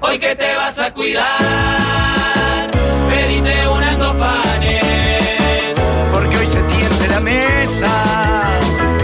Hoy que te vas a cuidar, pedite unas dos panes. Porque hoy se tiende la mesa.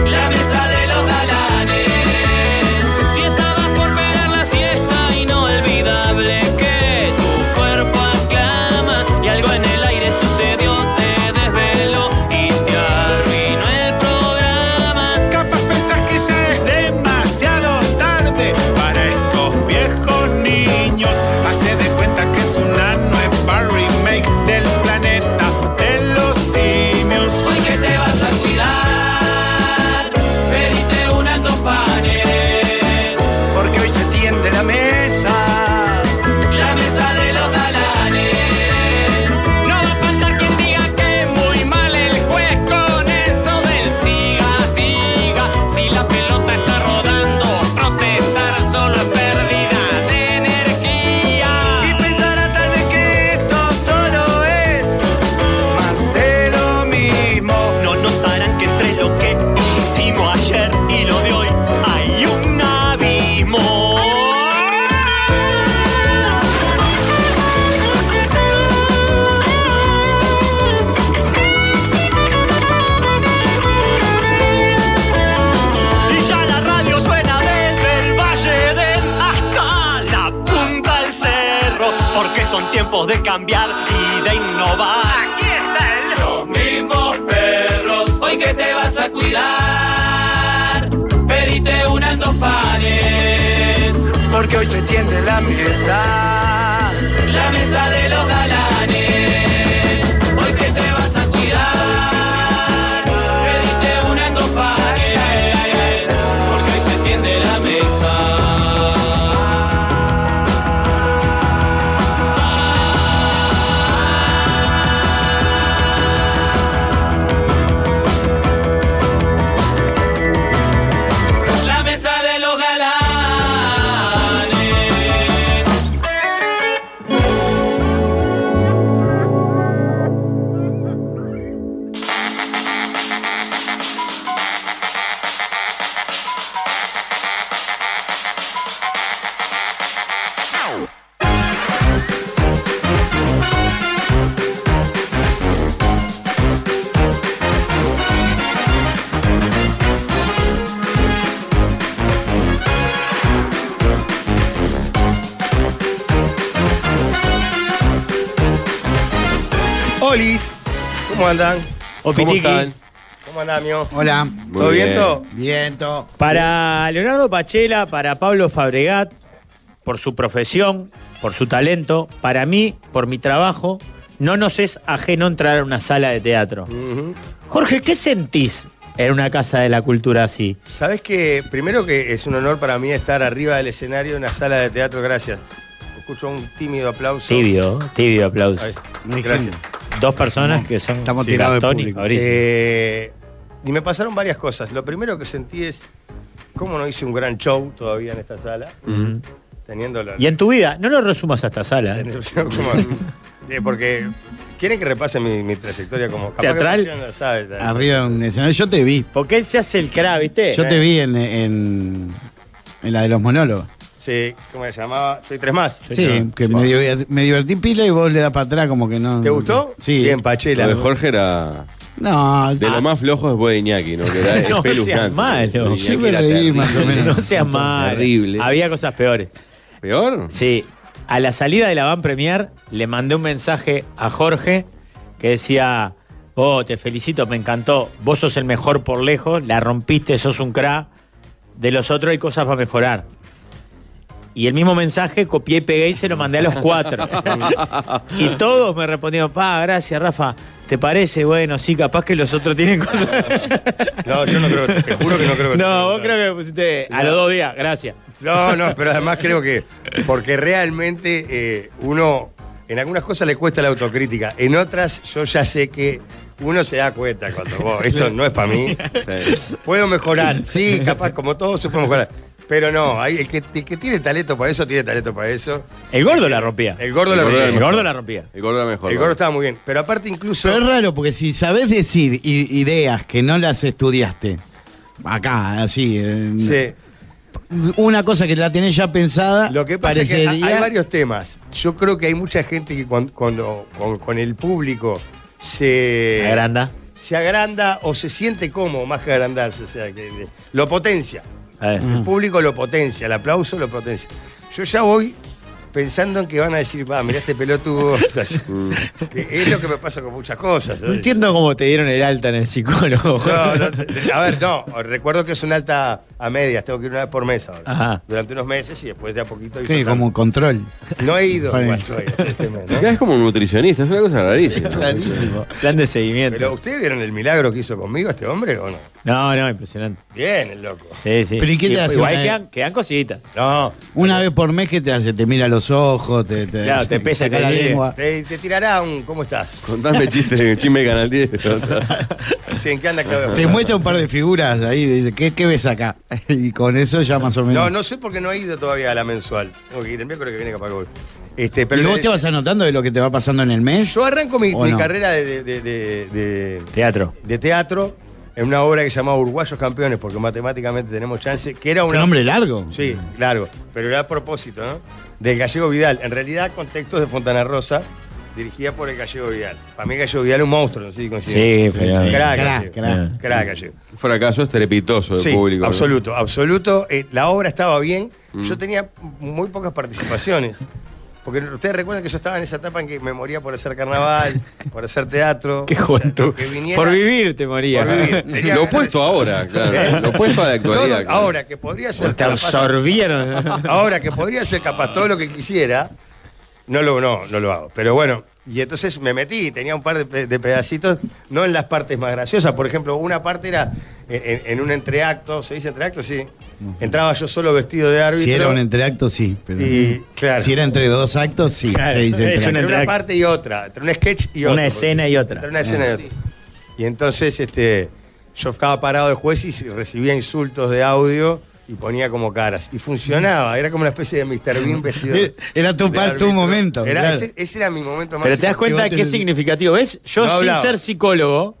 La mesa de los galanes. Si estabas por pegar la siesta, inolvidable que tu cuerpo aclama. Y algo en el aire sucedió, te desveló y te arruinó el programa. Capaz pensás que ya es demasiado tarde para estos viejos niños. Hace de cuenta que es una nueva remake del planeta de los simios. Hoy que te vas a cuidar, pedite unas dos panes. Porque hoy se tiende la mesa. La mesa de los galanes. No va a faltar quien diga que muy mal el juez con eso del siga, siga. Si la pelota está rodando, protestar solo es pérdida de Y energía. pensará tal vez que esto solo es más de lo mismo. No notarán que entre lo que hicimos ayer y lo de hoy hay un abismo. Y ya la radio suena desde el Valle del hasta la punta del cerro, porque son tiempos de cambiar y de innovar. Los mismos perros, hoy que te vas a cuidar, pedite unas dos panes. Porque hoy se tiende la mesa. La mesa de los galanes, hoy que te vas a cuidar, pediste una en dos pares, porque hoy se entiende la mesa. La mesa de los galanes. Olis, ¿cómo andan? O Pitiki. ¿Cómo andan, amigo? Hola. ¿Todo bien, todo? Viento. Para Leonardo Pachela, para Pablo Fabregat, por su profesión, por su talento, para mí, por mi trabajo, no nos es ajeno entrar a una sala de teatro. Jorge, ¿qué sentís en una casa de la cultura así? Sabes que primero que es un honor para mí estar arriba del escenario de una sala de teatro, gracias. Escucho un tímido aplauso. Tibio, tibio aplauso. Ay, Muy gracias. Dos personas que son Estamos tirados de Gastón y público. Fabricio. Eh, y me pasaron varias cosas. Lo primero que sentí es cómo no hice un gran show todavía en esta sala, Mm. teniéndolo. Y en tu vida, no lo resumas a esta sala. ¿eh? Como- eh, porque quieren que repase mi, mi trayectoria como capaz que ¿Teatral? Luciano la sabe, tal. Arriba en un escenario. Yo te vi. Porque él se hace el cra, ¿viste? Yo te vi en, en, en la de los monólogos. Sí, ¿cómo se llamaba? Soy tres más. Sí, que me, diver- me divertí pila y vos le das para atrás como que no. ¿Te gustó? Sí. Bien, Pachela. Lo de Jorge era. No, ah, De lo más flojo después de Iñaki, ¿no? Que era No espeluznante. seas malo. Iñaki Sí me era reí, terrible. más o menos. no seas mal. Terrible. Había cosas peores. ¿Peor? Sí, a la salida de la Van Premier le mandé un mensaje a Jorge que decía, oh, te felicito, me encantó, vos sos el mejor por lejos, la rompiste, sos un cra, de los otros hay cosas para mejorar. Y el mismo mensaje copié y pegué y se lo mandé a los cuatro. y todos me respondieron, pa, gracias, Rafa. ¿Te parece? Bueno, sí, capaz que los otros tienen cosas. No, yo no creo, que- te juro que no creo que no, vos creo que pusiste a los dos días, gracias. No, no, pero además creo que. Porque realmente eh, uno. En algunas cosas le cuesta la autocrítica. En otras, yo ya sé que uno se da cuenta cuando vos, esto no es para mí. Puedo mejorar. Sí, capaz, como todo se puede mejorar. Pero no, hay, el, que, el que tiene talento para eso, tiene talento para eso. El gordo la rompía. El gordo El la gordo rompía. era El gordo la rompía. El gordo era mejor. El gordo estaba muy bien. Pero aparte, incluso. Pero es raro porque si sabés decir i- ideas que no las estudiaste, acá, así, en- Sí. una cosa que la tenés ya pensada, Lo que pasa parecería. es que ha- hay varios temas. Yo creo que hay mucha gente que cuan- cuando, con, con el público se Agranda. se agranda o se siente cómodo más que agrandarse, o sea, que eh, lo potencia. A ver. El público lo potencia, el aplauso lo potencia. Yo ya voy pensando en que van a decir, va, mirá este pelotudo. o sea, que es lo que me pasa con muchas cosas. ¿eh? No entiendo cómo te dieron el alta en el psicólogo. No, no, a ver, no, recuerdo que es un alta a medias, tengo que ir una vez por mes ahora. Ajá. Durante unos meses y después de a poquito. ir Sí, soltando. como control. No he ido Para igual mí. todavía este mes, ¿no? Acá es como un nutricionista, es una cosa rarísima. Plan de seguimiento. Pero ¿ustedes vieron el milagro que hizo conmigo este hombre o no? No, no, impresionante. Bien, el loco. Sí, sí. Pero ¿y qué te Y- hace Igual una- quedan, quedan cositas. No, Una vez por mes que te hace, te mira los ojos, te, te, Claro, te pesa, saca te la mide. lengua. te, te tirará un ¿cómo estás? Contame chistes de chisme de Canal 10. Sí, ¿en qué Ah, anda Claudia? Te muestra un par de figuras ahí, dice, ¿qué, qué ves acá? Y con eso ya más o menos. No, no sé por qué no he ido todavía a la mensual. Tengo que ir, el miércoles que viene capaz que voy. Este, pero y vos le- te vas anotando de lo que te va pasando en el mes. Yo arranco mi, ¿O mi no? carrera de, de- de- de- Teatro. de teatro en una obra que se llamaba Uruguayos Campeones, porque matemáticamente tenemos chance, que era Un una... hombre largo. Sí, largo, pero era a propósito, ¿no? Del Gallego Vidal. En realidad, con textos de Fontana Rosa, dirigida por el Gallego Vidal. Para mí, el Gallego Vidal es un monstruo, no sé si coinciden. Sí, pero- Crack, Crack, Gallego. crack. Crack, Gallego. Un fracaso estrepitoso del Sí, público. ¿no? Mm. absoluto, absoluto. Eh, la obra estaba bien. Yo tenía muy pocas participaciones. Porque ustedes recuerdan que yo estaba en esa etapa en que me moría por hacer carnaval, por hacer teatro. Qué O sea, juventud. que viniera- Por vivir te morías. Por vivir. Tenía Lo ganas opuesto de- ahora, claro. Lo opuesto a la Todo- actualidad. claro. ahora, que podría ser Te capaz- absorbieron. Ahora, que podría ser capaz todo lo que quisiera, no lo, no, no lo hago. Pero bueno, y entonces me metí, tenía un par de, pe- de pedacitos, no en las partes más graciosas. Por ejemplo, una parte era en, en- en un entreacto, ¿se dice entreacto? Sí. Entraba yo solo vestido de árbitro. Si era un entreacto, sí. Pero Y, claro. Si era entre dos actos, sí. Claro, se dice es entreacto. entre una entreacto. parte y otra, entre un sketch y Una otra. escena y otra. Entre una escena y otra. Y entonces este, yo estaba parado de juez y se- recibía insultos de audio y ponía como caras. Y funcionaba, era como una especie de Mr. Bean vestido. Era- era tu de par- tu árbitro. momento, Era- claro. ese, ese era mi momento más Pero te das que cuenta vos qué te- significativo. ¿Ves? Yo No sin hablaba. ser psicólogo,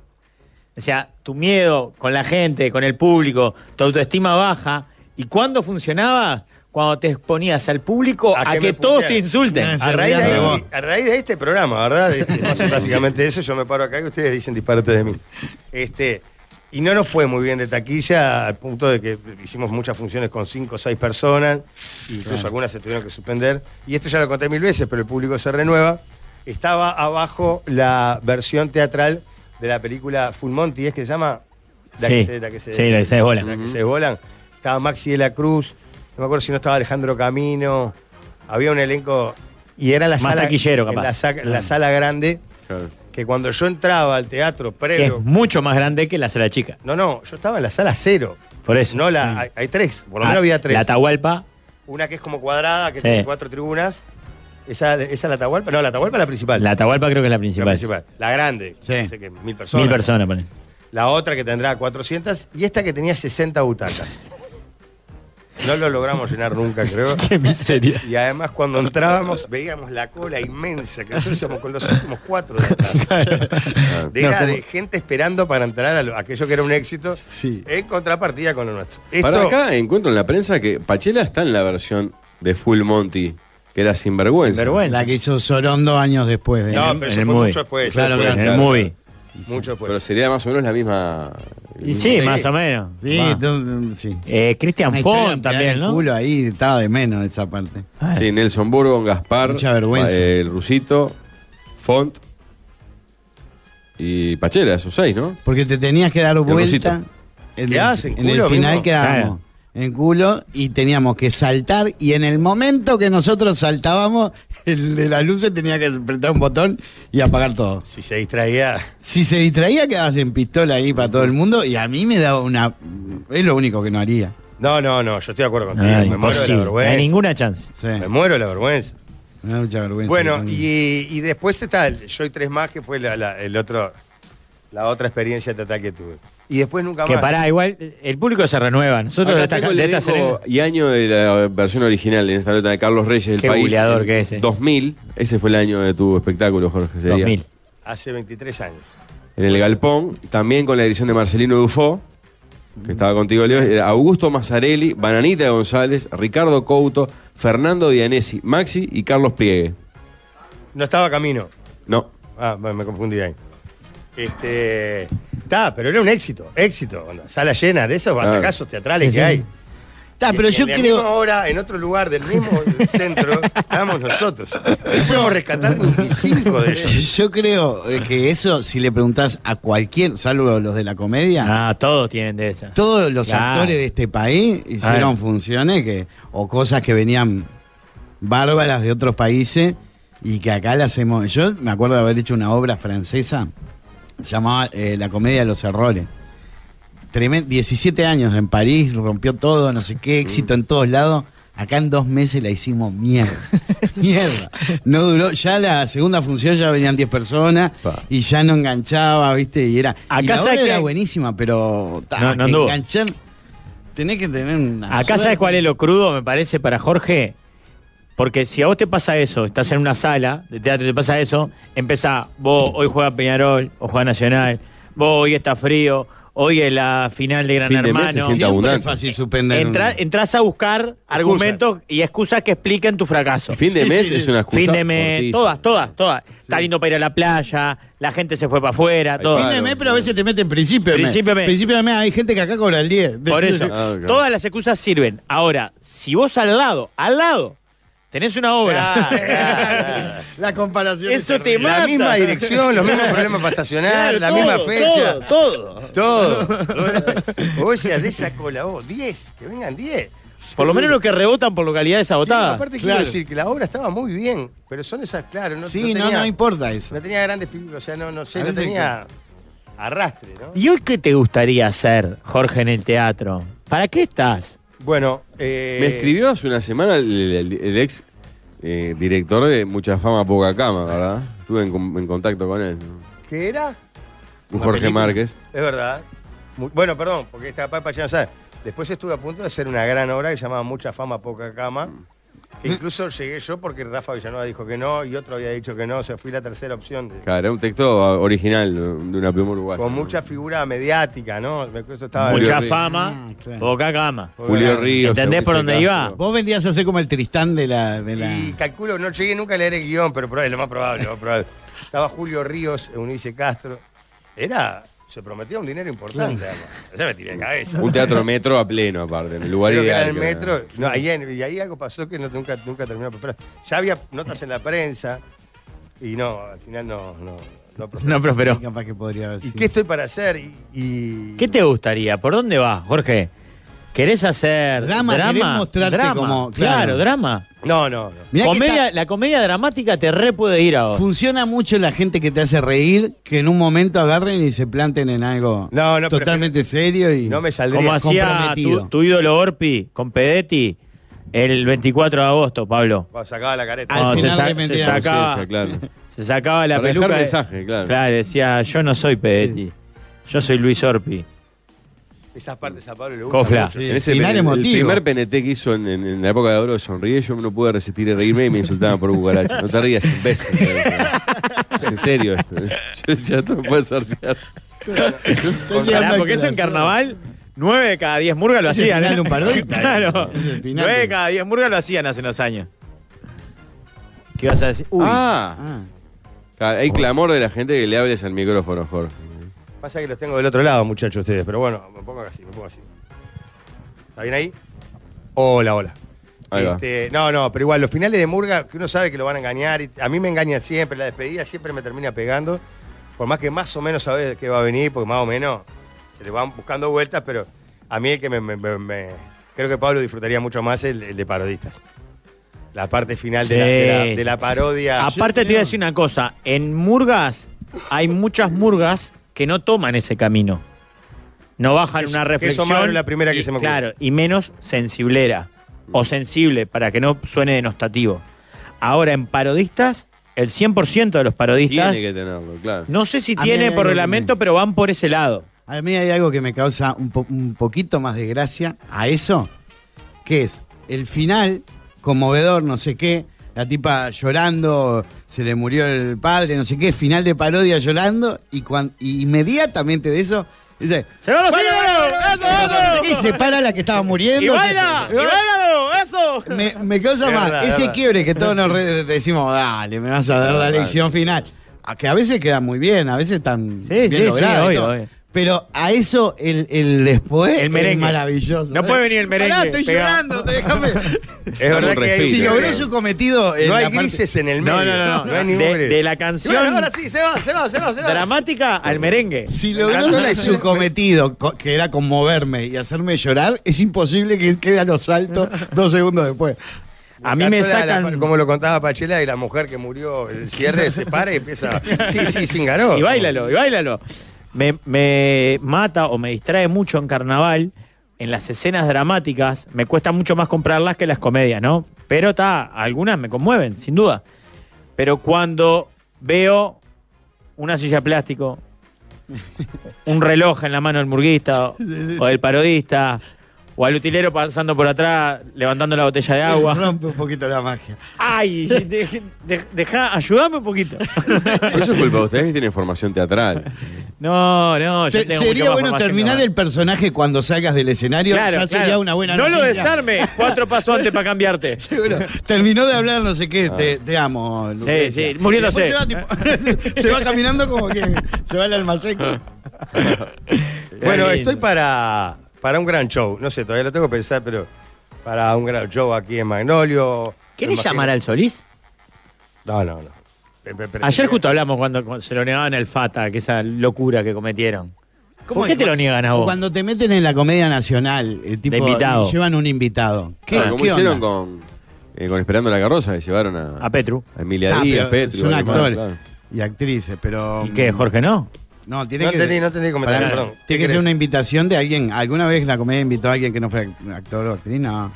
o sea, tu miedo con la gente, con el público, tu autoestima baja. ¿Y cuándo funcionaba? Cuando te exponías al público A a, que que, me todos putearan. te insulten. No, A raíz, de Fernando, ahí- vos. a raíz de este programa, ¿verdad? Este, más básicamente eso, yo me paro acá y ustedes dicen disparates de mí. Este, y no nos fue muy bien de taquilla, al punto de que hicimos muchas funciones con cinco o seis personas, incluso algunas se tuvieron que suspender. Y esto ya lo conté mil veces, pero el público se renueva. Estaba abajo la versión teatral de la película Full Monty, ¿es que se llama? La que Sí, se- la que se- sí, la que se desbola. la que se desbolan. Estaba Maxi de la Cruz, no me acuerdo si no estaba Alejandro Camino. Había un elenco. Y era la Más sala. taquillero, en capaz. Ah. La, sa- la sala grande, Claro. que cuando yo entraba al teatro Que es previo. mucho más grande que la sala chica. No, no, yo estaba en la sala cero. Por eso. No, la, hay, hay tres, por lo menos Ah, había tres. La Atahualpa, Una que es como cuadrada, que Sí. tiene cuatro tribunas. Esa, esa es la Atahualpa. No, la Atahualpa es la principal. la Atahualpa creo que es la la principal. principal. La grande. Sí. que dice que mil personas. Mil personas, ponen. La otra que tendrá 400 y esta que tenía 60 butacas. No lo logramos llenar nunca, creo. Qué miseria. Y además cuando entrábamos veíamos la cola inmensa que nosotros íbamos con los últimos cuatro de atrás. De, No, era como- de gente esperando para entrar a lo- aquello que era un éxito Sí. en contrapartida con lo nuestro. Para Esto, acá eh. encuentro en la prensa que Pachela está en la versión de Full Monty, que era sinvergüenza. Vergüenza. La que hizo Sorondo años después. de- no, en pero el eso fue movie. mucho después. Claro, eso fue En claro. el movie. Mucho después. Pero sería más o menos la misma. Y sí, Sí. más o menos. Sí, Va. tú- mm, sí. Eh, Cristian Una historia Fon que te da también, el ¿no? culo ahí estaba de menos esa parte. Ah, Sí, Nelson Burgon, Gaspar, Mucha vergüenza. pa- el Rusito, Font y Pachela, esos seis, ¿no? Porque te tenías que dar vuelta. Rosito. En Quedabas en el, en el culo, final mismo. quedábamos en culo y teníamos que saltar. Y en el momento que nosotros saltábamos, el de las luces tenía que apretar un botón y apagar todo. Si se distraía... Si se distraía, quedabas en pistola ahí para todo el mundo. Y a mí me daba una. Es lo único que no haría. No, no, no, yo estoy de acuerdo ah, contigo. me muero de la imposible. No vergüenza. hay ninguna chance. Sí, Me muero de la vergüenza. me da mucha vergüenza. Bueno, también. y, y después está el Yo y Tres Más, que fue la, la- el otro, la otra experiencia total que tuve. Y después nunca Que más. pará, Ah, igual el público se renueva. Nosotros de Acá esta, tengo el de esta elenco serie- y año de la versión original en esta nota de Carlos Reyes del Qué país. buleador en que es, eh. 2000, ese fue el año de tu espectáculo, Jorge. Sería. 2000. Hace 23 años. En el Galpón, también con la edición de Marcelino Dufo. que estaba contigo, Leo, era Augusto Mazzarelli, Bananita González, Ricardo Couto, Fernando Dianesi, Maxi y Carlos Pliegue. No estaba camino. No, Ah, me, me confundí ahí. Este. Está, pero era un éxito, éxito. onda, Sala llena de esos Claro. batacazos teatrales Sí, que sí. hay. Está, pero Y yo en la misma creo. hora, en otro lugar del mismo centro, estábamos nosotros. No podemos rescatar ni cinco de ellos. Yo creo eh, que eso, si le preguntás a cualquier, salvo los de la comedia, Ah, todos tienen de esa. todos los Claro. actores de este país A ver. hicieron funciones que o cosas que venían bárbaras de otros países y que acá las hacemos. Yo me acuerdo de haber hecho una obra francesa llamada eh, La comedia de los errores. Tremen- 17 años en París, rompió todo, no sé qué, éxito en todos lados. Acá en dos meses la hicimos mierda. mierda. No duró, ya la segunda función ya venían 10 personas Pa. y ya no enganchaba, ¿viste? Y era. Acá y la sabe obra que- era buenísima, pero. ta, No, no que anduvo. enganchar. Tenés que tener una. Acá suerte. sabes cuál es lo crudo, me parece, para Jorge. Porque si a vos te pasa eso, estás en una sala de teatro y te pasa eso, empezá, vos hoy juega Peñarol o juega Nacional, vos hoy está frío, hoy es la final de Gran Fin de mes, Hermano. se siente Siempre abundante. es fácil suspender. Entra- un- entras a buscar argumentos y excusas que expliquen tu fracaso. fin de Sí, mes sí, es sí. una excusa. Fin de mes, fortísima. todas, todas, todas. Está lindo para ir a la playa, la gente se fue para afuera, Ay, todo. Fin de mes, pero a veces te meten principio de mes. Principio de mes. Principio de mes, hay gente que acá cobra el 10. Por eso, Ah, claro. todas las excusas sirven. Ahora, si vos al lado, al lado, tenés una obra. Ah, ah, ah. La comparación. Eso es te terrible. mata. La misma dirección, los mismos problemas para Claro, estacionar, la todo, misma fecha. Todo, todo. Todo. O sea, de esa cola, vos, 10, que vengan 10. Por lo menos lo que rebotan por localidades Quiero- agotadas. Aparte quiero Claro. decir que la obra estaba muy bien, pero son esas, claro, no, Sí, no, tenía, no importa eso. no tenía grandes figuras, o sea, no, no sé, A no veces tenía arrastre, ¿no? ¿Y hoy qué te gustaría hacer, Jorge, en el teatro? ¿Para qué estás? Bueno, eh, Me escribió hace una semana el, el- el ex eh, director de Mucha Fama Poca Cama, ¿verdad? Estuve en, con- en contacto con él. ¿no? ¿Qué era? Un Una Jorge película. Márquez. Es verdad. Mu- Bueno, perdón, porque esta papa ya no sabe. Después estuve a punto de hacer una gran obra que se llamaba Mucha fama, poca cama. Mm. Que incluso llegué yo porque Rafa Villanueva dijo que no y otro había dicho que no. O sea, fui la tercera opción. de- Claro, era un texto ah, original de una pluma uruguaya. con ¿no? mucha figura mediática, ¿no? Me acuerdo, estaba Julio Mucha Ríos. fama, Ah, claro. poca cama. Julio Ríos. ¿Entendés por Agustín dónde iba? Castro. Vos vendías a ser como el Tristán de la. De la... Y calculo, no llegué nunca a leer el guión, pero probable, lo más probable, lo más probable. Estaba Julio Ríos, Eunice Castro. Era, se prometía un dinero importante, además. Ya me tiré de cabeza. Un teatro metro a pleno, aparte, en el lugar Creo que ideal. era el que era. metro. No, ahí en- y ahí algo pasó que no- nunca, nunca terminó. Pero ya había notas en la prensa y no, al final no. no, no prosperó. No prosperó. Capaz que podría haber ¿Y sido. qué estoy para hacer? Y, y- ¿Qué te gustaría? ¿Por dónde vas, Jorge? ¿Querés hacer Drama, querés drama? mostrarte drama, como- claro. claro. drama. No, no, no. Mirá que Comedia- está- La comedia dramática te re puede ir ahora. Funciona mucho la gente que te hace reír, que en un momento agarren y se planten en algo No, no, pero- totalmente serio y No me saldría. Como hacía comprometido. tu, tu ídolo Orpi con Pedetti el 24 de agosto, Pablo. Cuando sacaba la careta. Al Cuando final se, de se Mendiano. sacaba, Conciencia, claro. se sacaba la Para dejar peluca. de- mensaje, claro. decía, yo no soy Pedetti, yo soy Luis Orpi. Esas partes a Pablo le gustan Cofla. mucho. Sí, En ese final el- el emotivo. primer PNT que hizo en, en- en la época de oro de Sonríe, yo no pude resistir y reírme y me insultaban por cucaracha. No te rías, imbécil. es en serio esto. Yo ya te lo puedo sortear. Estoy Pará, llegando porque al eso en corazón. carnaval, 9 de cada 10 murgas lo Es el hacían. final ¿eh? de un parodista, claro. es el final 9 de de- cada 10 murgas lo hacían hace unos años. ¿Qué ibas a decir? Uy. Ah, Ah. hay clamor de la gente que le hables al micrófono, Jorge. Pasa que los tengo del otro lado, muchachos, ustedes. Pero bueno, me pongo así, me pongo así. ¿Está bien ahí? Hola, hola. Ahí va. Este, no, no, pero igual, los finales de Murga, que uno sabe que lo van a engañar, y a mí me engañan siempre, la despedida siempre me termina pegando, por más que más o menos sabes que va a venir, porque más o menos se le van buscando vueltas, pero a mí el que me... me- me- me- creo que Pablo disfrutaría mucho más el, el de parodistas. La parte final de, la, de la- Sí. de la parodia. Aparte te voy a decir una cosa, en murgas hay muchas murgas que no toman ese camino. No bajan Eso- una que eso reflexión. Mauro es la primera que y- se me ocurre. Claro, y menos sensiblera o sensible para que no suene denostativo. Ahora en parodistas, el 100% de los parodistas Tiene que tenerlo, claro. no sé si A mí tiene hay por algo reglamento, que- pero van por ese lado. A mí hay algo que me causa un, po- un poquito más de gracia a eso, que es el final, conmovedor, no sé qué, la tipa llorando, se le murió el padre, no sé qué, final de parodia llorando, y, cuan- y inmediatamente de eso, dice, ¡Se va a los "Bueno, señores! eso, Y se para la que estaba muriendo. ¡Y baila! ¡Y bailalo! ¡Eso! Me, me causa Es más verdad, es ese verdad. quiebre que todos nos re- decimos, dale, me vas a dar la lección final. A que a veces queda muy bien, a veces tan Sí, bien sí, sí, lograda y obvio, todo. obvio. Pero a eso el, el después El es merengue. maravilloso. ¿eh? No puede venir el merengue, Pará, estoy pegado. llorando, déjame. Es verdad que hay- si respiro, logró su cometido. en No hay la parte- grises en el medio. No, no, no. hay no. ningún De, gris. de la Y bueno, canción ahora sí, se va, se va, se va, se va. dramática al merengue. Si logró Cantando la su cometido, co- que era conmoverme y hacerme llorar, es imposible que quede a los saltos dos segundos después. A mí me Cantó la- la- sacan. como lo contaba Pachela, y la mujer que murió, el cierre se para y empieza. Sí, sí, sin ganó. Y bailalo, y bailalo. Me, me mata o me distrae mucho en carnaval. En las escenas dramáticas me cuesta mucho más comprarlas que las comedias, ¿no? Pero está, algunas me conmueven, sin duda. Pero cuando veo una silla de plástico, un reloj en la mano del murguista o del parodista, o al utilero pasando por atrás levantando la botella de agua. Rompe un poquito la magia. Ay, de- de- deja, ayúdame un poquito. Eso es culpa de ustedes que tienen formación teatral. No, no, yo Te- tengo sería mucha más bueno formación terminar que el personaje cuando salgas del escenario. Claro, ya sería claro. una buena No lo noticia. desarme, cuatro pasos antes para cambiarte. Seguro. Terminó de hablar no sé qué, te, te amo. Lucrecia. Ah. sí, muriéndose. Y después Se va, tipo, se va caminando como que se va al almacén. Ah. Bueno, Qué estoy lindo. para, para un gran show. No sé, todavía lo tengo que pensar, pero para un gran show aquí en Magnolio. ¿Querés Me imagino- llamar al Solís? No, no, no. Pe- pe- pe- Ayer justo hablamos cuando, cuando se lo negaban al Fata, que esa locura que cometieron. ¿Cómo ¿Por qué es? te lo niegan a O vos? Cuando te meten en la comedia nacional, eh, tipo, invitado. llevan un invitado. ¿Qué, Ah, ¿Cómo qué hicieron onda? con, eh, con Esperando la Carroza? Que llevaron a, A Petru. a Emilia Ah, Díaz, pero Petru. son a Alemán, actores claro. y actrices, pero... ¿Y qué, Jorge no? No, tiene No que... entendí, no entendí el comentario, Pará, perdón. ¿Qué Tiene que querés? ser una invitación de alguien. ¿Alguna vez la comedia invitó a alguien que no fuera actor o actriz? No.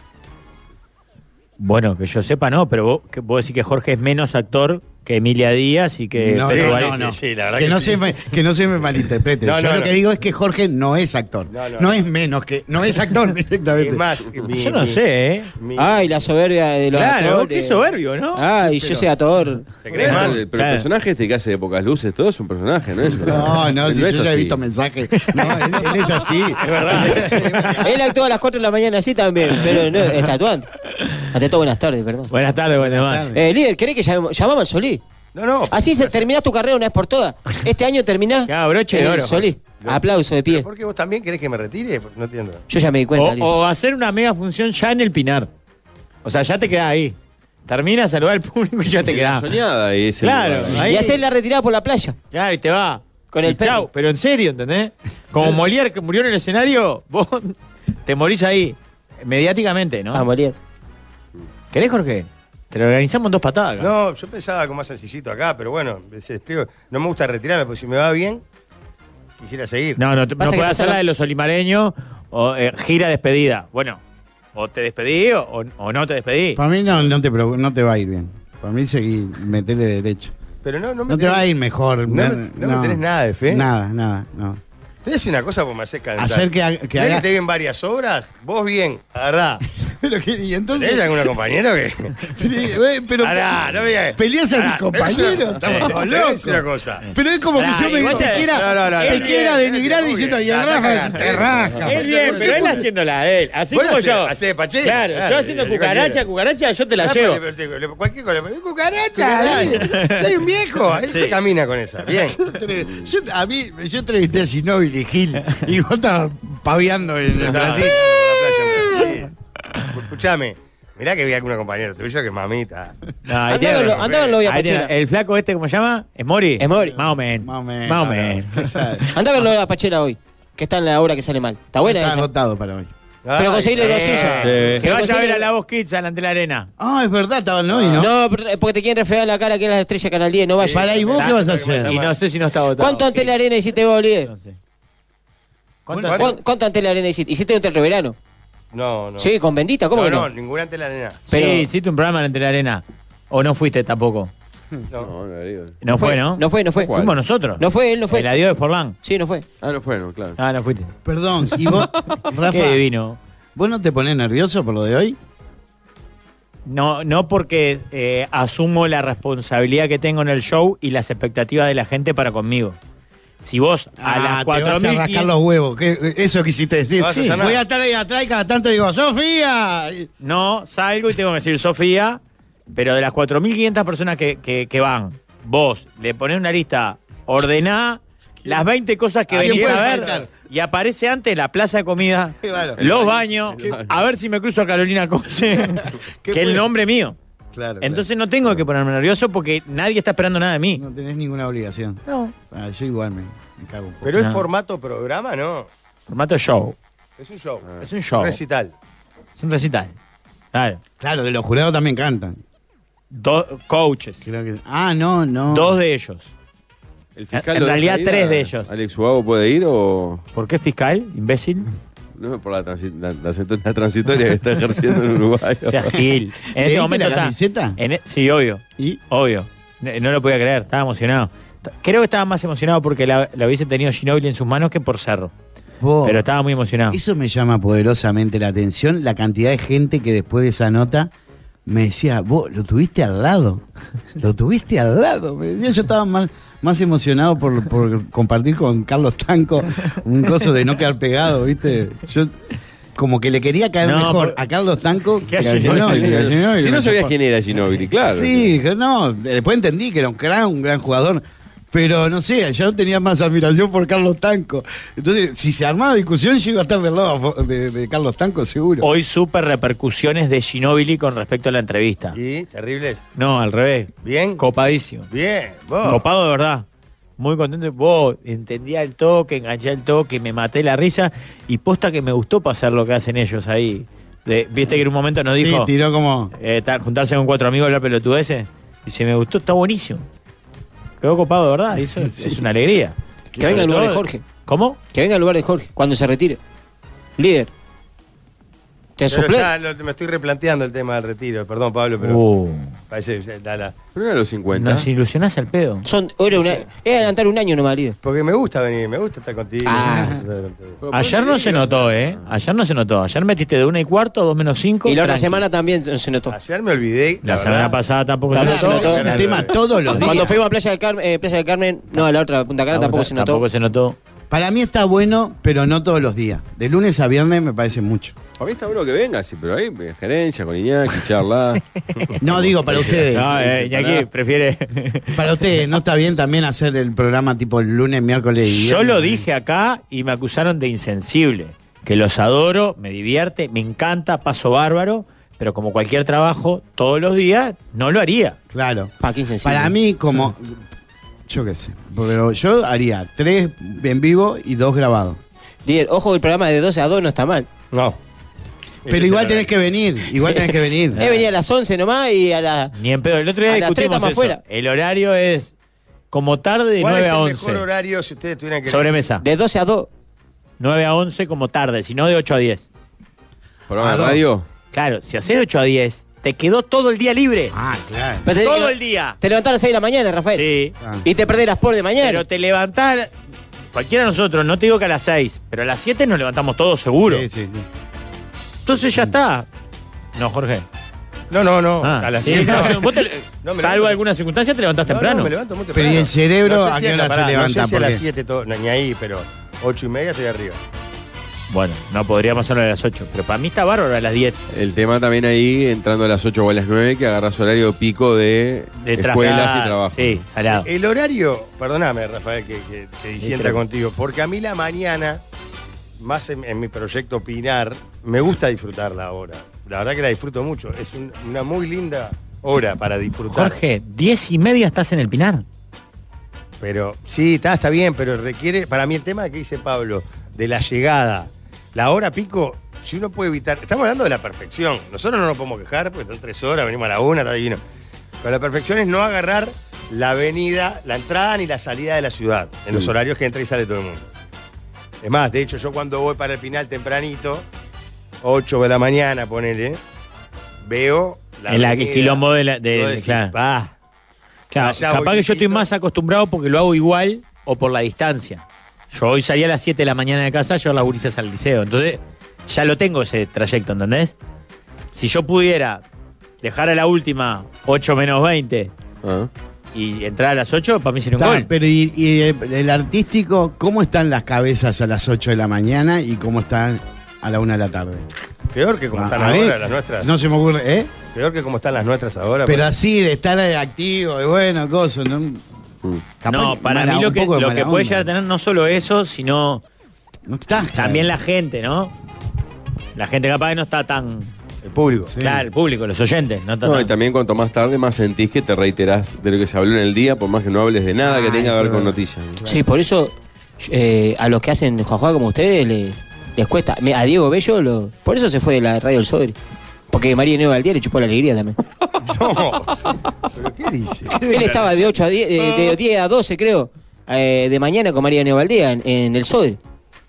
Bueno, que yo sepa no, pero vos, que, vos decís que Jorge es menos actor que Emilia Díaz y que... No, pero no, igual- no, no. sí, sí, la verdad que, que no sí. se me, que no se me malinterprete. No, Yo no, lo no. que digo es que Jorge no es actor. No, No, no, no. es menos que. No es actor directamente. Es más, mi- Yo no mi- sé, ¿eh? mi- Ay, Ah, la soberbia de los Claro, actores. qué soberbio, ¿no? Ay, yo soy actor. ¿Te crees Pero más? el Claro. personaje este que hace de pocas luces, todo es un personaje, ¿no es? no, no, si es yo ya he así. visto mensajes. No, él, él es así. Es verdad. Él actúa a las 4 de la mañana así también, pero no, está actuando. Ante todo, buenas tardes, perdón. Buenas tardes, buenas tardes. Eh, líder, ¿querés que llamemos llamamos al Solí? No, no. Así se, terminás tu carrera una vez por todas. Este año terminás. Claro, broche de en el oro. Solí. Aplauso de pie. ¿Por qué vos también querés que me retire? No entiendo. Yo ya me di cuenta, líder. O, o hacer una mega función ya en el Pinar. O sea, ya te quedás ahí. Termina, saludar al público y ya te quedás. Soñada y ese Claro, lugar. ahí. Y hacer la retirada por la playa. Claro, y te va. Con Y el chau, perro. pero en serio, ¿entendés? Como Molière que murió en el escenario, vos te morís ahí. Mediáticamente, ¿no? Vamos, líder. ¿Querés, Jorge? Te lo organizamos en dos patadas. acá. No, yo pensaba algo más sencillito acá, pero bueno, se explico. No me gusta retirarme, porque si me va bien, quisiera seguir. no, no, te- no Pasa que podés te hacer la sacan- de los olimareños o eh, gira despedida. Bueno, o te despedí o, o- o no te despedí. Para mí no, no, te, preocu- no te va a ir bien. Para mí seguí, metele derecho. Pero no, no me No te tenés- va a ir mejor. No me- no me tenés nada de fe. Nada, nada, no. Te voy a decir una cosa porque me haces calentar. Hacer que ha- que ¿Querés haga- te den varias obras, vos bien, la verdad. Pero que, y entonces. ¿Tenés alguna compañera que.? Pero, eh, pero- Pará, no me digas. Peleas a mis Pará, te voy compañeros, a decir una- estamos te voy a todos decir locos. una cosa. Pero es como Pará, que yo me igual te, te- quiera, no, no, no, te no. quiera Te denigrar decía, diciendo, muy y el bien, la Rafa, cagaste. te raja. Él bien, pero él haciéndola de él. Así Vos como hacés- yo. hacés de Pachela, Claro, claro, yo haciendo de cualquiera. cucaracha, cucaracha, yo te la Ah, llevo. pero te- le- Cualquier cosa. le- ¡Cucaracha! dale, ¡Soy un viejo! Él te camina con esa. Bien. Yo, a mí, yo entrevisté a Ginóbili Gil y vos estabas paviando en el Estaba así, Brasil. como la playa, sí. Escuchame, mirá que vi alguna compañera tuya que mamita. No, ahí tiene Andá que con lo- romper. andá con lo de Ahí tiene- Apachera. el flaco este, ¿cómo se llama? ¿Es Mori? Es Mori. Más o menos. Más o menos. Más o menos. Andá con lo de la pachera hoy. Que está en la obra que sale mal. Está buena Está esa. agotado para hoy. Pero conseguirle dos sillas. Que Pero vaya a ver conseguirle- a la voz kids adelante de la arena. Ah, es verdad, estaba hoy, ¿no? No, pero- eh, porque te quieren refregar la cara que eres la estrella de Canal 10, no vayas. Para, ¿y vos qué vas a hacer? Y no sé si no está votado. ¿Cuánto ante la arena hiciste vos, líder? No sé. ¿Cuánto Bueno, ante- ¿Cuán- ¿Cuánto ante la arena hiciste? ¿Hiciste un reverano? No, no. Sí, con bendita, ¿cómo no, que no, no? ninguna ante la nena. pero- Sí, hiciste un programa delante de la arena. ¿O no fuiste tampoco? No. No, no, digo. No fue, ¿no? No fue, no fue. ¿Cuál? Fuimos nosotros. No fue, él no El fue. adiós de Forlán. Sí, no fue. Ah, no fueron, claro. Ah, no fuiste. Perdón, y vos, Rafa, Qué divino. ¿vos no te pones nervioso por lo de hoy? No, no porque eh, asumo la responsabilidad que tengo en el show y las expectativas de la gente para conmigo. Si vos a Ah, las te vas a 4.000 rascar los huevos. ¿Qué- eso quisiste decir. No vas a Sí, sanar. voy a estar ahí atrás y cada tanto digo, ¡Sofía! No, salgo y tengo que decir Sofía, pero de las 4.500 personas que, que- que van, vos le ponés una lista ordenada, las 20 cosas que ¿A quién venís a puede ver, faltar? y aparece antes la plaza de comida, Claro. los baños, a ver si me cruzo a Carolina Conce, que ¿Qué es el puede- nombre mío. Claro. Entonces no tengo que ponerme nervioso porque nadie está esperando nada de claro. mí. no tenés ninguna obligación. No, Ah, yo igual me, me cago un poco. Pero No. es formato programa, no. formato show. Es un show. Ah. Es un show. Recital. Es un recital. Claro. claro, de los jurados también cantan. Dos coaches. Creo que- Ah, no, no. Dos de ellos. El En lo realidad, deja ir tres a- de ellos. ¿Alex Ubago puede ir o.? ¿Por qué fiscal, imbécil? No, por la, transi- la- la sento- la transitoria que está ejerciendo en Uruguay. Sea Gil. En ¿Le este diste momento la está- camiseta? en e- sí, obvio. ¿Y? Obvio. No, no lo podía creer, estaba emocionado. T- Creo que estaba más emocionado porque la, la hubiese tenido Ginobili en sus manos que por Cerro. Vos. Pero estaba muy emocionado. Eso me llama poderosamente la atención, la cantidad de gente que después de esa nota me decía, vos lo tuviste al lado, lo tuviste al lado. Me decía, yo estaba más, más emocionado por, por compartir con Carlos Tanco un coso de no quedar pegado, ¿viste? Yo como que le quería caer No, mejor por- a Carlos Tanco que a Ginóbili. Ginóbili, a Ginóbili. Si no Me sabías chapó. quién era Ginobili, claro. Sí, dije, no, después entendí que era un gran, un gran jugador. Pero no sé, yo tenía más admiración por Carlos Tanco. Entonces, si se armaba discusión, yo iba a estar del lado de, de Carlos Tanco, seguro. Hoy super repercusiones de Ginobili con respecto a la entrevista. ¿Y? ¿Terribles? No, al revés. ¿Bien? Copadísimo. Bien. vos. Copado de verdad. Muy contento. Vos, entendía el toque, enganché el toque, me maté la risa. Y posta que me gustó pasar lo que hacen ellos ahí. De- Viste que en un momento nos sí, dijo. tiró como. eh, tal, juntarse con cuatro amigos a hablar pelotudeces. Y se me gustó, está buenísimo. Quedó copado, de verdad. y Ah, eso es- es una alegría. Que venga al lugar de Todo- Jorge. ¿Cómo? Que venga al lugar de Jorge cuando se retire. Líder. Te Pero suple. ya lo- me estoy replanteando el tema del retiro. Perdón, Pablo, pero Uh, parece... ya, la- la- Pero era los 50. nos ilusionás al pedo. Son, era una, es adelantar un año nomás, líder. Porque me gusta venir, me gusta estar contigo. Ah. Pero Ayer no ponele se ahí, notó, ¿eh? Ayer no se notó. Ayer metiste de una y cuarto, dos menos cinco. Y la otra tranqui. semana también se notó. Ayer me olvidé. La, verdad. semana pasada tampoco Claro, "Claro, se notó. es un tema todos los días. Cuando fuimos a Playa del Carmen, eh, Playa del Carmen no, a la otra, a Punta Cana, tampoco se notó. Ah, Tampoco se notó. Para mí está bueno, pero no todos los días. De lunes a viernes me parece mucho. Para mí está bueno que venga, sí, pero ahí, eh, gerencia, con Iñaki, charla. No digo para ustedes. No, eh, Pará. Iñaki prefiere. Para ustedes, ¿no está bien también hacer el programa tipo el lunes, miércoles y Yo viernes? lo dije acá y me acusaron de insensible. Que los adoro, me divierte, me encanta, paso bárbaro, pero como cualquier trabajo, todos los días, no lo haría. Claro. Pa' 15 encima. Para mí, como. Yo qué sé. Pero yo haría tres en vivo y dos grabados. Líder, ojo, el programa de 12 a 2 no está mal. No. Pero igual tenés que venir. Igual tenés que venir. Él venía a las 11 nomás y a las. Ni en pedo. El otro día A las tres discutimos estamos eso. afuera. El horario es como tarde de ¿Cuál 9 es a el mejor 11. horario si ustedes tuvieran que... Sobremesa. De 12 a 2. 9 a 11 como tarde, si no de 8 a 10. ¿Programa de Perdón. radio? Claro, si haces de 8 a 10, te quedó todo el día libre. Ah, claro. Pero te- todo el día. Te levantás a las 6 de la mañana, Rafael. Sí. Ah. Y te perdés las por de mañana. Pero te levantás, cualquiera de nosotros, no te digo que a las 6, pero a las 7 nos levantamos todos seguro. Sí, sí, sí. Entonces ya está. No, Jorge. No, no, no. Ah, a las sí, 7. no, vos te- No, me salvo levanto. alguna circunstancia, te levantás temprano. me levanto muy Pero temprano. ¿y el cerebro No sé a si qué es hora la- se pará, No levanta? sé si a las Porque- 7, todo- no, ni ahí, pero 8 y media estoy arriba. Bueno, no podríamos hacerlo a las 8, pero para mí está bárbaro a las 10. El tema también ahí, entrando a las 8 o a las 9, que agarras horario pico de, De escuelas y traslado. trabajo. Sí, salado. El horario, perdóname Rafael que, que, que disienta creo. contigo, porque a mí la mañana, más en, en mi proyecto Pinar, me gusta disfrutarla ahora. La verdad que la disfruto mucho. Es un- una muy linda hora para disfrutar. Jorge, 10 y media estás en el Pinar. Pero sí, está, está bien, pero requiere, para mí el tema que dice Pablo, de la llegada, la hora pico, si uno puede evitar, estamos hablando de la perfección, nosotros no nos podemos quejar porque están tres horas, venimos a la una, está divino, pero la perfección es no agarrar la avenida, la entrada ni la salida de la ciudad, en los Mm. horarios que entra y sale todo el mundo. Es más, de hecho yo cuando voy para el final tempranito, 8 de la mañana, ponele, veo la... El- el avenida. quilombo de la- de- Vos decís, claro. "Pa". Claro, Allá voy capaz que yo estoy distinto. más acostumbrado porque lo hago igual o por la distancia. Yo hoy salí a las 7 de la mañana de casa, llevo las gurisas al liceo. Entonces, ya lo tengo ese trayecto, ¿entendés? Si yo pudiera dejar a la última 8 menos 20, Ah. y entrar a las 8, para mí sería un Está, gol. pero y, y el, el artístico, ¿cómo están las cabezas a las 8 de la mañana y cómo están a la 1 de la tarde? Peor que como A- están a mí ahora las nuestras. No se me ocurre, ¿eh? Peor que como están las nuestras ahora. pues. Pero pues. porque- así, de estar eh, activo, de bueno, cosas, ¿no? Capaz Mm. no, que para mala- mí lo un que, poco de lo mala que puede onda. llegar a tener no solo eso, sino No estás, claro. también la gente, ¿no? La gente capaz que no está tan. El público. Sí. Claro, el público, los oyentes, no está No, y tan- también cuanto más tarde, más sentís que te reiterás de lo que se habló en el día, por más que no hables de Ah, nada que tenga que eso ver con es. noticias. ¿no? Sí, por eso eh, a los que hacen Juanjuá como ustedes le- les cuesta. Me- A Diego Bello, lo- por eso se fue de la radio del Sodre. Porque María Nueva Valdía le chupó la alegría también. No. ¿Pero qué dice? Él estaba de 8 a 10, de, de 10 a 12, creo, eh, de mañana con María Nueva Valdía en, en el Sodre.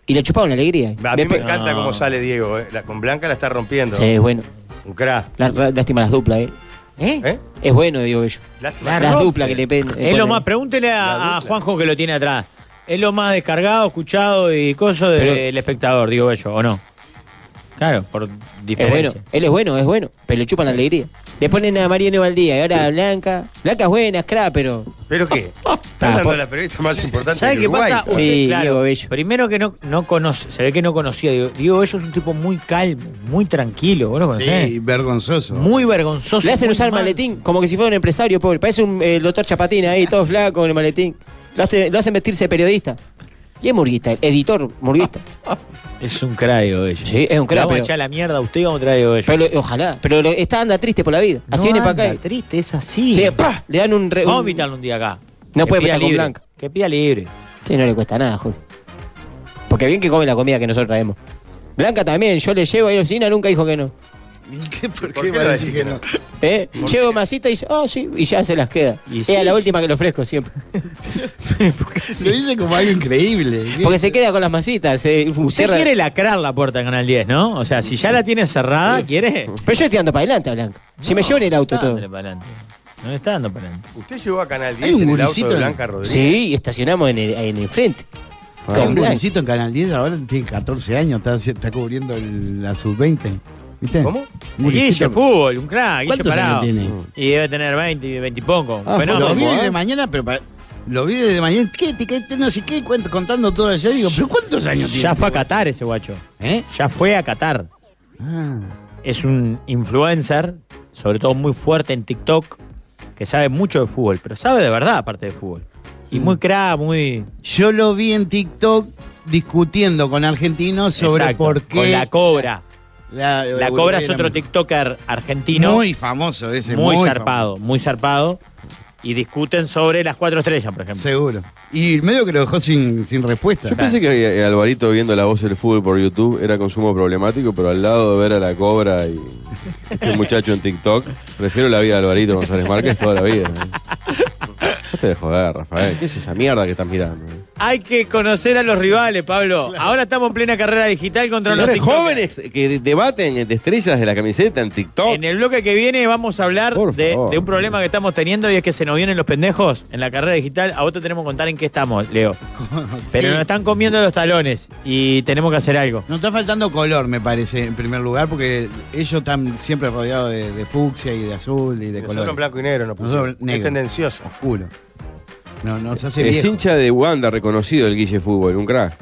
Y le chuparon la alegría. A mí me Después- encanta No. cómo sale Diego. eh. La- con Blanca la está rompiendo. Sí, es bueno. Un Ah, crack. La- la- Lástima las duplas, ¿eh? ¿Eh? Es bueno, Diego Bello. Lástima. Las duplas que le pen- eh, Es lo ponen. más, pregúntele a, a Juanjo que lo tiene atrás. Es lo más descargado, escuchado y coso de- Pero- del espectador, digo yo, ¿o no? Claro, por Es bueno, diferencia. él es bueno, es bueno, pero le chupan la alegría. Le ponen a María Nueva Valdía y ahora a Blanca. Blanca es buena, es cra, pero. ¿Pero qué? Está hablando de la periodista más importante ¿Sabe de qué Uruguay. pasa? Sí, Usted, Diego Bello. Primero que no, no conoce, se ve que no conocía. Diego, Diego Bello es un tipo muy calmo, muy tranquilo, vos lo conocés. Sí, vergonzoso. Muy vergonzoso. Le hacen muy usar mal. maletín como que si fuera un empresario, pobre. Parece un eh, el doctor Chapatín ahí, todo flaco con el maletín. Lo, hace- lo hacen vestirse de periodista. Y es murguista, el editor murguista. Es un crack, Diego Bello. Sí, es un Le crack, Vamos a pero- echar la mierda a usted y vamos a traer a Diego Bello. Pero lo- ojalá, pero lo- está anda triste por la vida. Así No viene para anda, acá. y- triste, es así. Sí, ¡pah! Le dan un. re- Vamos a un- invitarlo un día acá. No Que puede pida estar con libre. Blanca. Que pida libre. Sí, no le cuesta nada, Julio. Porque bien que come la comida que nosotros traemos. Blanca también, yo le llevo ahí a la oficina, nunca dijo que no. ¿Y qué, ¿Por ¿Por qué qué va lo a decir decís que no? ¿Eh? Llevo masita y dice, ah, sí, y ya se las queda. Y es sí. la última que le ofrezco siempre. Lo dice como algo increíble. ¿Qué? Porque se queda con las masitas. Se Usted cierra- quiere lacrar la puerta de Canal 10, ¿no? O sea, si ya la tiene cerrada, quiere. Pero yo estoy andando para adelante, Blanca. Si me llevo en el auto No está todo. dándole para adelante. No le está dando para adelante. Usted llevó a Canal Hay 10 un en el auto gurisito de en- Blanca Rodríguez. Sí, y estacionamos en el, en el frente. Ah. Hay un Con Blanca. buenecito en Canal 10, ahora tiene 14 años, está, haci- está cubriendo el- la sub-20. ¿Viste? ¿Cómo? Un Guille, gurisito. fútbol, un crack, Guille ¿Cuántos parado. años tiene? Y debe tener 20, 20 y poco. Ah, Fenómeno. Lo vi ¿eh? desde mañana, pero pa- lo vi desde mañana. ¿Qué? ¿Te caíste? No sé qué, cuento- contando todo allá. Digo, ¿pero cuántos años tiene? Ya este fue a guacho? Qatar ese guacho. ¿Eh? Ya fue a Qatar. Ah, Es un influencer, sobre todo muy fuerte en TikTok, que sabe mucho de fútbol, pero sabe de verdad aparte de fútbol. Y muy crack, muy. yo lo vi en TikTok discutiendo con argentinos sobre Exacto, por qué. Con la cobra. la, La cobra es otro TikToker argentino. Muy famoso ese, muy, famoso. zarpado, muy zarpado. Y discuten sobre las cuatro estrellas, por ejemplo. Seguro. Y medio que lo dejó sin, sin respuesta. Yo pensé que eh, Alvarito viendo la voz del fútbol por YouTube era consumo problemático, pero al lado de ver a la cobra y este muchacho en TikTok, prefiero la vida de Alvarito González Márquez toda la vida. ¿no? No te de joder, Rafael. ¿Qué es esa mierda que estás mirando? eh? Hay que conocer a los rivales, Pablo. Ahora estamos en plena carrera digital contra los Señores tiktokers. jóvenes que de- debaten de estrellas de la camiseta en TikTok. En el bloque que viene vamos a hablar Por de, favor. de un problema que estamos teniendo y es que se nos vienen los pendejos en la carrera digital. A vos te tenemos que contar en qué estamos, Leo. Pero Sí. nos están comiendo los talones y tenemos que hacer algo. Nos está faltando color, me parece, en primer lugar, porque ellos están siempre rodeados de, de fucsia y de azul y de Nosotros color. en blanco y negro no pusimos. Nosotros negro. Es tendencioso. Oscuro. No, nos hace Es viejo. hincha de Wanda reconocido el Guille Fútbol, un crack.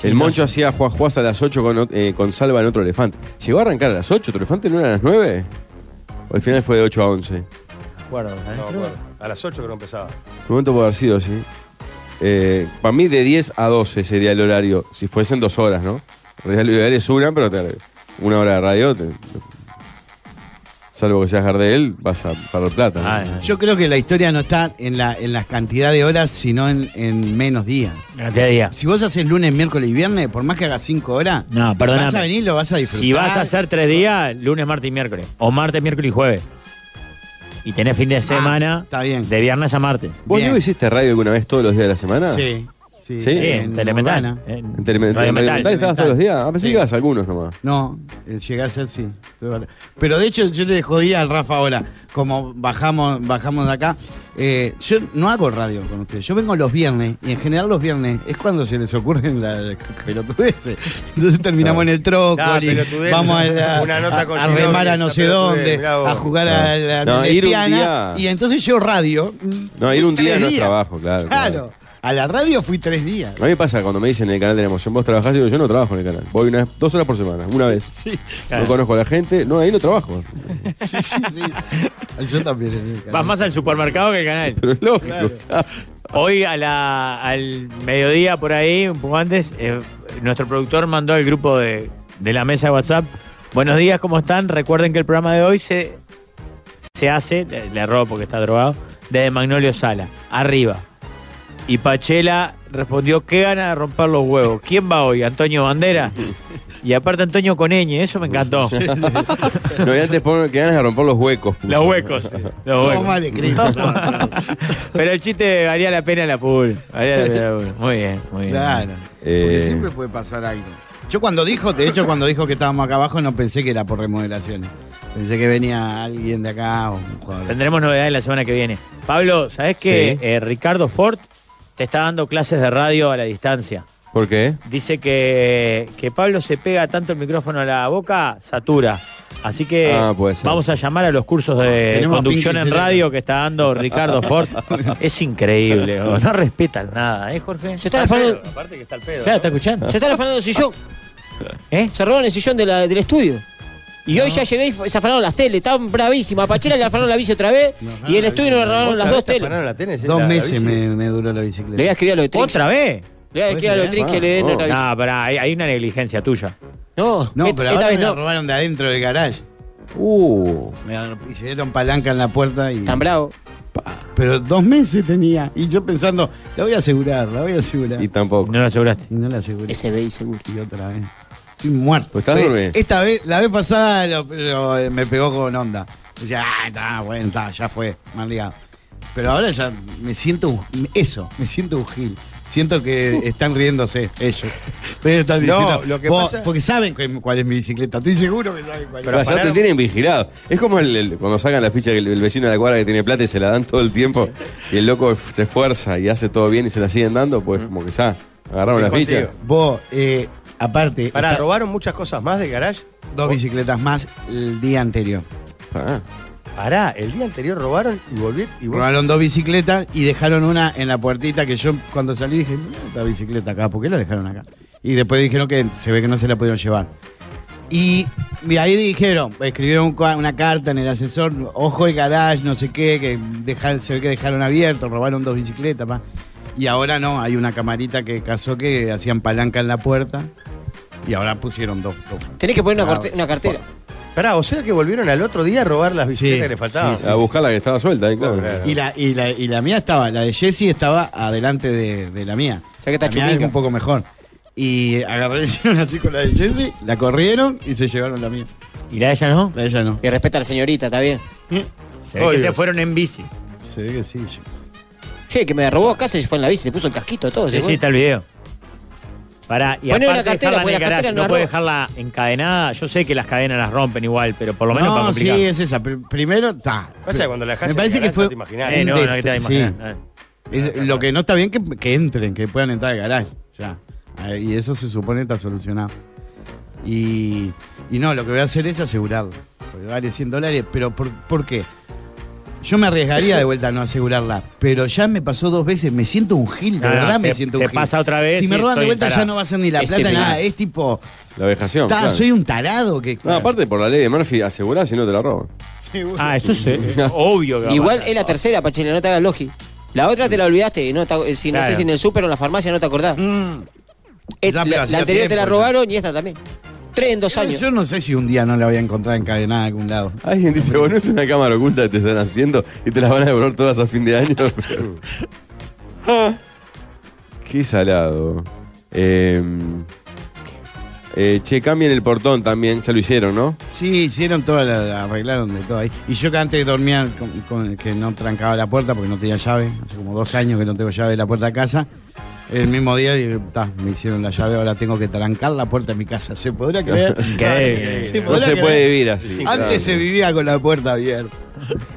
Sí, el no Moncho hacía juajuas a las 8 con, ot- eh, con salva en otro elefante. ¿Llegó a arrancar a las 8? ¿Otro elefante no era a las 9? ¿O al final fue de 8 a 11? En me acuerdo, ¿eh? No, bueno, a las 8 que no empezaba. un momento puede haber sido así. Eh, para mí de 10 a 12 sería el horario, si fuesen dos horas, ¿no? En realidad lo ideal es una, pero te- una hora de radio, te- salvo que seas Gardel, vas a parar plata. ¿no? Ah, Yo creo que la historia no está en la, en la cantidad de horas, sino en, en menos días. no te diga. Si vos haces lunes, miércoles y viernes, por más que hagas cinco horas, No, perdóname. vas a venir, lo vas a disfrutar. Si vas a hacer tres días, lunes, martes y miércoles. O martes, miércoles y jueves. Y tenés fin de semana Ah, está bien. de viernes a martes. ¿Vos Bien. no hiciste radio alguna vez todos los días de la semana? Sí. Sí, Sí, en Telemetal. Urbana. En- En Telemetal, Radio en Metal. Metal estabas todos los días. Ah, pensé Sí. que ibas a algunos nomás. No, eh, llegué a ser sí. Pero de hecho yo le jodía al Rafa ahora, como bajamos bajamos de acá, Eh, yo no hago radio con ustedes. Yo vengo los viernes y en general los viernes es cuando se les ocurren las pelotudeces. Entonces terminamos en el Nah, trócoli, pelotudez, vamos a, la- una nota con a- a Ginobili, remar a una no sé pelotudez, dónde, mirá vos. a jugar a la No, ir un lesbiana. día- Y entonces yo radio. No, ir Fui un día tres no es días. trabajo, claro, Claro. claro. A la radio fui tres días. A mí me pasa cuando me dicen en el canal de la emoción, vos trabajás, digo, yo no trabajo en el canal. Voy una, dos horas por semana, una vez. claro. No conozco a la gente, no, ahí no trabajo. Sí, sí, sí. Yo también. en el canal. Vas más al supermercado que al canal. Pero es lógico. Hoy a la, al mediodía, por ahí, un poco antes, eh, nuestro productor mandó al grupo de, de la mesa de WhatsApp. Buenos días, ¿cómo están? Recuerden que el programa de hoy se, se hace, le, le robo porque está drogado, desde Magnolio Sala, arriba. Y Pachela respondió, qué gana de romper los huevos. ¿Quién va hoy? ¿Antonio Bandera? Y aparte Antonio con ñ, eso me encantó. No, y antes pon- que ganas de romper los huecos. puso. Los huecos. Los Todo huecos. mal escrito, todo mal. Pero el chiste valía la pena la pool. Valía la pena la pool. Muy bien, muy bien. Claro. Porque Eh. siempre puede pasar algo. Yo cuando dijo, de hecho cuando dijo que estábamos acá abajo no pensé que era por remodelaciones. Pensé que venía alguien de acá o un jugador. Tendremos novedades la semana que viene. Pablo, ¿sabés que Sí. eh, Ricardo Ford te está dando clases de radio a la distancia? ¿Por qué? Dice que, que Pablo se pega tanto el micrófono a la boca, satura. Así que Ah, puede ser. vamos a llamar a los cursos de Ah, Tenemos a conducción Pinky en Cerebro. radio que está dando Ricardo Ford. es increíble, oh, no respetan nada, ¿eh, Jorge? Se está afanando, Aparte que está el pedo. Claro, está escuchando. se están afanando el sillón. ¿Eh? Se robaron el sillón de la- del estudio. Y hoy ya llegué y se afanaron las teles, estaban bravísimas. A Pachela le afanaron la bici otra vez Nos y el afanaron estudio nos robaron las dos teles. Le Dos meses me, me duró la bicicleta. voy a escribir a lo de Trinx. ¿Otra vez? Le voy a escribir a lo de Trinx que le den Ah, otra bici. No, pará, hay, hay una negligencia tuya. No, No, et- pero esta ahora vez me la no. robaron de adentro del garage. Uh, Me la- hicieron palanca en la puerta y. Tan bravo. Pero dos meses tenía. Y yo pensando, la voy a asegurar, la voy a asegurar. y Y, tampoco. No lo aseguraste. no la aseguré. SBI seguro. Y otra vez. Estoy muerto. Pues estás Estoy- dormido. Esta vez, la vez pasada lo- lo- eh, me pegó con onda. Decía, ah, está, bueno, está, ya fue, mal ligado. Pero ahora ya me siento un- eso, me siento un gil. Siento que están riéndose ellos. Ellos están No, diciendo, lo que "Vos", pasa- Porque saben cu- cuál es mi bicicleta, estoy seguro que saben cuál es. Pero ya te tienen vigilado. Es como el, el- cuando sacan la ficha que el, el vecino de la cuadra que tiene plata y se la dan todo el tiempo y el loco se esfuerza y hace todo bien y se la siguen dando, pues como que ya agarraron la Estoy ficha. contigo. Vos, eh, aparte, Para, está- robaron muchas cosas más del garage. dos bicicletas más el día anterior. Ah, Pará, el día anterior robaron y volvieron. Y vos- Robaron dos bicicletas y dejaron una en la puertita que yo cuando salí dije, "Mira esta bicicleta acá, ¿por qué la dejaron acá? Y después dijeron que se ve que no se la pudieron llevar. Y, y ahí dijeron, escribieron un cua- una carta en el asesor, ojo el garage, no sé qué, que dejar, se ve que dejaron abierto, robaron dos bicicletas. pa". Y ahora no, hay una camarita que casó que hacían palanca en la puerta y ahora pusieron dos. dos. Tenés que poner una, Bravo. corte- una cartera. Pará, o sea que volvieron al otro día a robar las bicicletas Sí, que le faltaban. sí, a buscar la que estaba suelta, ahí, claro. Claro. Y la, y, la, y la mía estaba, la de Jessy estaba adelante de, de la mía. O sea que está La mía es chumica. un poco mejor. Y agarré hicieron así con la de Jessy, la corrieron y se llevaron la mía. ¿Y la de ella no? La de ella no. Y respeta a la señorita, está bien. Se ve Oh, que se Dios. fueron en bici. Se ve que sí. yo- Che, que me robó acá, se fue en la bici, se puso el casquito, todo. Sí, Oh, se sí, fue. está el video. Pará, y Poné aparte una cartera, dejarla en porque el la cartera garage, no no puede arroba. dejarla encadenada. Yo sé que las cadenas las rompen igual, pero por lo menos para No, sí, complicar. es esa. Pr- Primero, está. Pasa que cuando la dejás Me en parece el que garage fue. no te imaginás. Eh, no, un no, que te la des- imaginas. sí. Eh. Es- lo que no está bien que, que entren, que puedan entrar al garage. Ya. Ah, Y eso se supone está solucionado. Y, y no, lo que voy a hacer es asegurarlo. Porque vale 100 dólares, pero ¿por, por qué? Yo me arriesgaría de vuelta a no asegurarla, pero ya me pasó dos veces, me siento un gil, de No, no, verdad me te- siento te un gil. pasa otra vez Si me y roban de soy vuelta un ya tarado. no va a ser ni la Es plata, nada, similar. es tipo, La vejación. "Ta, claro. soy un tarado que... No, aparte por la ley de Murphy, asegurá si no te la roban. Seguro. Ah, eso es eh, obvio que va a Igual pasar. es la tercera, Pachela, no te hagas logi. La otra te la olvidaste, no, te- si, no Claro. sé si en el súper o en la farmacia no te acordás. Et- Mm. Ya, la, pero hacía la anterior te la tiempo, robaron y esta también. Tres en dos años. eh, Yo no sé si un día no la voy a encontrar encadenada en algún lado. Alguien dice, bueno, es una cámara oculta que te están haciendo y te las van a devolver todas a fin de año. Ah, Qué salado. Eh, eh, che, cambien el portón también, ya lo hicieron, ¿no? Sí, hicieron todo, la- la arreglaron de todo ahí. Y yo que antes dormía, con, con- que no trancaba la puerta porque no tenía llave, hace como dos años que no tengo llave de la puerta de casa. El mismo día dije, "Ta, me hicieron la llave, ahora tengo que trancar la puerta de mi casa. ¿Se podrá creer? Increíble. Sí, No podrá se creer. puede vivir así. Antes se claro. vivía con la puerta abierta.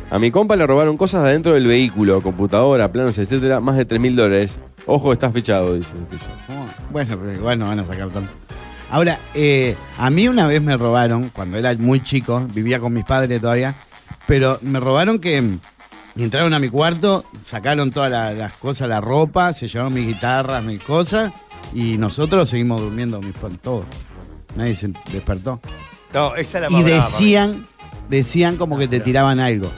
A mi compa le robaron cosas de adentro del vehículo, computadora, planos, etcétera, más de 3 mil dólares. Ojo, estás fichado, dice. el tuyo. Bueno, pero igual no van a sacar tanto. Ahora, eh, a mí una vez me robaron, cuando era muy chico, vivía con mis padres todavía, pero me robaron que mm, entraron a mi cuarto, sacaron todas la- las cosas, la ropa, se llevaron mis guitarras, mis cosas, y nosotros seguimos durmiendo, mis pa- todos. Nadie se despertó. No, esa es la más Y brava para mí. decían, decían como que te tiraban algo,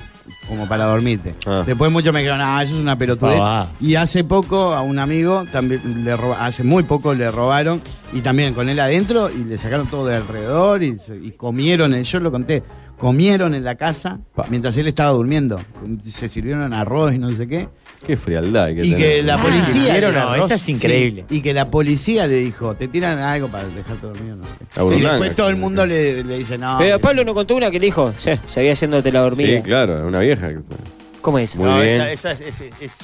como para dormirte. Ah. Después muchos me dijeron, ah, eso es una pelotudez. Pavada. Y hace poco a un amigo, también le roba- hace muy poco le robaron, y también con él adentro, y le sacaron todo de alrededor, y, se- y comieron, en- yo lo conté, comieron en la casa Pa. mientras él estaba durmiendo. Se sirvieron arroz y no sé qué. Qué frialdad hay que y tener. que Ah. la policía... sirvieron arroz. Esa es Sí, increíble. y que la policía le dijo, te tiran algo para dejarte dormido. no sé. Y Burundanga, después todo el creo mundo que- le, le dice, no... Pero que- Pablo no contó una que le dijo, "Sí, seguía haciéndote la dormida. Sí, claro, una vieja. ¿Cómo es? Muy no, bien. esa, esa es, es, es-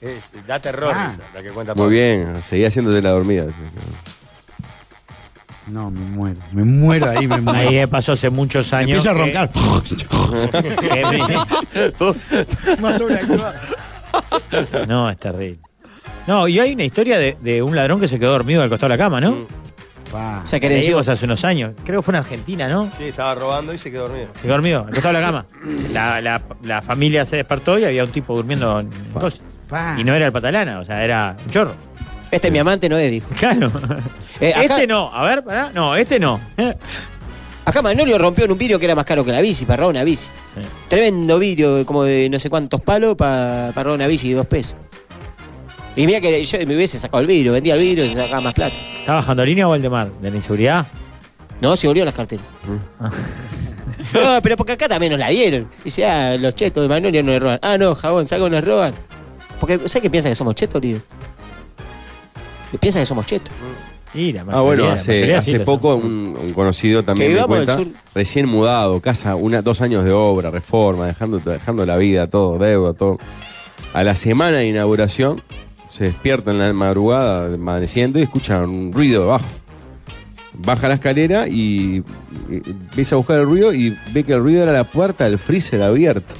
es- da terror Ah. esa, la que cuenta Muy Pablo. bien, seguí haciéndote la dormida. No, me muero. Me muero ahí, me muero. Ahí me pasó hace muchos años. Empiezo a que- roncar. que me- Más sobreactuado. no, es terrible. No, y hay una historia de, de un ladrón que se quedó dormido al costado de la cama, ¿no? Pa. O sea, que le decía, Leímos hace unos años. Creo que fue en Argentina, ¿no? Sí, estaba robando y se quedó dormido. Se quedó dormido, al costado de la cama. La, la- la familia se despertó y había un tipo durmiendo en el coso. Pa. Y no era el patalana, o sea, era un chorro. este mi amante no es, dijo. Claro. Eh, acá- Este no, a ver, pará. No, este no. Eh, Acá Manolio rompió en un vidrio que era más caro que la bici, para robar una bici. Sí. Tremendo vidrio, como de no sé cuántos palos, para robar una bici de dos pesos. Y mira que yo me hubiese sacado el vidrio, vendía el vidrio y sacaba más plata. ¿Está bajando línea o Valdemar? ¿De la inseguridad? Mm. No, se volvió las carteras. No, pero porque acá también nos la dieron. Dice, ah, los chetos de Manolio no le roban. Ah, no, jabón, saco nos roban. Porque, ¿sabes qué piensan que somos chetos, líder? Piensan que somos chetos. Sí, la mayoría, Ah, bueno, la hace, mayoría sí hace lo poco son. un, un conocido también Que me vivamos del cuenta, recién mudado, casa, una, dos años de obra, reforma, dejando, dejando la vida, todo, deuda, todo. A la semana de inauguración, se despierta en la madrugada, amaneciendo, y escucha un ruido debajo. Baja la escalera y, y empieza a buscar el ruido y ve que el ruido era la puerta del freezer abierta.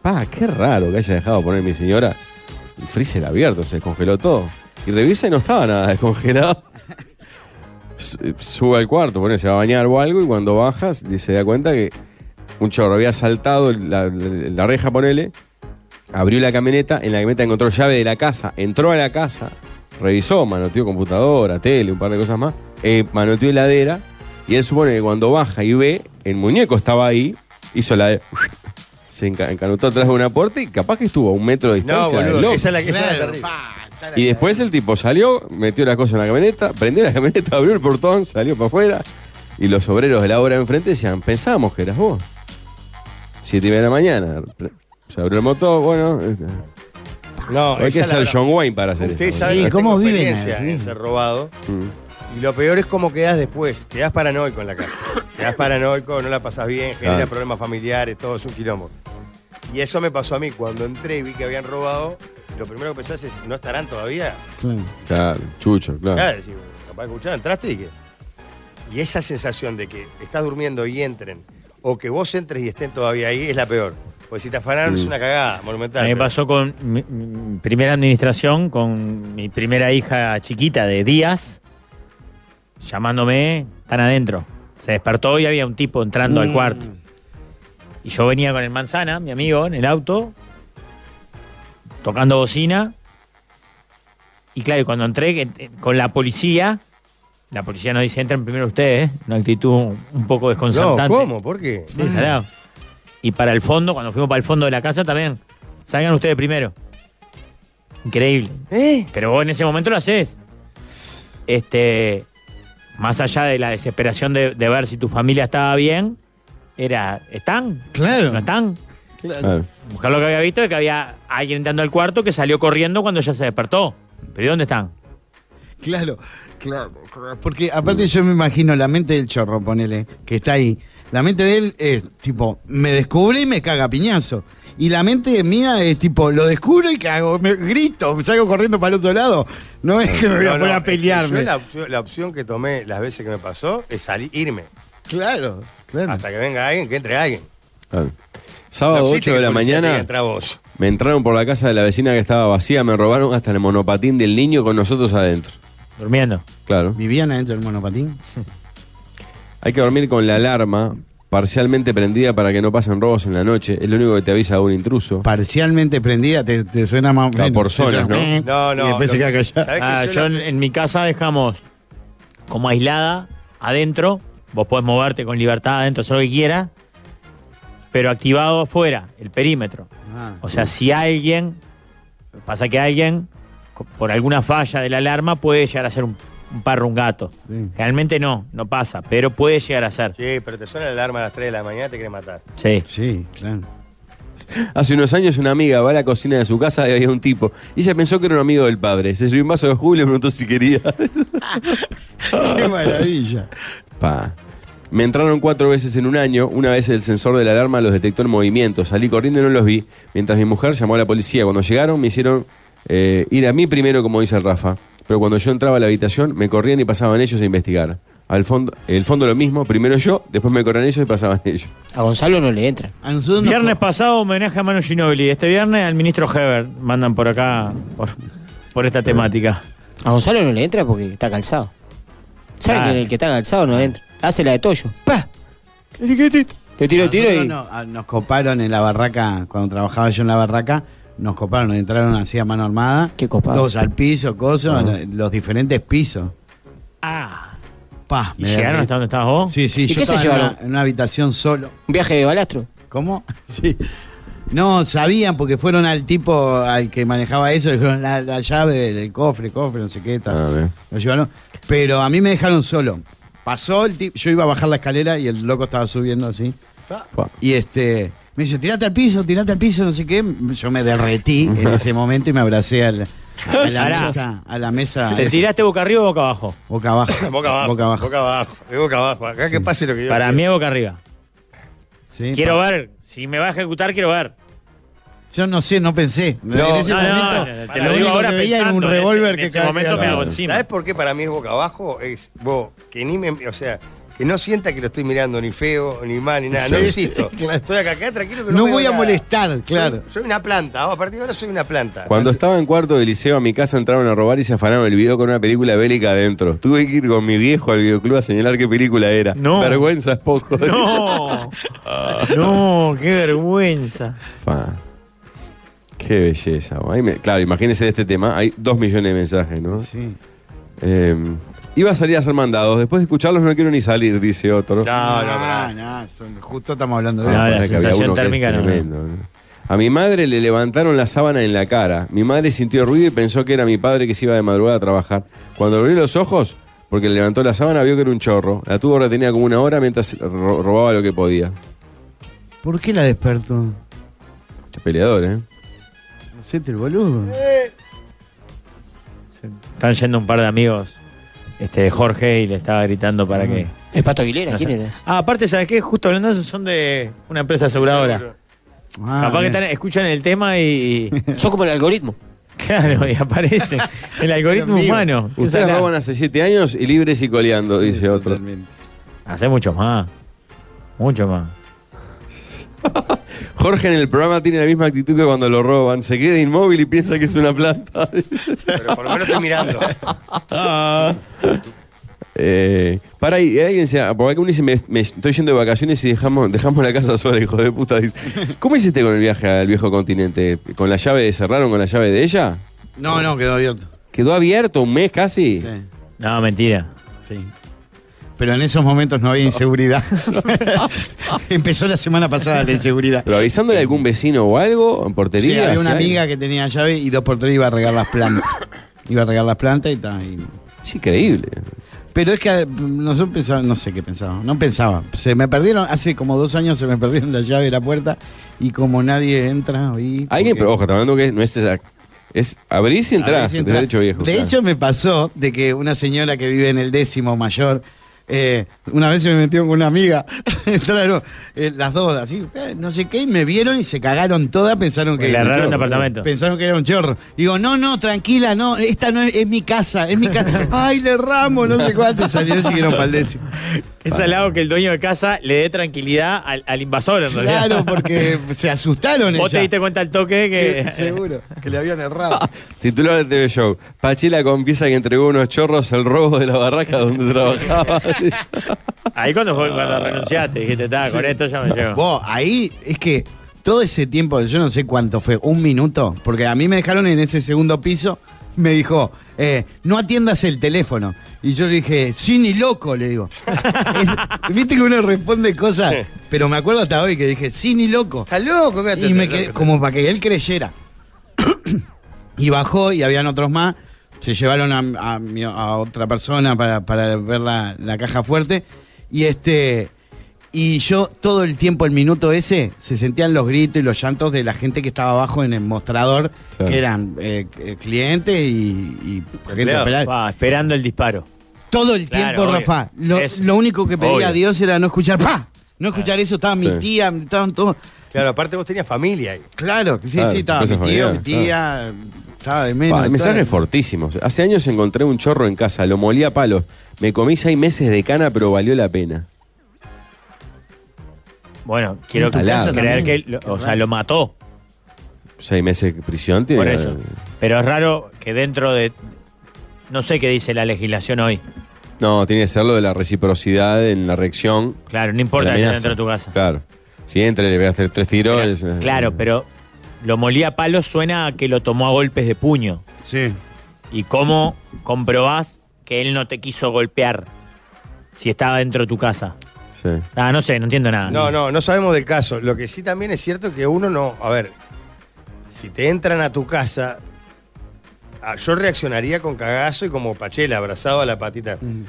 Pa, qué raro que haya dejado poner mi señora el freezer abierto, se descongeló todo. Y revisa y no estaba nada descongelado. S- eh, Sube al cuarto, pone, se va a bañar o algo, y cuando bajas y se da cuenta que un chorro había saltado la, la- la reja, ponele, abrió la camioneta, en la camioneta encontró llave de la casa, entró a la casa, revisó, manoteó computadora, tele, un par de cosas más, eh, manoteó heladera, y él supone que cuando baja y ve, el muñeco estaba ahí, hizo la de... Se enca- encanutó atrás de una puerta y capaz que estuvo a un metro de No, distancia. del boludo, loco. esa es la que esa es la Claro, terrible. pa, está la- Y después el tipo salió, metió las cosas en la camioneta, prendió la camioneta, abrió el portón, salió para afuera. Y los obreros de la obra de enfrente decían, pensábamos que eras vos. Siete y media de la mañana. pre- Se abrió el motor, bueno. eh, No, Hay que esa ser es la- John Wayne para hacer Ustedes esto. saben Sí, que ¿cómo tengo viven experiencia ¿eh? ahí? en ser robado. Mm. Y lo peor es cómo quedás después. Quedás paranoico en la casa. quedás paranoico, no la pasás bien, genera Claro. problemas familiares, todo es un quilombo. Y eso me pasó a mí. Cuando entré y vi que habían robado, lo primero que pensás es, ¿no estarán todavía? Claro. Claro, chucho, Claro, claro. decís, capaz de escuchar, entraste y que... Y esa sensación de que estás durmiendo y entren, o que vos entres y estén todavía ahí, es la peor. Porque si te afanaron es una cagada A monumental. mí me Pero- pasó con mi, mi primera administración, con mi primera hija chiquita de días, llamándome, están adentro. Se despertó y había un tipo entrando Mm. al cuarto. Y yo venía con el manzana, mi amigo, en el auto, tocando bocina. Y claro, y cuando entré que- eh, con la policía, la policía nos dice, entren primero ustedes, ¿eh? una actitud un poco No, desconcertante. ¿cómo? ¿Por qué? Sí, salado. Y para el fondo, cuando fuimos para el fondo de la casa también. Salgan ustedes primero. Increíble. Pero vos en ese momento lo haces. Este. Más allá de la desesperación de, de ver si tu familia estaba bien, era. ¿Están? Claro. ¿No están? Claro. Buscar lo que había visto es que había alguien entrando al cuarto que salió corriendo cuando ya se despertó. ¿Pero ¿y dónde están? Claro, claro, claro. Porque aparte yo me imagino la mente del chorro, ponele, que está ahí. La mente de él es tipo, me descubre y me caga a piñazo. Y la mente mía es tipo, lo descubro y cago, me grito, salgo corriendo para el otro lado. No es que me voy a No, no, poner a es que pelearme. yo la, opción, la opción que tomé las veces que me pasó es salir, irme. Claro, claro. Hasta que venga alguien, que entre alguien. Claro. Sábado No existe 8 de que la policía mañana. tenga entrada vos. Me entraron por la casa de la vecina que estaba vacía, me robaron hasta el monopatín del niño con nosotros adentro. Durmiendo. Claro. ¿Vivían adentro del monopatín? Hay que dormir con la alarma parcialmente prendida para que no pasen robos en la noche. Es lo único que te avisa un intruso. Parcialmente prendida, te, te suena más. Eh. Claro, por zonas, ¿no? No, no. Y después se lo- queda callado. ¿sabés que Ah, yo yo la- en, en mi casa dejamos como aislada adentro. Vos podés moverte con libertad adentro, hacer lo que quieras. Pero activado afuera, el perímetro. Ah. O sea, si alguien, pasa que alguien, co- por alguna falla de la alarma, puede llegar a ser un, un parro, un gato. Sí. Realmente no, no pasa, pero puede llegar a ser. Sí, pero te suena la alarma a las 3 de la mañana, te quiere matar. Sí. Sí, claro. Hace unos años una amiga va a la cocina de su casa y había un tipo. Y ella pensó que era un amigo del padre. Se subió un vaso de jugo y le preguntó si quería. Qué maravilla. Pa. Me entraron cuatro veces en un año. Una vez el sensor de la alarma los detectó en movimiento. Salí corriendo y no los vi. Mientras mi mujer llamó a la policía. Cuando llegaron me hicieron eh, ir a mí primero, como dice el Rafa. Pero cuando yo entraba a la habitación, me corrían y pasaban ellos a investigar. Al fondo, el fondo lo mismo, primero yo, después me corrían ellos y pasaban ellos. A Gonzalo no le entra. A nosotros nos- Viernes pasado, homenaje a Manu Ginóbili. Este viernes al ministro Heber. Mandan por acá, por, por esta temática. A Gonzalo no le entra porque está calzado. ¿Saben Claro. que el que está calzado no le entra? Hace la de Toyo. ¡Pah! Te tiro, tiro Nosotros y. no- a- nos coparon en la barraca, cuando trabajaba yo en la barraca, nos coparon, nos entraron así a mano armada. Qué copado. Ah. Todos al piso, cosas, los, los diferentes pisos. Ah. Pa, ¿Y me llegaron derretí. hasta donde estabas vos? Sí, sí, ¿Y yo qué se estaba en una- llevaron? en una habitación solo. Un viaje de balastro. ¿Cómo? Sí. No, sabían porque fueron al tipo al que manejaba eso, dijeron la, la llave del, del cofre, cofre, no sé qué tal. A ver. Lo llevaron. Pero a mí me dejaron solo. Pasó el tipo, yo iba a bajar la escalera y el loco estaba subiendo así. Pa. Y este, me dice, tirate al piso, tirate al piso, no sé qué. Yo me derretí en ese momento y me abracé al- a la Pará. mesa, a la mesa ¿Te esa, tiraste boca arriba o boca abajo? boca abajo. Boca abajo. Boca abajo. Boca abajo. Es boca abajo. Acá que pase lo que yo. Para mí es boca arriba. Sí, Quiero pa- ver. Si me va a ejecutar, quiero ver. Yo no sé, no pensé. No, en ese no, no, momento, no, te lo lo digo único ahora que veía era un pensando en ese- revólver en que ese caía momento así. me hago encima. ¿Sabes por qué para mí es boca abajo? Es vos, que ni me. O sea, que no sienta que lo estoy mirando ni feo, ni mal, ni nada. No Sí, insisto. claro. Estoy acá, acá tranquilo que no No veo voy a nada. molestar, claro. Soy, soy una planta. ahora, A partir de ahora soy una planta. Cuando estaba en cuarto de liceo, a mi casa entraron a robar y se afanaron el video con una película bélica adentro. Tuve que ir con mi viejo al videoclub a señalar qué película era. No. Vergüenza es poco. No, no, qué vergüenza. Fa. Qué belleza. Ahí me- claro, imagínense de este tema. Hay dos millones de mensajes, ¿no? Sí. Eh, iba a salir a ser mandados. Después de escucharlos no quiero ni salir, dice otro. No, no, no. Ah, no, son- justo estamos hablando de No, eso. la Ahora que había sensación uno que es térmica no, no. tremendo, ¿no? A mi madre le levantaron la sábana en la cara. Mi madre sintió ruido y pensó que era mi padre que se iba de madrugada a trabajar. Cuando abrió los ojos, porque le levantó la sábana, vio que era un chorro. La tuvo retenida como una hora mientras ro- robaba lo que podía. ¿Por qué la despertó? Qué peleador, ¿eh? Hacete el boludo. Se- Están yendo un par de amigos este, de Jorge y le estaba gritando para Mm. que. El pato Aguilera, no sé. ¿quién era? Ah, aparte, ¿sabes qué? Justo hablando de eso, son de una empresa aseguradora. Ah, Capaz que bien. están- escuchan el tema y. y- Son como el algoritmo. claro, y aparece el algoritmo Amigo, humano. Qué Ustedes salado. roban hace siete años y libres y coleando, dice otro. Totalmente. Hace mucho más. Mucho más. Jorge en el programa tiene la misma actitud que cuando lo roban. Se queda inmóvil y piensa que es una planta. Pero por lo menos estoy mirando. Eh, para ahí, alguien se por acá uno dice, me, me estoy yendo de vacaciones y dejamos, dejamos la casa sola, hijo de puta. Dice, ¿Cómo hiciste con el viaje al viejo continente? ¿Con la llave de cerraron con la llave de ella? No, no, quedó abierto. ¿Quedó abierto un mes casi? Sí, No, mentira. sí. Pero en esos momentos no había inseguridad. Empezó la semana pasada la inseguridad. ¿Pero avisándole a algún vecino o algo? ¿En portería? Sí, había una ¿Sí hay? amiga que tenía llave y dos por tres iba a regar las plantas. iba a regar las plantas y tal. y- Es increíble. Pero es que eh, nosotros pensábamos, no sé qué pensábamos, no pensaba. Se me perdieron, hace como dos años se me perdieron la llave de la puerta y como nadie entra hoy. Alguien, pero ojo, está hablando que no es exacto. Es abrir y entrar, derecho viejo. De claro. hecho, me pasó de que una señora que vive en el décimo mayor Eh, una vez se me metió con una amiga, entraron eh, las dos así, eh, no sé qué, y me vieron y se cagaron todas, pensaron que... Le agarraron un apartamento. Pensaron que era un chorro. Digo, no, no, tranquila, no, esta no es, es mi casa, es mi casa. Ay, le ramos, no sé cuánto. Y salieron y siguieron pa'l décimo. Es al lado que el dueño de casa le dé tranquilidad al, al invasor, en realidad. Claro, porque se asustaron Vos te ellas. diste cuenta al toque Que- que. seguro, que le habían errado. Titular de TV Show. Pachela confiesa que entregó unos chorros al robo de la barraca donde trabajaba. Ahí cuando, fue- cuando renunciaste, dijiste, está, con esto ya me llevo. Vos, ahí es que todo ese tiempo, yo no sé cuánto fue, un minuto, porque a mí me dejaron en ese segundo piso, me dijo, eh, no atiendas el teléfono. Y yo le dije, sí, ni loco, le digo. Es- Viste que uno responde cosas, pero me acuerdo hasta hoy que dije, sí, ni loco. Está loco, ¿qué Y me quedé, como para que él creyera. y bajó y habían otros más. Se llevaron a, a mi- a otra persona para, para ver la, la caja fuerte. Y este. Y yo todo el tiempo, el minuto ese, se sentían los gritos y los llantos de la gente que estaba abajo en el mostrador, Claro. que eran eh, eh, clientes y, y gente Empleados. operaria. Va, esperando el disparo. Todo el Claro, tiempo, obvio. Rafa. Lo, Eso. lo único que pedía Obvio. a Dios era no escuchar ¡pa! No escuchar eso, estaba mi Sí. tía, estaban todos. Claro, aparte vos tenías familia ahí. Claro, sí, Claro, sí, estaba mi cosa tío, familiar, mi tía, estaba de menos. Pa, estaba- mensajes fortísimos. Hace años encontré un chorro en casa, lo molí a palos. Me comí seis meses de cana, pero valió la pena. Bueno, quiero En tu casa creer también. que. lo- o sea, lo mató. Seis meses de prisión tiene. Por que- eso. Pero es raro que dentro de. No sé qué dice la legislación hoy. No, tiene que ser lo de la reciprocidad en la reacción. Claro, no la importa que esté amenaza. dentro de tu casa. Claro. Si entra y le voy a hacer tres tiros. Pero- es- eh, Eh. claro, pero lo molía a palos suena a que lo tomó a golpes de puño. Sí. ¿Y cómo comprobás que él no te quiso golpear si estaba dentro de tu casa? Sí. Ah, no sé, no entiendo nada. No, no, no sabemos del caso. Lo que sí también es cierto que uno no. A ver, si te entran a tu casa, ah, yo reaccionaría con cagazo y como pachela, abrazado a la patita. Mm.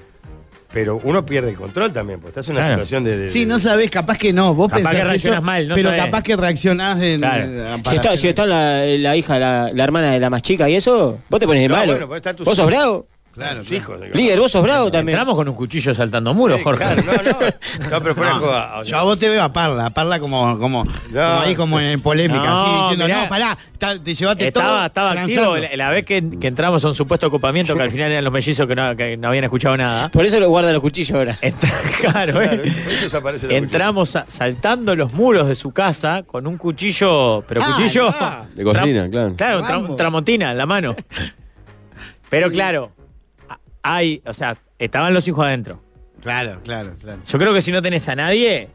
Pero uno pierde el control también, porque estás en una Claro. situación de. de- Sí, no sabés, capaz que no. Vos Capaz pensás que reaccionás eso, mal, no Pero sabés. capaz que reaccionás en. Claro. eh, Si para- está, si está la, la hija, la, la hermana de la más chica y eso, vos te pones de No, malo. bueno, pero está tu- vos sos bravo. Claro, tus hijos. digo. Líder, vos sos bravo también. Entramos con un cuchillo saltando muros, Sí, Jorge. claro, no, no. No, pero Ah. fuera de joda. No, O yo sea, a vos te veo a Parla, a Parla como, como, como ahí como en polémica, No, así diciendo, mirá. no, pará, está- te llevaste todo. Estaba, estaba activo transando". la, la vez que, que entramos a un supuesto copamiento que al final eran los mellizos que no, que no habían escuchado nada. Por eso lo guarda los cuchillos ahora. Entra- claro, claro, ¿eh? por eso desaparece la Entramos a- saltando los muros de su casa con un cuchillo, pero Ah, cuchillo ya. De cocina, Tra- claro. Claro, tra- Vamos. tramontina en la mano. Pero claro, a- hay, o sea, estaban los hijos adentro. Claro, claro, claro. Yo creo que si no tenés a nadie,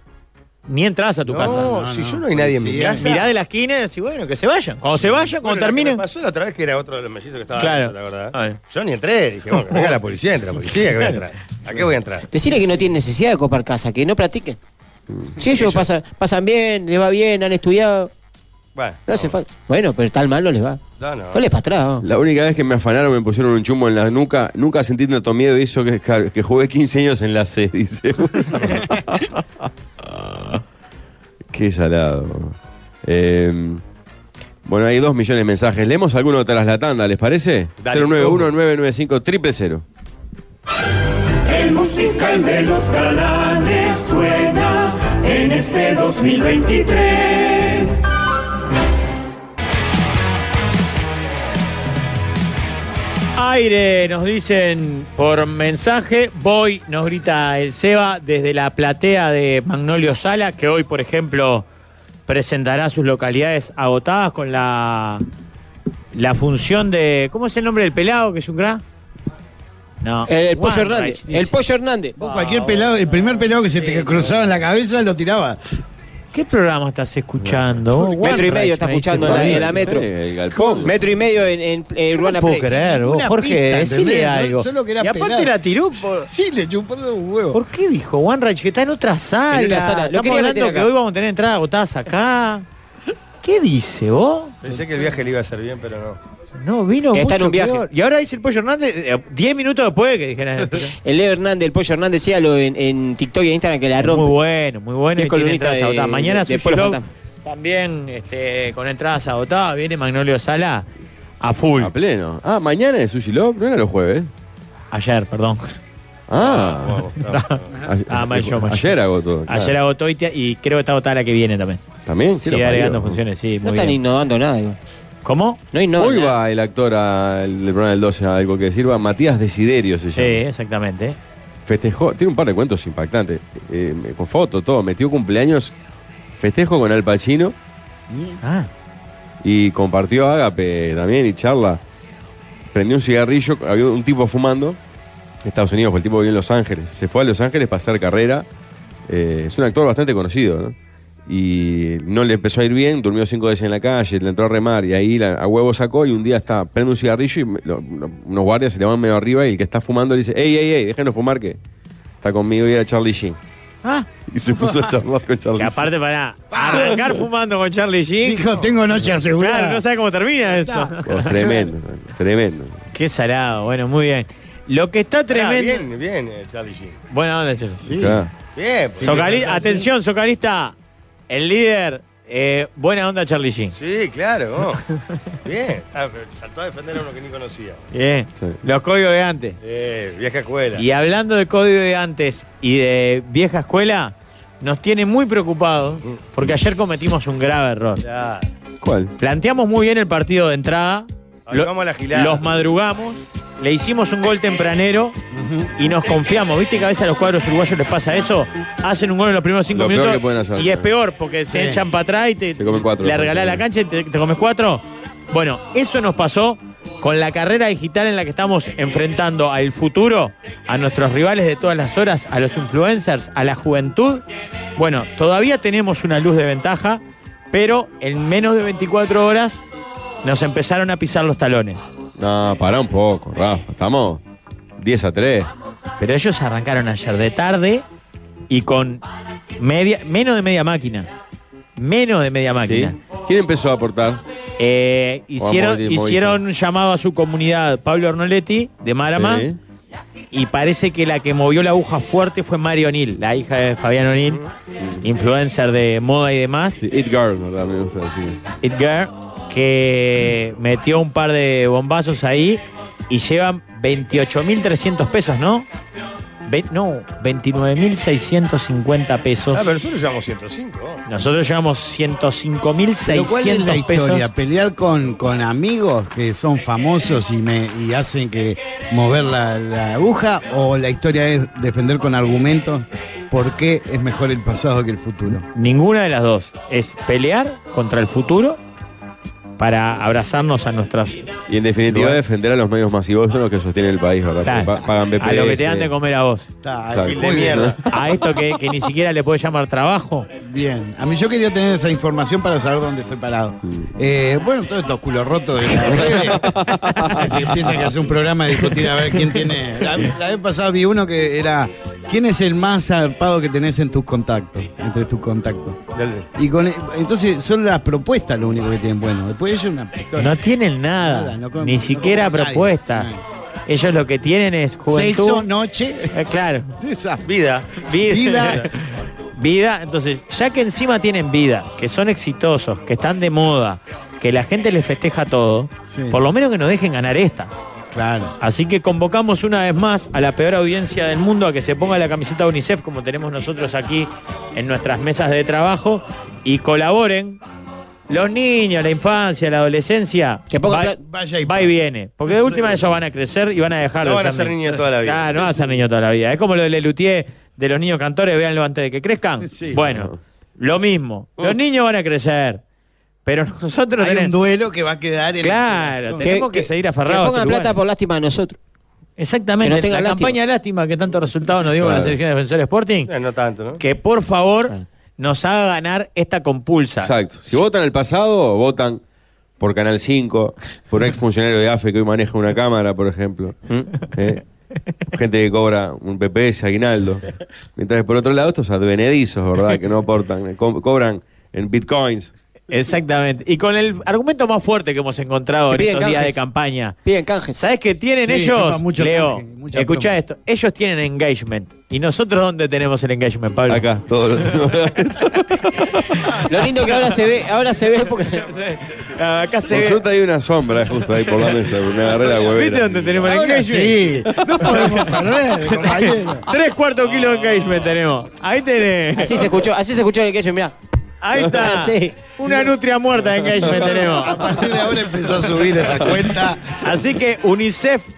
ni entras a tu No, casa. No, si no, yo no hay nadie en mi policía. casa. Mirá de la esquina y decís, bueno, que se vayan. Cuando se vayan, Bueno, lo cuando que terminen. me pasó la otra vez que era otro de los mellizos que estaba Claro. adentro, ¿te acordás? Ay. Yo ni entré, dije, bueno, que venga la policía, entra la policía, que voy a entrar. ¿A qué voy a entrar? Mm. Decirle que no tienen necesidad de copar casa, que no practiquen. Si ellos pasan, pasan bien, les va bien, han estudiado, Bueno, no hace falta. Bueno, pero tal mal no les va. No, no. No les para atrás. vamos. La única vez que me afanaron, me pusieron un chumbo en la nuca, nunca sentí tanto miedo y eso que, que jugué 15 años en la C, dice. Qué salado. Eh, bueno, hay dos millones de mensajes. Leemos alguno tras la tanda, ¿les parece? Dale. 091-995-000. El musical de los galanes suena en este 2023. Aire, nos dicen por mensaje. Voy, nos grita el Seba desde la platea de Magnolio Sala, que hoy, por ejemplo, presentará sus localidades agotadas con la, la función de. ¿Cómo es el nombre del pelado que es un cra? No. El, el pollo One Hernández. Rice, dice. El pollo Hernández. Vos cualquier pelado, el primer pelado que se te cruzaba en la cabeza lo tiraba. ¿Qué programa estás escuchando? One Metro y Rice, medio está me dice escuchando en la, en la metro. Eh, el galpón. Metro y medio en, en, eh, Yo Urbana no puedo Play. creer, vos, Una Jorge, pista, decile ¿entendés? No, algo. solo que era y aparte pelado. la tiró por, Sí, le chupó los huevos. ¿Por qué dijo One que está en otra sala? En otra sala. Lo Estamos quería meter hablando que acá. hoy vamos a tener entradas agotadas acá. ¿Qué dice vos? Pensé que el viaje le iba a hacer bien, pero no. No, vino mucho Está en un viaje. peor. Y ahora dice el Pollo Hernández, eh, 10 minutos después de que dijeran. El Leo Hernández, el pollo Hernández, sígalo en, en TikTok y en Instagram que la muy rompe. bueno, muy bueno. Es y tiene columnista entradas de- agotadas. Mañana de Sushi Pueblo Love Fantasma. también este, con entradas agotadas. Viene Magnolio Sala a full. A pleno. Ah, mañana es Sushi Love, no era los jueves. Ayer, perdón. Ah, ayer, Ah, mal show, mal show. ayer agotó. claro. Ayer agotó y, te- y creo que está agotada la que viene también. ¿También? ¿Qué lo Sigue parió? agregando funciones, sí, No muy están bien. innovando nada, igual. ¿Cómo? No innovan Hoy nada. va el actor al del programa del 12 a algo que sirva, Matías Desiderio se Sí, llama. exactamente. Festejó, tiene un par de cuentos impactantes, eh, con foto, todo, metió cumpleaños, festejo con Al Pacino Ah, y compartió Ágape también y charla. Prendió un cigarrillo, había un tipo fumando, en Estados Unidos, porque el tipo vivió en Los Ángeles. Se fue a Los Ángeles para hacer carrera. Eh, es un actor bastante conocido, ¿no? Y no le empezó a ir bien, durmió cinco veces en la calle, le entró a remar y ahí la- a huevo sacó y un día está, prende un cigarrillo y me- lo- lo- unos guardias se le van medio arriba y el que está fumando le dice, ey, ey, ey, déjenos fumar que está conmigo y era Charlie Sheen. Ah. Y se puso a charlar con Charlie que Sheen. aparte para arrancar fumando con Charlie Sheen. Dijo, tengo noche asegurada. Claro, no sabe cómo termina eso. Oh, tremendo, tremendo. Qué salado, bueno, muy bien. Lo que está Ah, tremendo. Ah, bien, bien, eh, Charlie Sheen. Bueno, ¿dónde está? Claro. Bien, pues. Socali- atención, Socarista, el líder, eh, buena onda Charlie Sheen. Sí, claro. Bien. Ah, pero saltó a defender a uno que ni conocía. Bien, Sí. los códigos de antes. Eh, vieja escuela. Y hablando de código de antes y de vieja escuela, nos tiene muy preocupados porque ayer cometimos un grave error. Ya. ¿Cuál? Planteamos muy bien el partido de entrada, Ahora vamos a la gilada. los madrugamos, le hicimos un gol tempranero y nos confiamos. ¿Viste que a veces a los cuadros uruguayos les pasa eso? Hacen un gol en los primeros cinco Lo peor minutos que pueden hacer. y es peor porque se Sí. echan para atrás y te Se comen cuatro. le regalás la cancha y te, te comes cuatro. Bueno, eso nos pasó con la carrera digital en la que estamos enfrentando al futuro, a nuestros rivales de todas las horas, a los influencers, a la juventud. Bueno, todavía tenemos una luz de ventaja, pero en menos de 24 horas nos empezaron a pisar los talones. No, pará un poco, Rafa. Estamos 10 a 3. Pero ellos arrancaron ayer de tarde y con media, menos de media máquina. Menos de media máquina. ¿sí? ¿Quién empezó a aportar? Eh, hicieron, Vamos, Moviliza. hicieron un llamado a su comunidad Pablo Arnoletti de Marama Sí. y parece que la que movió la aguja fuerte fue Mario O'Neill, la hija de Fabián O'Neill, influencer de moda y demás, Sí, It Girl, ¿verdad? Me gusta decir. It Girl, que metió un par de bombazos ahí y llevan 28.300 pesos, ¿no? Ve- no, 29.650 pesos. Ah, pero nosotros llevamos 105. Nosotros llevamos Lo cual es la 105.600 pesos. historia, pelear con, con amigos que son famosos y, me, y hacen que mover la, la aguja o la historia es defender con argumentos por qué es mejor el pasado que el futuro. Ninguna de las dos. Es pelear contra el futuro para abrazarnos a nuestras. Y en definitiva, Lugar. defender a los medios masivos son los que sostienen el país, ¿verdad? Claro. Porque pa- Pagan BPS. a lo que te dan de comer a vos. Está Exacto. muy Bill de mierda. A esto que, que ni siquiera le puedes llamar trabajo. Bien, a mí yo quería tener esa información para saber dónde estoy parado. Eh, bueno, todos estos culos rotos de las redes, que se empiezan a hacer un programa de discutir a ver quién tiene. La, la vez pasada vi uno que era, ¿quién es el más zarpado que tenés en tus contactos? Entre tus contactos. Y con, e, entonces son las propuestas lo único que tienen bueno. Después ellos una No tienen nada. Nada, no con- ni no siquiera con nadie, propuestas. nada. Ellos lo que tienen es juventud. sexo, noche, Eh, claro. esa Vida. Vida. vida. Vida, entonces, ya que encima tienen vida, que son exitosos, que están de moda, que la gente les festeja todo, Sí. por lo menos que nos dejen ganar esta. Claro. Así que convocamos una vez más a la peor audiencia del mundo a que se ponga la camiseta de UNICEF, como tenemos nosotros aquí en nuestras mesas de trabajo, y colaboren los niños, la infancia, la adolescencia. Que pongan va, pla- Vaya y va y viene. Porque de última ellos van a crecer y van a dejar No de van a ser ni- niños toda la vida. Ah, no van a ser niños toda la vida. Es como lo de Lelutier de los niños cantores, véanlo antes de que crezcan. Sí. Bueno, lo mismo. Los niños van a crecer. Pero nosotros Hay un tenemos. duelo que va a quedar en Claro, tenemos que, seguir aferrados. a Que este pongan lugar. plata por lástima a nosotros. Exactamente, Que no tenga la lástima. campaña lástima que tanto resultado nos dio con la Claro. selección de defensor Sporting, Eh, no tanto, ¿no? que por favor Claro. nos haga ganar esta compulsa. Exacto. Si votan al pasado, votan por Canal 5, por un exfuncionario de AFE que hoy maneja una cámara, por ejemplo. ¿Mm? ¿Eh? Gente que cobra un PPS, aguinaldo. Mientras que por otro lado, estos advenedizos, ¿verdad? Que no aportan, co- cobran en bitcoins. Exactamente. Y con el argumento más fuerte que hemos encontrado Que en piden estos días de canjes. campaña. Piden canjes. ¿Sabes qué tienen Sí, chupa ellos? mucho Leo, canje, mucha escucha pluma. esto. Ellos tienen engagement. ¿Y nosotros dónde tenemos el engagement, Pablo? Acá, todos los. Lo lindo que ahora se ve, ahora se ve porque Acá se Por ve. suerte hay una sombra justo ahí por la mesa. Me agarré la huevera. ¿Viste dónde tenemos el Ahora engagement? sí, no podemos perder, compañero. Tres cuartos kilos de engagement tenemos. Ahí tenés. Así se escuchó, así se escuchó en el engagement, mirá. Ahí está. Sí. Una nutria muerta eh. de engagement A tenemos. partir de ahora empezó a subir esa cuenta. Así que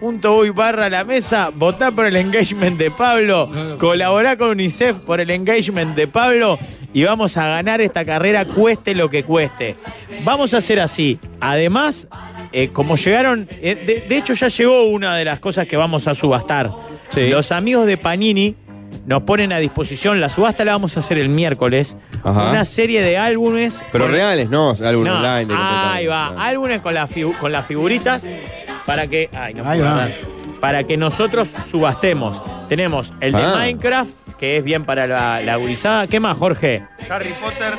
unicef.uy barra la mesa, votá por el engagement de Pablo, colaborá con Unicef por el engagement de Pablo y vamos a ganar esta carrera cueste lo que cueste. Vamos a hacer así. Además, eh, como llegaron, eh, de, de hecho ya llegó una de las cosas que vamos a subastar. Sí. Los amigos de Panini nos ponen a disposición, la subasta la vamos a hacer el miércoles, Ajá. una serie de álbumes. Pero con- reales, no, algo no, online. de contratar. ahí va, álbumes con, las figu- con las figuritas para que. ay, no Ahí puedo va. hablar. Para que nosotros subastemos. Tenemos el de Ah. Minecraft, que es bien para la, la gurizada. ¿Qué más, Jorge? Harry Potter.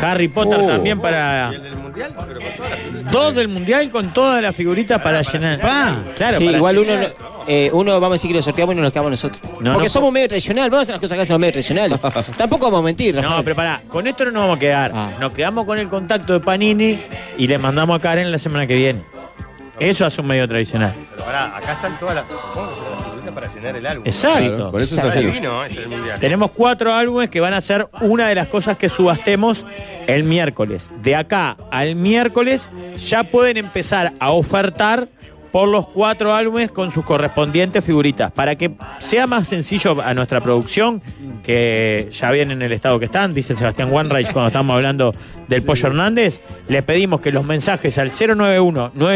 Harry Potter Uh. Oh. también Y el para. del mundial, pero con todas las figuras. Dos del mundial con todas las figuritas para, llenar. Ah, claro, sí, para igual uno, llenar. no- eh, uno vamos a decir que lo sorteamos y nos lo quedamos nosotros. No, Porque no. somos medio tradicionales, vamos a hacer las cosas que hacen los medios tradicionales. Tampoco vamos a mentir, No, Rafael. pero pará, con esto no nos vamos a quedar. Ah. Nos quedamos con el contacto de Panini y le mandamos a Karen la semana que viene. Eso hace un medio tradicional. Pero pará, acá están todas las. Supongo que son las figuritas para llenar el álbum. Claro, Exacto. por eso está Está lleno. divino, ¿eh? es el mundial. Tenemos cuatro álbumes que van a ser una de las cosas que subastemos el miércoles. De acá al miércoles ya pueden empezar a ofertar por los cuatro álbumes con sus correspondientes figuritas. Para que sea más sencillo a nuestra producción, que ya viene en el estado que están, dice Sebastián Wanreich cuando estamos hablando del Pollo Hernández, les pedimos que los mensajes al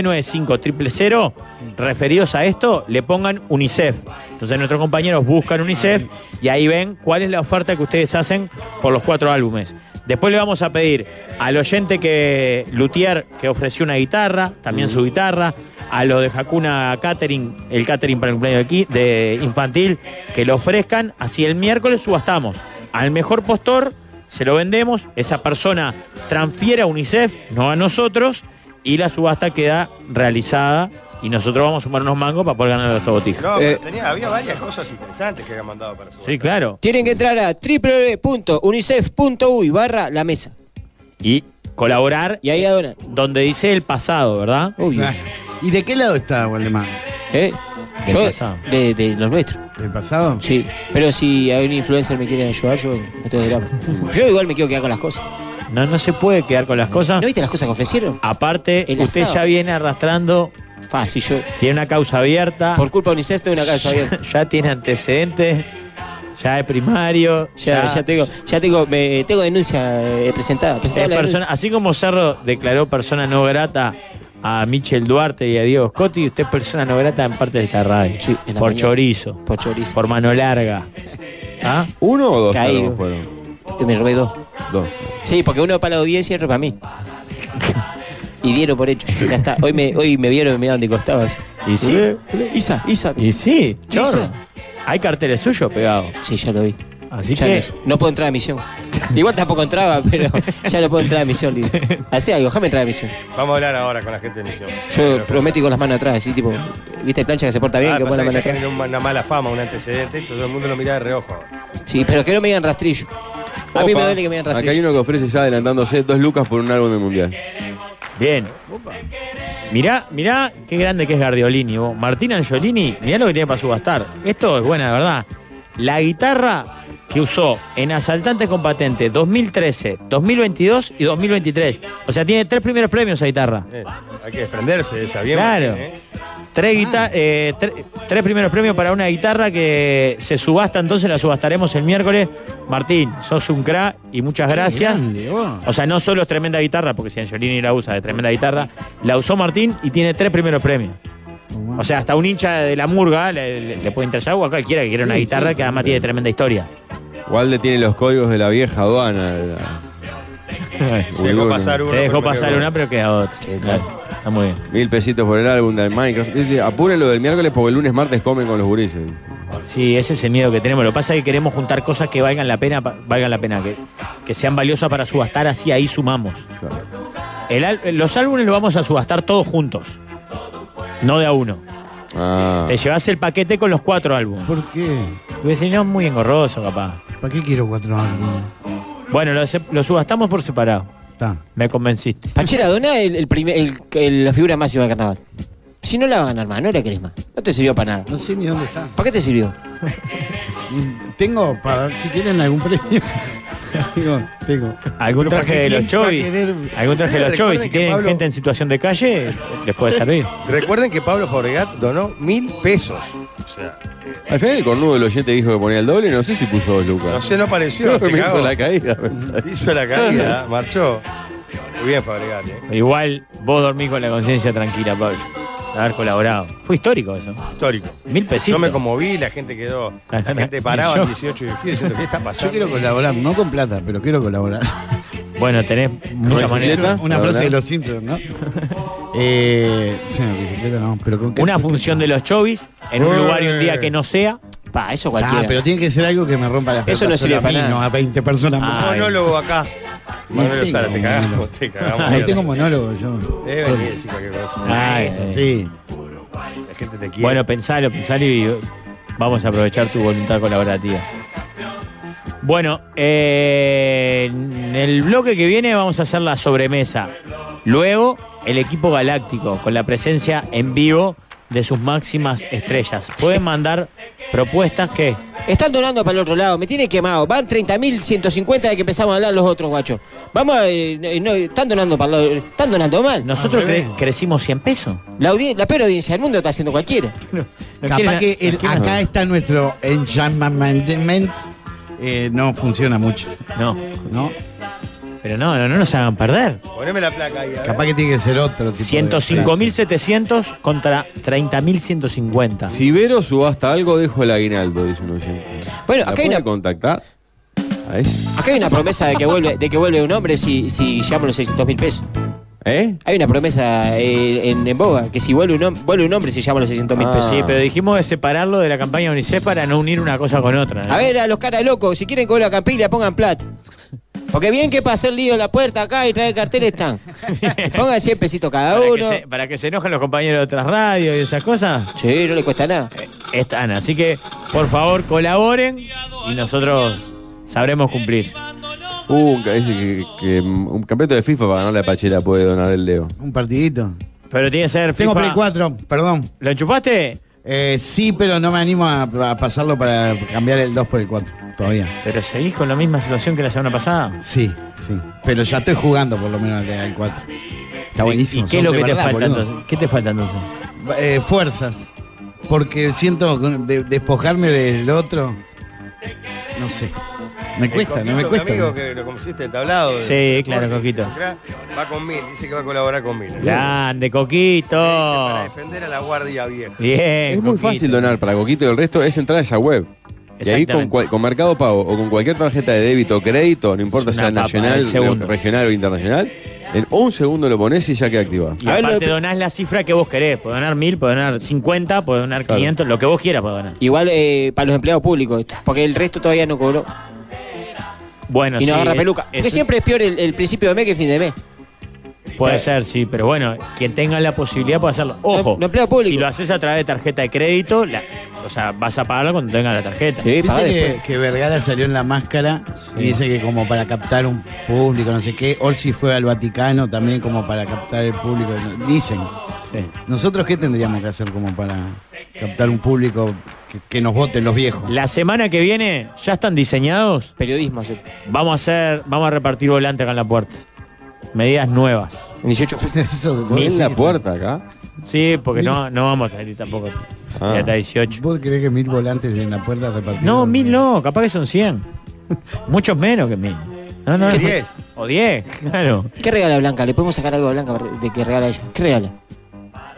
091-995-000 referidos a esto le pongan UNICEF. Entonces nuestros compañeros buscan UNICEF y ahí ven cuál es la oferta que ustedes hacen por los cuatro álbumes. Después le vamos a pedir al oyente que Luthier que ofreció una guitarra, también su guitarra, a los de Hakuna Catering, el catering para el cumpleaños de, qui- de infantil, que lo ofrezcan, así el miércoles subastamos. Al mejor postor se lo vendemos, esa persona transfiere a UNICEF, no a nosotros, y la subasta queda realizada y nosotros vamos a sumar unos mangos para poder ganar los botija. No, Eh, pero tenía, había varias cosas interesantes que habían mandado para su Sí, claro. Tienen que entrar a www.unicef.uy barra la mesa. Y colaborar Y ahí Uh, a donar. donde dice el pasado, ¿verdad? Obvio. Claro. ¿Y de qué lado está Waldemar? ¿Eh? Del Yo, pasado. de, de los nuestros. ¿Del pasado? Sí. Pero si hay un influencer me quiere ayudar, yo no tengo drama. Yo igual me quiero quedar con las cosas. No, no se puede quedar con las cosas. ¿No viste las cosas que ofrecieron? Aparte, El usted asado. ya viene arrastrando, Fácil, yo. tiene una causa abierta, Por culpa de UNICEF estoy en una casa abierta. ya tiene antecedentes, ya es primario, Ya, ya tengo, ya tengo, me, tengo denuncia eh, presentada. es presentada la persona- denuncia. así como Cerro declaró persona no grata a Michel Duarte y a Diego Scotti, usted es persona no grata en parte de esta radio. Sí, en la por mañana. chorizo, Por chorizo. por mano larga. ¿Ah? ¿Uno o dos? Caído. álbumes fueron? Eh, Me robé dos. Dos. Sí, porque uno para la audiencia y otro para mí. Y dieron por hecho. Ya está. Hoy me, hoy me vieron y me miraron de costado así. Y sí, Isa, Isa. y sí, ¿Y eso? chorro. Hay carteles suyos pegados. Sí, ya lo vi. Así Ya que. no, no puedo entrar a misión. Igual tampoco entraba, pero ya no puedo entrar a misión, Lidio. Hacé algo, déjame entrar a misión. Vamos a hablar ahora con la gente de misión. Yo prometí con las manos atrás, así tipo, viste el plancha que se porta bien, Ah, que pone pasa que ya la mano atrás. tienen una mala fama, un antecedente, y todo el mundo lo mira de reojo. Sí, pero que no me digan rastrillo. A mí me Opa. duele que me digan Acá hay rastrillo. uno que ofrece ya adelantándose dos lucas por un álbum del mundial. Bien. Mirá, mirá qué grande que es Gardiolini. vos. Martín Angiolini, mirá lo que tiene para subastar. Esto es buena, de verdad. La guitarra que usó en Asaltantes con Patente 2013, 2022 y 2023. O sea, tiene tres primeros premios esa guitarra. Eh, hay que desprenderse de esa bien. Claro. ¿eh? Ah. Tres, guita- eh, tre- tres primeros premios para una guitarra que se subasta, entonces la subastaremos el miércoles. Martín, sos un cra y muchas gracias. Grande, vos. O sea, no solo es tremenda guitarra, porque si Angelini la usa de tremenda guitarra, la usó Martín y tiene tres primeros premios. O sea, hasta un hincha de la murga le, le- le puede interesar o a cualquiera que quiera una Sí, guitarra sí. que además tiene tremenda historia. Walde tiene los códigos de la vieja aduana. de la- Te dejó Uy, pasar uno. uno. Te dejó pero me pasar quedó. una, pero queda otra. Sí, Claro. claro. Está muy bien. Mil pesitos por el álbum del Minecraft. Dice, apúrenlo del miércoles porque el lunes, martes comen con los gurises. Sí, ese es el miedo que tenemos. Lo que pasa es que queremos juntar cosas que valgan la pena, pa- valgan la pena, que, que sean valiosas para subastar, así ahí sumamos. Claro. El al- los álbumes los vamos a subastar todos juntos, no de a uno. Ah. Te llevas el paquete con los cuatro álbumes. ¿Por qué? Porque si no es muy engorroso, capaz. ¿Para qué quiero cuatro álbumes? Bueno, lo, se- lo subastamos por separado. Está. Me convenciste. Pachera Doná es el, el primer- el- el- la figura máxima del carnaval. Si no la va a ganar más, no la querés más. No te sirvió para nada. No sé ni dónde está. ¿Para qué te sirvió? Tengo para si quieren algún premio. tengo, tengo. ¿Algún Pero traje ¿para de qué los quién va a chovis? querer- ¿Algún traje de los Ustedes chovis? recuerden Si que tienen Pablo- gente en situación de calle, les puede servir. Recuerden que Pablo Fabregat donó mil pesos. O sea, Al final el cornudo del oyente dijo que ponía el doble, no sé si puso dos lucas. no sé, no pareció. Creo que te me cago. hizo la caída. Hizo la caída, marchó. Muy bien, Fabregat. ¿eh? Igual vos dormís con la conciencia tranquila, Pablo. de Haber colaborado. Fue histórico eso. Histórico. Mil Yo pesitos. me conmoví, la gente quedó. La gente paraba en 18 de julio diciendo, ¿qué está Yo pasando? quiero colaborar, no con plata, pero quiero colaborar. Bueno, tenés muchas maneras. bicicleta? Una ¿La frase verdad? de los Simpsons, ¿no? Eh, sí, no, bicicleta no, pero con qué- Una función de los chovis en un lugar y un día que no sea. Pa, eso Ah, cualquiera. pero tiene que ser algo que me rompa las Eso pelotas. no solo sirve a para mí, nada. No a 20 personas más. Ay. Monólogo acá. No Manuel tengo Sara, te cagamos, monólogo. te cagamos. No tengo monólogo yo. Ah, eh, Eh, vení, decí cualquier cosa. Ay, Eso, Ah, sí. sí. La gente te quiere. Bueno, pensalo, pensalo y vamos a aprovechar tu voluntad colaborativa. Bueno, eh, en el bloque que viene vamos a hacer la sobremesa. Luego, el equipo galáctico, con la presencia en vivo de sus máximas estrellas. Pueden mandar propuestas que... Están donando para el otro lado, me tiene quemado. Van 30.150 de que empezamos a hablar los otros guachos. Vamos a. eh, eh, no, están donando para el lado- Están donando mal. Nosotros Al revés. cre- crecimos 100 pesos. La, audien- la peor audiencia del mundo está haciendo cualquiera. No quieren Capaz a- que el- no quieren acá está nuestro enchantment. eh, no funciona mucho, a- No, ¿no? pero no, no, no nos hagan perder. Poneme la placa ahí. a ver. Capaz que tiene que ser otro. tipo de 105.700 contra 30.150. Si Vero subasta algo, dejo el aguinaldo, dice un oyente. Bueno, ¿La acá hay puede una- contactar? Ahí. Acá hay una promesa de que vuelve, de que vuelve un hombre si, si llegamos a los 600 mil pesos. ¿Eh? Hay una promesa eh, en, en boga que si vuelve un, hom- vuelve un hombre se llama los 600 mil Ah. pesos. Sí, pero dijimos de separarlo de la campaña UNICEF para no unir una cosa con otra. ¿eh? A ver, a los caras locos, si quieren cobrar la campilla, pongan plata. Porque bien que para hacer lío en la puerta acá y traer carteles están. Pongan 100 pesitos cada para, que uno. se, para que se enojen los compañeros de otras radios y esas cosas, Sí, no le cuesta nada. eh, están. Así que, por favor, colaboren y nosotros sabremos cumplir. Hubo un, ca- dice que, que un campeonato de FIFA para ganar la pachera puede donar el dedo. Un partidito. Pero tiene que ser Tengo FIFA. Play 4, perdón. ¿Lo enchufaste? Eh, sí, pero no me animo a, a pasarlo para cambiar el 2 por el 4. Todavía. Pero seguís con la misma situación que la semana pasada. Sí, sí. Pero ya estoy jugando por lo menos al- al 4. Está buenísimo. ¿Y qué son es lo de que te verdad, falta boludo. entonces? ¿Qué te falta entonces? Eh, fuerzas. Porque siento con- de- despojarme del otro. No sé. Me El cuesta, no me Coquito, cuesta. mi amigo ¿no? que lo conociste el tablado. Sí, de- claro, de- Coquito. Va con mil, dice que va a colaborar con mil. Grande, Para Coquito. defender a la guardia vieja. Bien. Es muy Coquito. fácil donar para Coquito y el resto es entrar a esa web. Y ahí con, Exactamente. cual- con Mercado Pago o con cualquier tarjeta de débito o crédito, no importa Es sea una papa, nacional, el segundo. regional o internacional, en un segundo lo pones y ya queda activado. Y A ver, lo aparte de- donás la cifra que vos querés. Podés donar mil, podés donar 50, podés donar 500, lo que vos quieras podés donar. Igual eh, para los empleados públicos, porque el resto todavía no cobró. Bueno, y no sí, eh, agarra es- peluca. es- Porque siempre es peor el, el principio de mes que el fin de mes. Puede ser, sí, pero bueno, quien tenga la posibilidad puede hacerlo. Ojo, No, no empleo público. si lo haces a través de tarjeta de crédito, la- o sea, vas a pagarla cuando tengas la tarjeta. Sí, Viste paga después. que, que Vergara salió en la máscara y dice que como para captar un público, no sé qué. Orsi fue al Vaticano también como para captar el público. no- Dicen. Sí. ¿Nosotros qué tendríamos que hacer como para captar un público que, que nos voten los viejos? La semana que viene, ya están diseñados, Periodismo hace. vamos a hacer, vamos a repartir volante acá en la puerta. Medidas nuevas. el 18 de julio. Eso que vos En decís. la puerta acá. Sí, porque no, no vamos a salir tampoco. Ah. Ya está 18. ¿Vos creés que mil volantes en la puerta repartidos? No, mil no, capaz que son 100. Muchos menos que mil. No, no, no. Diez. O 10, claro. ¿Qué regala Blanca? ¿Le podemos sacar algo a Blanca de que regala ella? ¿Qué regala? Ah.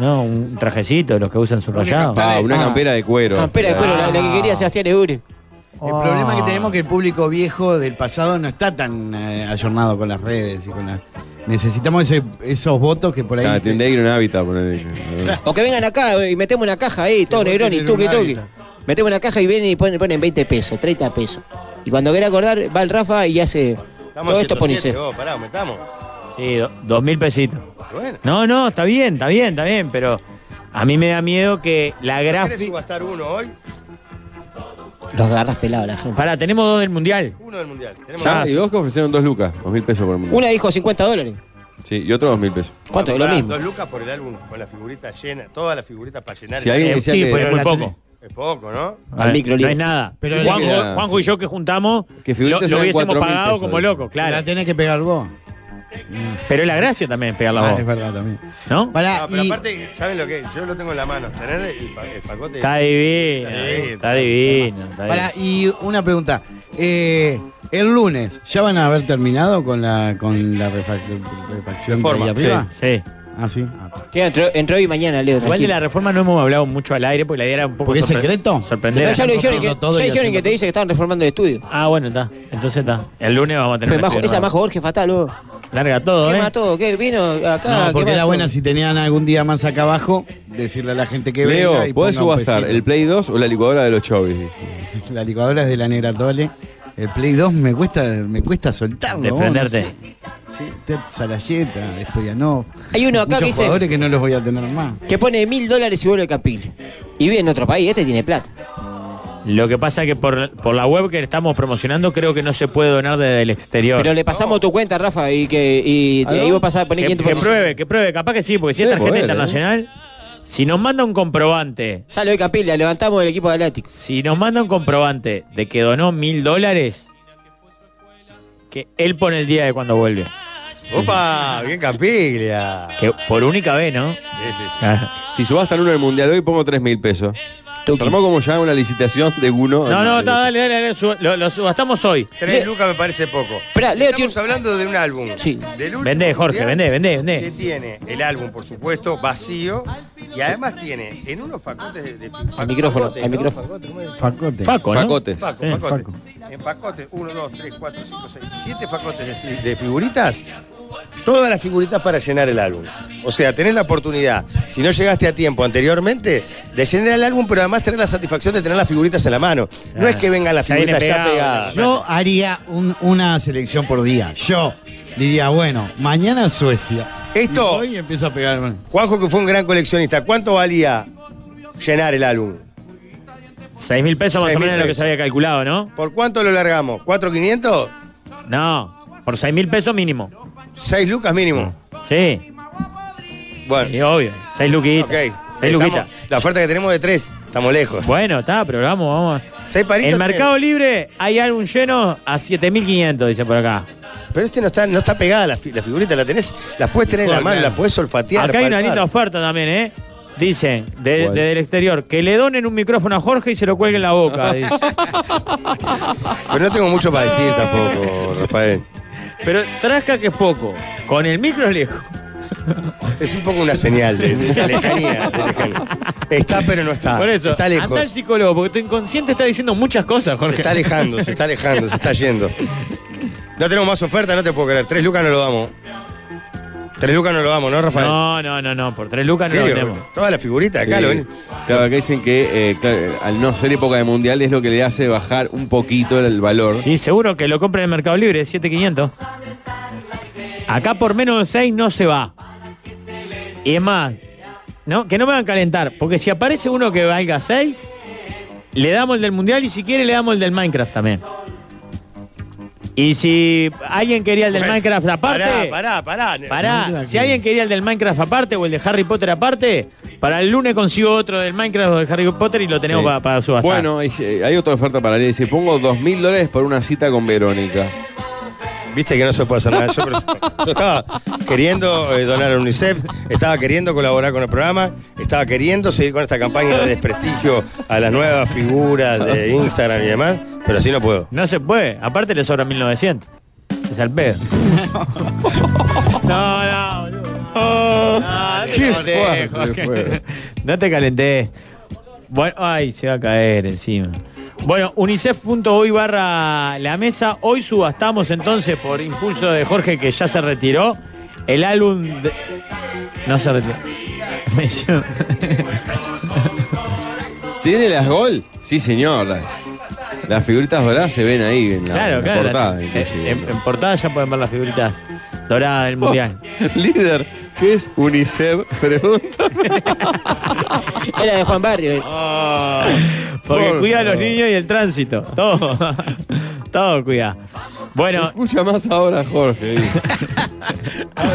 No, un trajecito de los que usan su rayado. Ah, una Ah. campera de cuero. Campera de cuero, la, la que quería Sebastián Eure. El problema Ah. que tenemos es que el público viejo del pasado no está tan eh, ayornado con las redes y con la... Necesitamos ese- esos votos que por ahí... Ah, tendría que ir a un hábitat poner. O que vengan acá y metemos una caja ahí, todo Te voy a negrón y tener un tuqui tuqui. hábitat. Metemos una caja y vienen y ponen, ponen 20 pesos, 30 pesos. Y cuando quiera acordar, va el Rafa y hace todo esto por 107, ICEF. vos, pará, aumentamos. Sí, do- dos mil pesitos. Bueno. No, no, está bien, está bien, está bien, pero a mí me da miedo que la ¿Quieres gráfica. subastar uno hoy? Los agarras pelados la gente. Pará, tenemos dos del mundial. Uno del mundial. Tenemos Ya. Sam y Bosco ofrecieron dos lucas, dos mil pesos por el mundial. Una dijo 50 dólares. Sí, y otro dos mil pesos. ¿Cuánto? Pará, Lo mismo. Dos lucas por el álbum, con la figurita llena, todas las figuritas para llenar. Si el alguien álbum. decía sí, que, pero es muy la- poco. Es poco, ¿no? Al micro no libro. hay nada. Pero Pero dice Juanjo, que era- Juanjo y yo que juntamos, Que lo, figuritas lo eran hubiésemos 4.000 pagado pesos. como loco, La claro. Mm, tenés que pegar vos. Pero es la gracia también pegar la Ah, voz, es verdad también. ¿no? Pará, No, ah, pero y- aparte, ¿saben lo que es? Yo lo tengo en la mano. Tener el, fa- el facote. Está divino, Está divino. eh, está divino. está Pará, divino. y una pregunta. Eh, el lunes, ¿ya van a haber terminado con la, con la refacción, refacción Reforma, de ahí arriba? Sí. Ah, sí. Ah. Queda entre, entre hoy y mañana, Leo. Igual de tranquilo. la reforma no hemos hablado mucho al aire porque la idea era un poco. ¿Porque es sorpre- secreto? Sorprender. Pero a ya la- lo dijeron, que, comprando todo ya y dijeron que haciendo te dice que estaban reformando el estudio. Ah, bueno, está. Entonces está. El lunes vamos a tener. Fue un majo, estudio esa nuevo. majo Jorge fatal, vos. Larga todo, Quema ¿eh? todo, ¿qué? Vino Ah, acá. No, porque quema era todo. buena si tenían algún día más acá abajo, decirle a la gente que venga y Leo, ¿podés ponga un subastar el pesito. Play 2 o la licuadora de los chovis? La licuadora es de la negra Tole. El Play 2 me cuesta, me cuesta soltarlo. vos, Desprenderte. no sé. Sí, Ted Salayeta, Stoyanov. Hay uno acá Muchos que dice jugadores que no los voy a tener más. que pone mil dólares y vuelve a Capil. Y vive en otro país, este tiene plata. Lo que pasa es que por, por la web que estamos promocionando, creo que no se puede donar desde el exterior. Pero le pasamos tu cuenta, Rafa, y que y ¿Aló? de ahí vos pasás a poner que, 500 que por mes. pruebe, que pruebe. Capaz que sí, porque si Sí, es tarjeta poder, ¿eh? internacional, ¿eh? si nos manda un comprobante, Sale hoy Capil, la levantamos del equipo galáctico. si nos manda un comprobante de que donó mil dólares, que él pone el día de cuando vuelve. ¡Opa! ¡Bien capilla! Que por única vez, ¿no? Sí, sí, sí. Ah. Si subastan uno en el mundial hoy, pongo tres mil pelos. Se Tuki. armó como ya una licitación de uno. No, no, está, dale, dale, dale, suba- lo, lo subastamos hoy. Tres Le- lucas me parece poco. Esperá, Leo Estamos tiene- hablando de un álbum. Sí. Del último Vendé, Jorge, mundial vendé, vendé, vendé. Que tiene el álbum, por supuesto, vacío. Y además tiene en unos facotes de. de- facotes, micrófono, al ¿no? micrófono. Facotes, ¿cómo es? Facote. Faco, ¿no? Facotes. Faco, Eh, facote. faco. En facote, 1, 2, 3, 4, 5, 6, 7 facotes de, fi- de figuritas. Todas las figuritas para llenar el álbum. O sea, tenés la oportunidad, si no llegaste a tiempo anteriormente, de llenar el álbum, pero además tener la satisfacción de tener las figuritas en la mano. No Ah. es que vengan las Ya viene figuritas ya pegado, pegadas. Yo haría un- una selección por día. Yo diría, bueno, mañana Suecia. Esto- Y hoy empiezo a pegar. bueno, Juanjo, que fue un gran coleccionista, ¿cuánto valía llenar el álbum? Seis mil pesos más Seis o mil menos es lo que se pesos. había calculado, ¿no? ¿Por cuánto lo largamos? ¿4.500? No, por seis mil pesos mínimo. 6 lucas mínimo. Sí, Bueno, sí, obvio. Seis luquitas. ok. Seis Estamos- luquitas. La oferta que tenemos de 3, estamos lejos. Bueno, está, pero vamos, vamos. Seis palitos En tenemos. Mercado Libre hay álbum lleno a 7.500, dice por acá. Pero este no está, no está pegada la, fi- la figurita, la tenés, las puedes tener en la Mejor, mano, claro. las puedes solfatear. Acá hay una palpar. linda oferta también, ¿eh? Dicen, de- ¿Cuál? desde el exterior, que le donen un micrófono a Jorge y se lo cuelguen en la boca. dice. Pero no tengo mucho para decir tampoco, Rafael. Pero trasca que es poco. Con el micro es lejos. Es un poco una señal de, de lejanía, de lejanía. Está, pero no está. por eso, está lejos. anda al psicólogo, porque tu inconsciente está diciendo muchas cosas, Se Jorge. está alejando, se está alejando, se está yendo. No tenemos más oferta, no te puedo creer. Tres lucas no lo damos. Tres lucas no lo damos, ¿no, Rafael? No, no, no, no. Por tres lucas no lo Serio, tenemos. Toda la figurita acá lo ven. Claro, acá dicen que eh, claro, al no ser época de mundial es lo que le hace bajar un poquito el valor. Sí, seguro que lo compra en el Mercado Libre, 7.500. Acá por menos de 6 no se va. Y es más, no, que no me van a calentar, porque si aparece uno que valga 6, le damos el del Mundial y si quiere le damos el del Minecraft también. Y si alguien quería el del Minecraft aparte... Pará, pará, pará. Pará, Mira si que- alguien quería el del Minecraft aparte o el de Harry Potter aparte, para el lunes consigo otro del Minecraft o del Harry Potter y lo tenemos Sí. para, para subastar. Bueno, y- eh, hay otra oferta para leer. Dice, pongo dos mil dólares por una cita con Verónica. Viste que no se puede hacer nada. Yo, pero- yo estaba queriendo eh, donar a UNICEF, estaba queriendo colaborar con el programa, estaba queriendo seguir con esta campaña de desprestigio a las nuevas figuras de Instagram y demás, pero así no puedo. No se puede. Aparte le sobra 1900. Es al pedo. Ah, no, no, boludo. Ah. No, no Qué te calenté, fuerte Jorge. fue. No te calenté. Bueno, ay, se va a caer encima. Bueno, unicef.hoy barra la mesa. Hoy subastamos entonces por impulso de Jorge que ya se retiró. El álbum de- No se retiró. Me hicieron- ¿Tiene las gol? Sí, señor. Las, las figuritas doradas se ven ahí en la, claro, en la claro. portada. la- se- inclusive. en, en portada ya pueden ver las figuritas Dorada Oh. del Mundial. Líder, ¿qué es UNICEF? Pregunta. Era de Juan Barrio. eh. Porque Ah. Por cuida a los favor. niños y el tránsito. Todo. Todo cuida. Bueno, Escucha más ahora, Jorge. dice. Ah,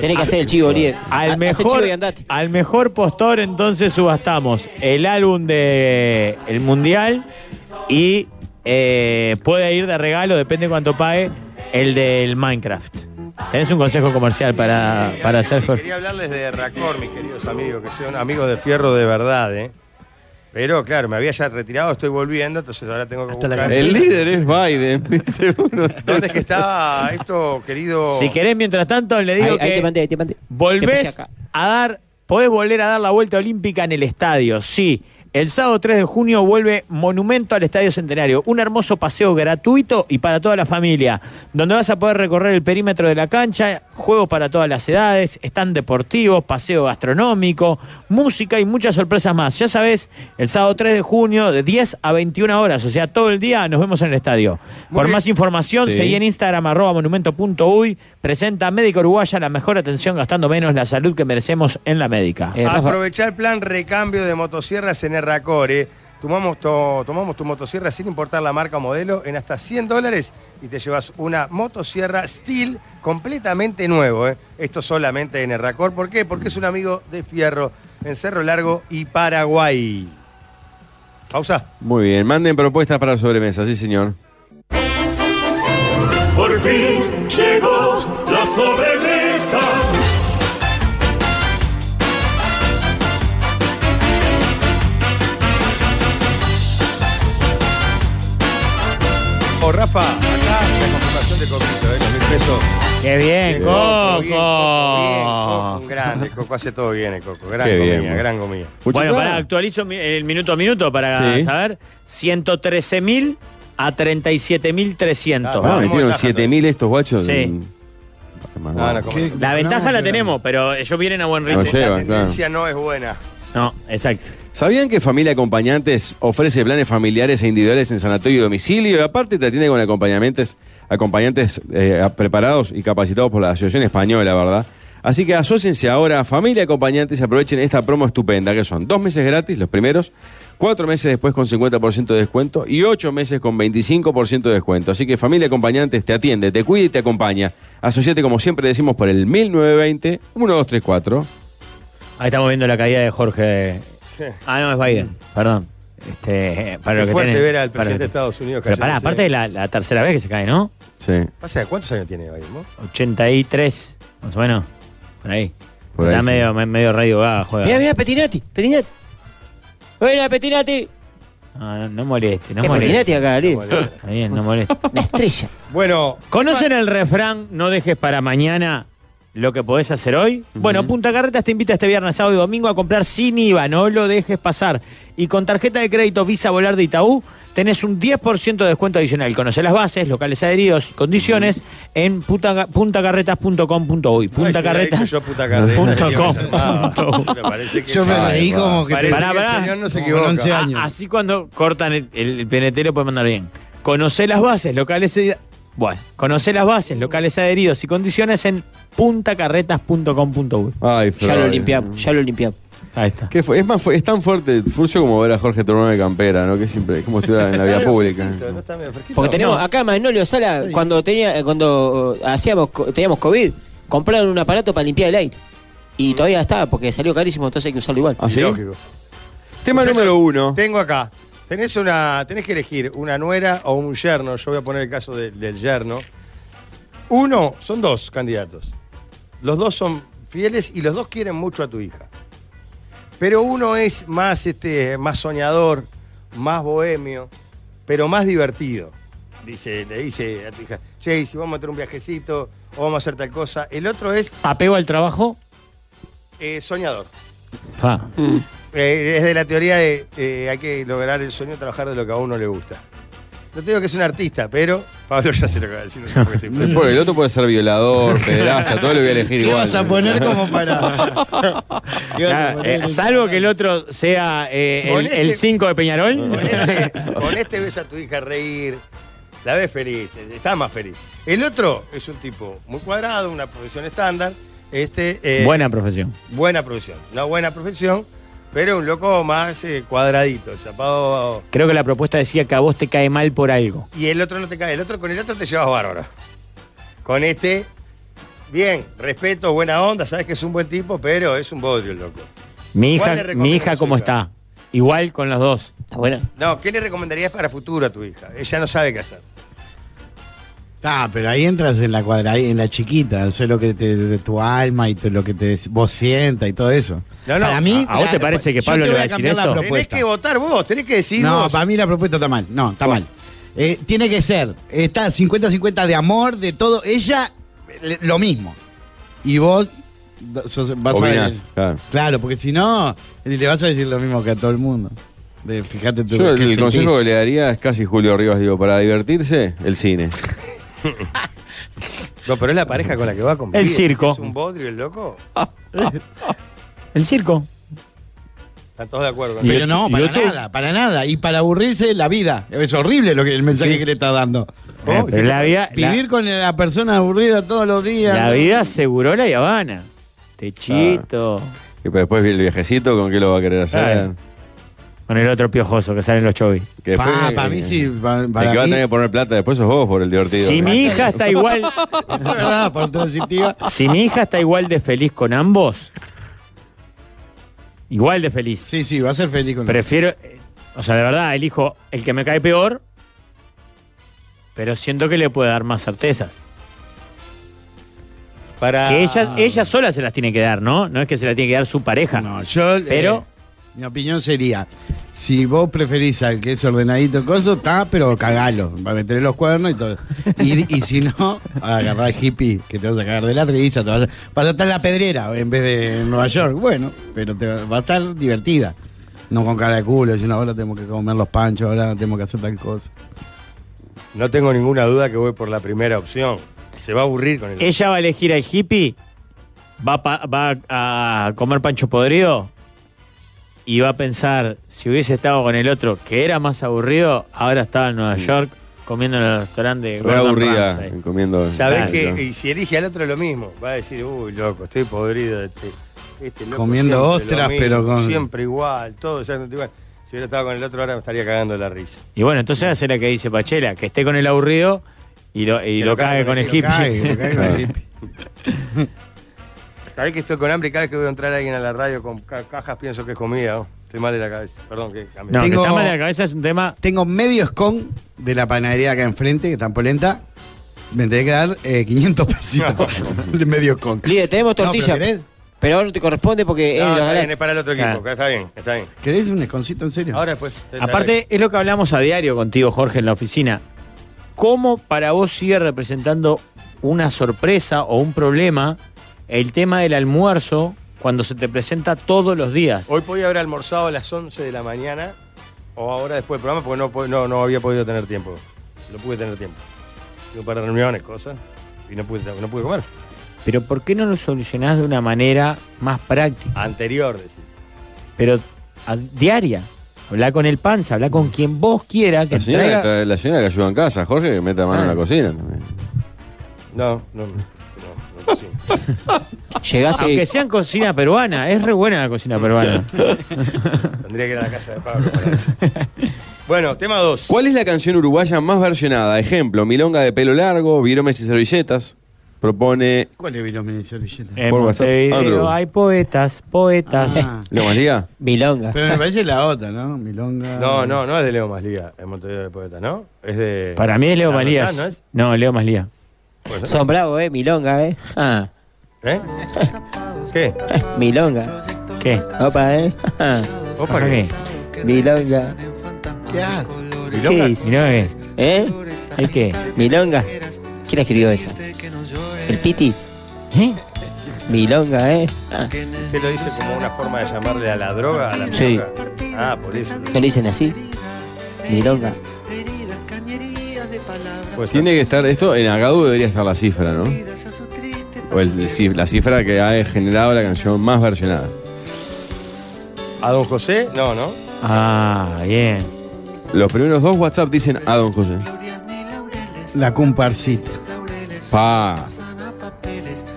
Tenés que hacer el chivo, líder. Ha- al Hace chivo mejor, y andate. al mejor postor entonces subastamos el álbum de el mundial y eh, puede ir de regalo, depende cuánto pague, el del Minecraft. ¿Tenés un consejo comercial para, para hacer? Jorge? Quería hablarles de Racor, mis queridos amigos, que son amigos de fierro de verdad, ¿eh? Pero claro, me había ya retirado, estoy volviendo, entonces ahora tengo que Hasta la buscar. El líder es Biden, dice uno. ¿Dónde es que estaba esto, querido? Si querés, mientras tanto, le digo Ahí, ahí que te mandé, ahí te mandé. Te puse volvés acá. a dar, podés volver a dar la vuelta olímpica en el estadio, sí. El sábado 3 de junio vuelve Monumento al Estadio Centenario, un hermoso paseo gratuito y para toda la familia, donde vas a poder recorrer el perímetro de la cancha, juegos para todas las edades, stand deportivos, paseo gastronómico, música y muchas sorpresas más. Ya sabes, el sábado 3 de junio de 10 a 21 horas, o sea, todo el día nos vemos en el estadio. Muy Por bien. más información, Sí. seguí en Instagram arroba monumento.uy. Presenta Médica Uruguaya la mejor atención gastando menos la salud que merecemos en la médica. Eh, Rafa, Aprovechar el plan recambio de motosierras en Erracor. eh. Tomamos, to- tomamos tu motosierra sin importar la marca o modelo en hasta 100 dólares y te llevas una motosierra Steel completamente nuevo. eh. Esto solamente en Erracor. ¿Por qué? Porque es un amigo de Fierro en Cerro Largo y Paraguay. Pausa. Muy bien, manden propuestas para la sobremesa, sí, señor. Por fin llegó la sobremesa. O Oh, Rafa, acá la confirmación de Coquito, eh, con mil pesos. ¡Qué bien, Coco, bien, Coco, bien, Coco, Coco! un grande, Coco, hace todo bien el Coco. Gran Qué comida, bien, bueno. gran comida. Bueno, Muchachos, para, actualizo mi- el minuto a minuto para Sí. saber. 113.000 a 37.300. Ah, Vamos, metieron bajando. 7000 estos guachos. Sí. Ah, en- Más No, no, bueno. como- ¿Qué? la La ventaja la tenemos, pero ellos vienen a buen ritmo. No llevan, claro. tendencia no es buena. No, exacto. ¿Sabían que Familia Acompañantes ofrece planes familiares e individuales en sanatorio y domicilio? Y aparte te atiende con acompañamientos, acompañantes eh, preparados y capacitados por la Asociación Española, ¿verdad? Así que asóciense ahora a Familia Acompañantes y aprovechen esta promo estupenda, que son dos meses gratis, los primeros, cuatro meses después con 50% de descuento y ocho meses con 25% de descuento. Así que Familia Acompañantes te atiende, te cuida y te acompaña. Asociate, como siempre decimos, por el 1920-1234. Ahí estamos viendo la caída de Jorge. Ah, no, es Biden. Perdón. Este, eh, para Qué lo que fuerte tenés- ver al para lo presidente de que- Estados Unidos. Pero cayendo, pará, ¿sí? aparte de la, la tercera vez que se cae, ¿no? Sí. Pasa, ¿Cuántos años tiene Biden? vos? 83, más o menos. Por ahí. Por ahí, Está sí. medio, me- medio radio gaga, juega. Mirá, mirá, Petinati, Petinati. Buena, Petinati. No, no, no moleste, no es moleste. Petinati acá, líder. Está bien, no moleste. La estrella. Bueno, ¿Conocen el refrán No dejes para mañana lo que podés hacer hoy? Bueno, Punta Carretas te invita este viernes, sábado y domingo a comprar sin IVA, no lo dejes pasar. Y con tarjeta de crédito Visa Volar de Itaú tenés un 10% de descuento adicional. Conoce las bases, locales adheridos y condiciones en punta- puntacarretas.com.uy. Punta Carretas. Yo puta carreta. Punto Dios, com. salvado. Punto. Me parece que Yo me sabe, reí guau. como que Parece te- Pará, que el pará. señor no se Como con equivoca. 11 Ah, años. así cuando cortan el, el, penetero puede mandar bien. Conoce las bases, locales. adi- Bueno, conoce las bases, locales adheridos y condiciones en puntacarretas.com.uy. Ay, Ya lo Flor. limpiamos, ya lo limpiamos. Ahí está. ¿Qué fue? Es, más, fu- es tan fuerte Furcio como ver a Jorge Tornón de Campera, ¿no? Que siempre, es como estuviera en la vía pública. Fresquito, no está medio fresquito. Porque tenemos no. acá Magnolio Sala, cuando tenía, cuando eh, hacíamos, co- teníamos COVID, compraron un aparato para limpiar el aire. Y todavía estaba, porque salió carísimo, entonces hay que usarlo igual. ¿Ah, sí? Mm. Lógico. Tema Muchachos, número uno. Tengo acá. Tenés, una, tenés que elegir una nuera o un yerno. Yo voy a poner el caso de- del yerno. Uno, son dos candidatos. Los dos son fieles y los dos quieren mucho a tu hija. Pero uno es más, este, más soñador, más bohemio, pero más divertido. Dice, le dice a tu hija, che, si vamos a hacer un viajecito o vamos a hacer tal cosa. El otro es Apego al trabajo. eh, soñador. Fa. Eh, es de la teoría de eh, hay que lograr el sueño trabajar de lo que a uno le gusta. No te digo que es un artista, pero Pablo ya se lo acaba de decir. no sé por qué estoy- Por el otro puede ser violador, pederasta, todo lo voy a elegir ¿Qué igual. vas a poner como para.? ¿Qué vas a Claro, poner? eh, salvo que el otro sea eh, el- Ponete- el 5 de Peñarol. Con este, con este ves a tu hija reír, La ves feliz, está más feliz. El otro es un tipo muy cuadrado, una profesión estándar. Este, eh, Buena profesión. buena profesión. Una buena profesión, pero un loco más eh, cuadradito, chapado. Creo que la propuesta decía que a vos te cae mal por algo. Y el otro no te cae. El otro con el otro te llevas bárbaro. Con este, bien, respeto, buena onda, sabes que es un buen tipo, pero es un bodrio el loco. Mi ¿Cuál le hija, recomiendas mi hija a su ¿cómo hija? está? Igual con los dos. Está buena. No, ¿qué le recomendarías para futuro a tu hija? Ella no sabe qué hacer. Ah, pero ahí entras en la cuadra, ahí en la chiquita, hacer lo que te, de tu alma y te- lo que te, vos sientas y todo eso. No, no, para mí, ¿a- a vos te parece que yo Pablo te le voy va a decir cambiar la eso? Tenés Tenés propuesta. que votar vos, tenés que decir No, vos. para mí la propuesta está mal. No, está mal. Eh, tiene que ser, está 50-50 de amor, de todo. Ella, le- lo mismo. Y vos do- sos- vas Opinás, a claro. Claro, porque si no, le vas a decir lo mismo que a todo el mundo. De, fíjate tú. Yo qué el sentís. consejo que le daría es casi Julio Rivas, digo, para divertirse, el cine. No, pero es la pareja con la que va a convivir. El circo. ¿Es un bodrio el loco? El circo. Están todos de acuerdo. Pero no, para YouTube. nada, para nada. Y para aburrirse la vida. Es horrible lo que el mensaje que le está dando. Eh, Oh, pero la vida, la- Vivir con la persona aburrida todos los días. la vida aseguró la Habana. Ah, Techito. Que pues después el viejecito, ¿con qué lo va a querer hacer? Claro. Con el otro piojoso que sale en los chovis. Que después- Pa, para mí sí, pa- El para que va a mí- tener que poner plata después sos vos por el divertido. Si mi hija está igual, Es verdad, por transitiva. si mi hija está igual de feliz con ambos, igual de feliz. Sí, sí, va a ser feliz con Prefiero, eh, o sea, de verdad, elijo el que me cae peor, pero siento que le puede dar más certezas. Para... Que ella, ella sola se las tiene que dar, ¿no? No es que se las tiene que dar su pareja. No, yo. eh, Pero- mi opinión sería: si vos preferís al que es ordenadito, coso, está, pero cagalo. Va a meter los cuernos y todo. Y, y si no, agarrar hippie, que te vas a cagar de la risa. Te vas, a, vas a estar en la pedrera en vez de en Nueva York. Bueno, pero te va, va a estar divertida. No con cara de culo, diciendo ahora tenemos que comer los panchos, ahora tenemos que hacer tal cosa. No tengo ninguna duda que voy por la primera opción. Se va a aburrir con el Ella va a elegir al hippie, va, a pa- va a comer pancho podrido y va a pensar, si hubiese estado con el otro, que era más aburrido, ahora estaba en Nueva York comiendo en el restaurante de Mm. Re Gordon aburrida Ramsay. comiendo. Sabés Claro. que, y si elige al otro lo mismo, va a decir, uy, loco, estoy podrido. de Este, este loco Comiendo siempre lo ostras, mismo, pero con- Siempre igual, todo exactamente igual. Si hubiera estado con el otro ahora me estaría cagando de la risa. Y bueno, entonces hace la que dice Pachela, que esté con el aburrido y lo, y Que lo lo cague cague, con el que lo hippie. Cague, cague con el hippie. Cada vez que estoy con hambre y cada vez que voy a entrar alguien a la radio con ca- cajas pienso que es comida. oh. Estoy mal de la cabeza. Perdón que cambié. No, que Tengo- está mal de la cabeza es un tema... Tengo medio scone de la panadería acá enfrente, que está en Polenta. Me tenés que dar eh, 500 pesitos de medio scone. Líder, tenemos No, tortilla. pero pero, querés- ahora no te corresponde porque es de No, los está bien, galanes. es para el otro equipo. Claro. Está bien, está bien. ¿Querés un esconcito en serio? Ahora después. te- te- Aparte, es lo que hablamos a diario contigo, Jorge, en la oficina. ¿Cómo para vos sigue representando una sorpresa o un problema el tema del almuerzo cuando se te presenta todos los días? Hoy podía haber almorzado a las 11 de la mañana o ahora después del programa porque no, po- no, no había podido tener tiempo. No pude tener tiempo. Tuve para reuniones, cosas. Y no pude, no pude comer. Pero ¿por qué no lo solucionás de una manera más práctica? Anterior, decís. Pero a- diaria. Habla con el panza, habla con quien vos quieras que La señora, que traiga- tra- la señora que ayuda en casa, Jorge, que meta Ah. mano en la cocina también. No, no, no. no, no, sí. Llegás y. Aunque sean cocina peruana, es re buena la cocina peruana. Tendría que ir a la casa de Pablo para eso. Bueno, tema 2. ¿Cuál es la canción uruguaya más versionada? Ejemplo, Milonga de pelo largo, Viromes y servilletas. Propone. ¿Cuál es Vilón Ministerio Billeta? Eh, En Por WhatsApp, Montevideo Andrew. hay poetas, poetas. Ah, ¿Lo más liga? Milonga. pero me parece la otra, ¿no? Milonga. Ah. No, no, no es de Leo Maslía, es Montevideo de Poeta, ¿no? Es de. Para mí es Leo Ah, no, Malías. ¿no es? Pues No, Leo Malías. Son bravos, eh, Milonga, eh. Ah, ¿Eh? ¿Qué? Milonga. ¿Qué? Opa, eh. Ah, ¿Opa ¿Qué? qué? Milonga. ¿Qué haces? ¿Qué dice? Mirá que- ¿Eh? ¿El qué? Milonga. ¿Quién escribió esa? ¿El Piti? ¿Eh? Milonga, eh. Ah, ¿Usted lo dice como una forma de llamarle a la droga? A la Sí. droga? Ah, por eso. ¿No le dicen así? Milonga. Pues Tiene que estar. Esto en Agadu debería estar la cifra, ¿no? O el- el cif- la cifra que ha generado la canción más versionada. ¿A don José? No, ¿no? Ah, bien. Los primeros dos WhatsApp dicen a don "Ah, José. La comparsita. Pa.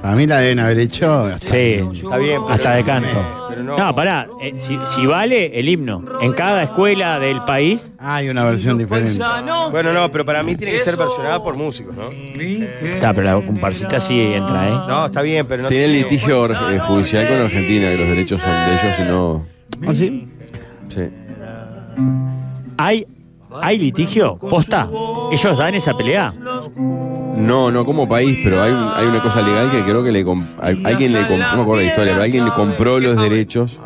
A mí la deben haber hecho. hasta- Sí, Está bien. pero hasta de no canto. me- pero no, No, pará, eh, si, si vale el himno. En cada escuela del país, Hay una versión diferente. Bueno, no, pero para mí tiene que ser versionada por músicos, ¿no? está, pero la comparsita sí entra, ¿eh? No, está bien, pero no. Tiene el litigio or- eh, judicial con Argentina, que los derechos son de ellos y no. ¿Ah, sí? Sí. ¿Hay, ¿Hay litigio? ¿Posta? ¿Ellos dan esa pelea? No, no como país, pero hay, un- hay una cosa legal que creo que le comp- al- alguien le compró, no me acuerdo la historia, pero alguien le compró los derechos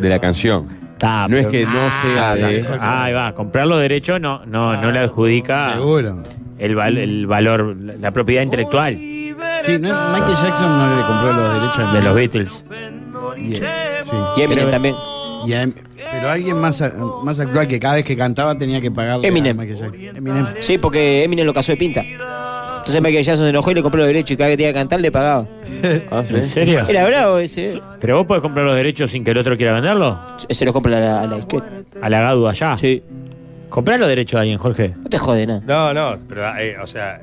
de la canción. Está, No es pero- que no sea de. Ah, ahí va, comprar los derechos no, no, no le adjudica Seguro. el, val- el valor, la la propiedad intelectual Sí, no, Michael Jackson no le compró los derechos de los Beatles. Y- sí. Y Eminem Pero- también. Y a Em- pero alguien más, a- más actual que cada vez que cantaba tenía que pagarle Eminem. a Michael Jackson. Eminem. Sí, porque Eminem lo casó de pinta. Entonces Michael Jackson se enojó y le compró los derechos y cada vez que tenía que cantar le pagaba. Ah, ¿En sí. serio? Era bravo ese. eh. Se ¿Pero vos podés comprar los derechos sin que el otro quiera venderlo? se los compra a la, a la disquera. A la GADU allá. Sí. Comprá los derechos a alguien, Jorge. No te jode nada. No, no, pero, eh, o sea,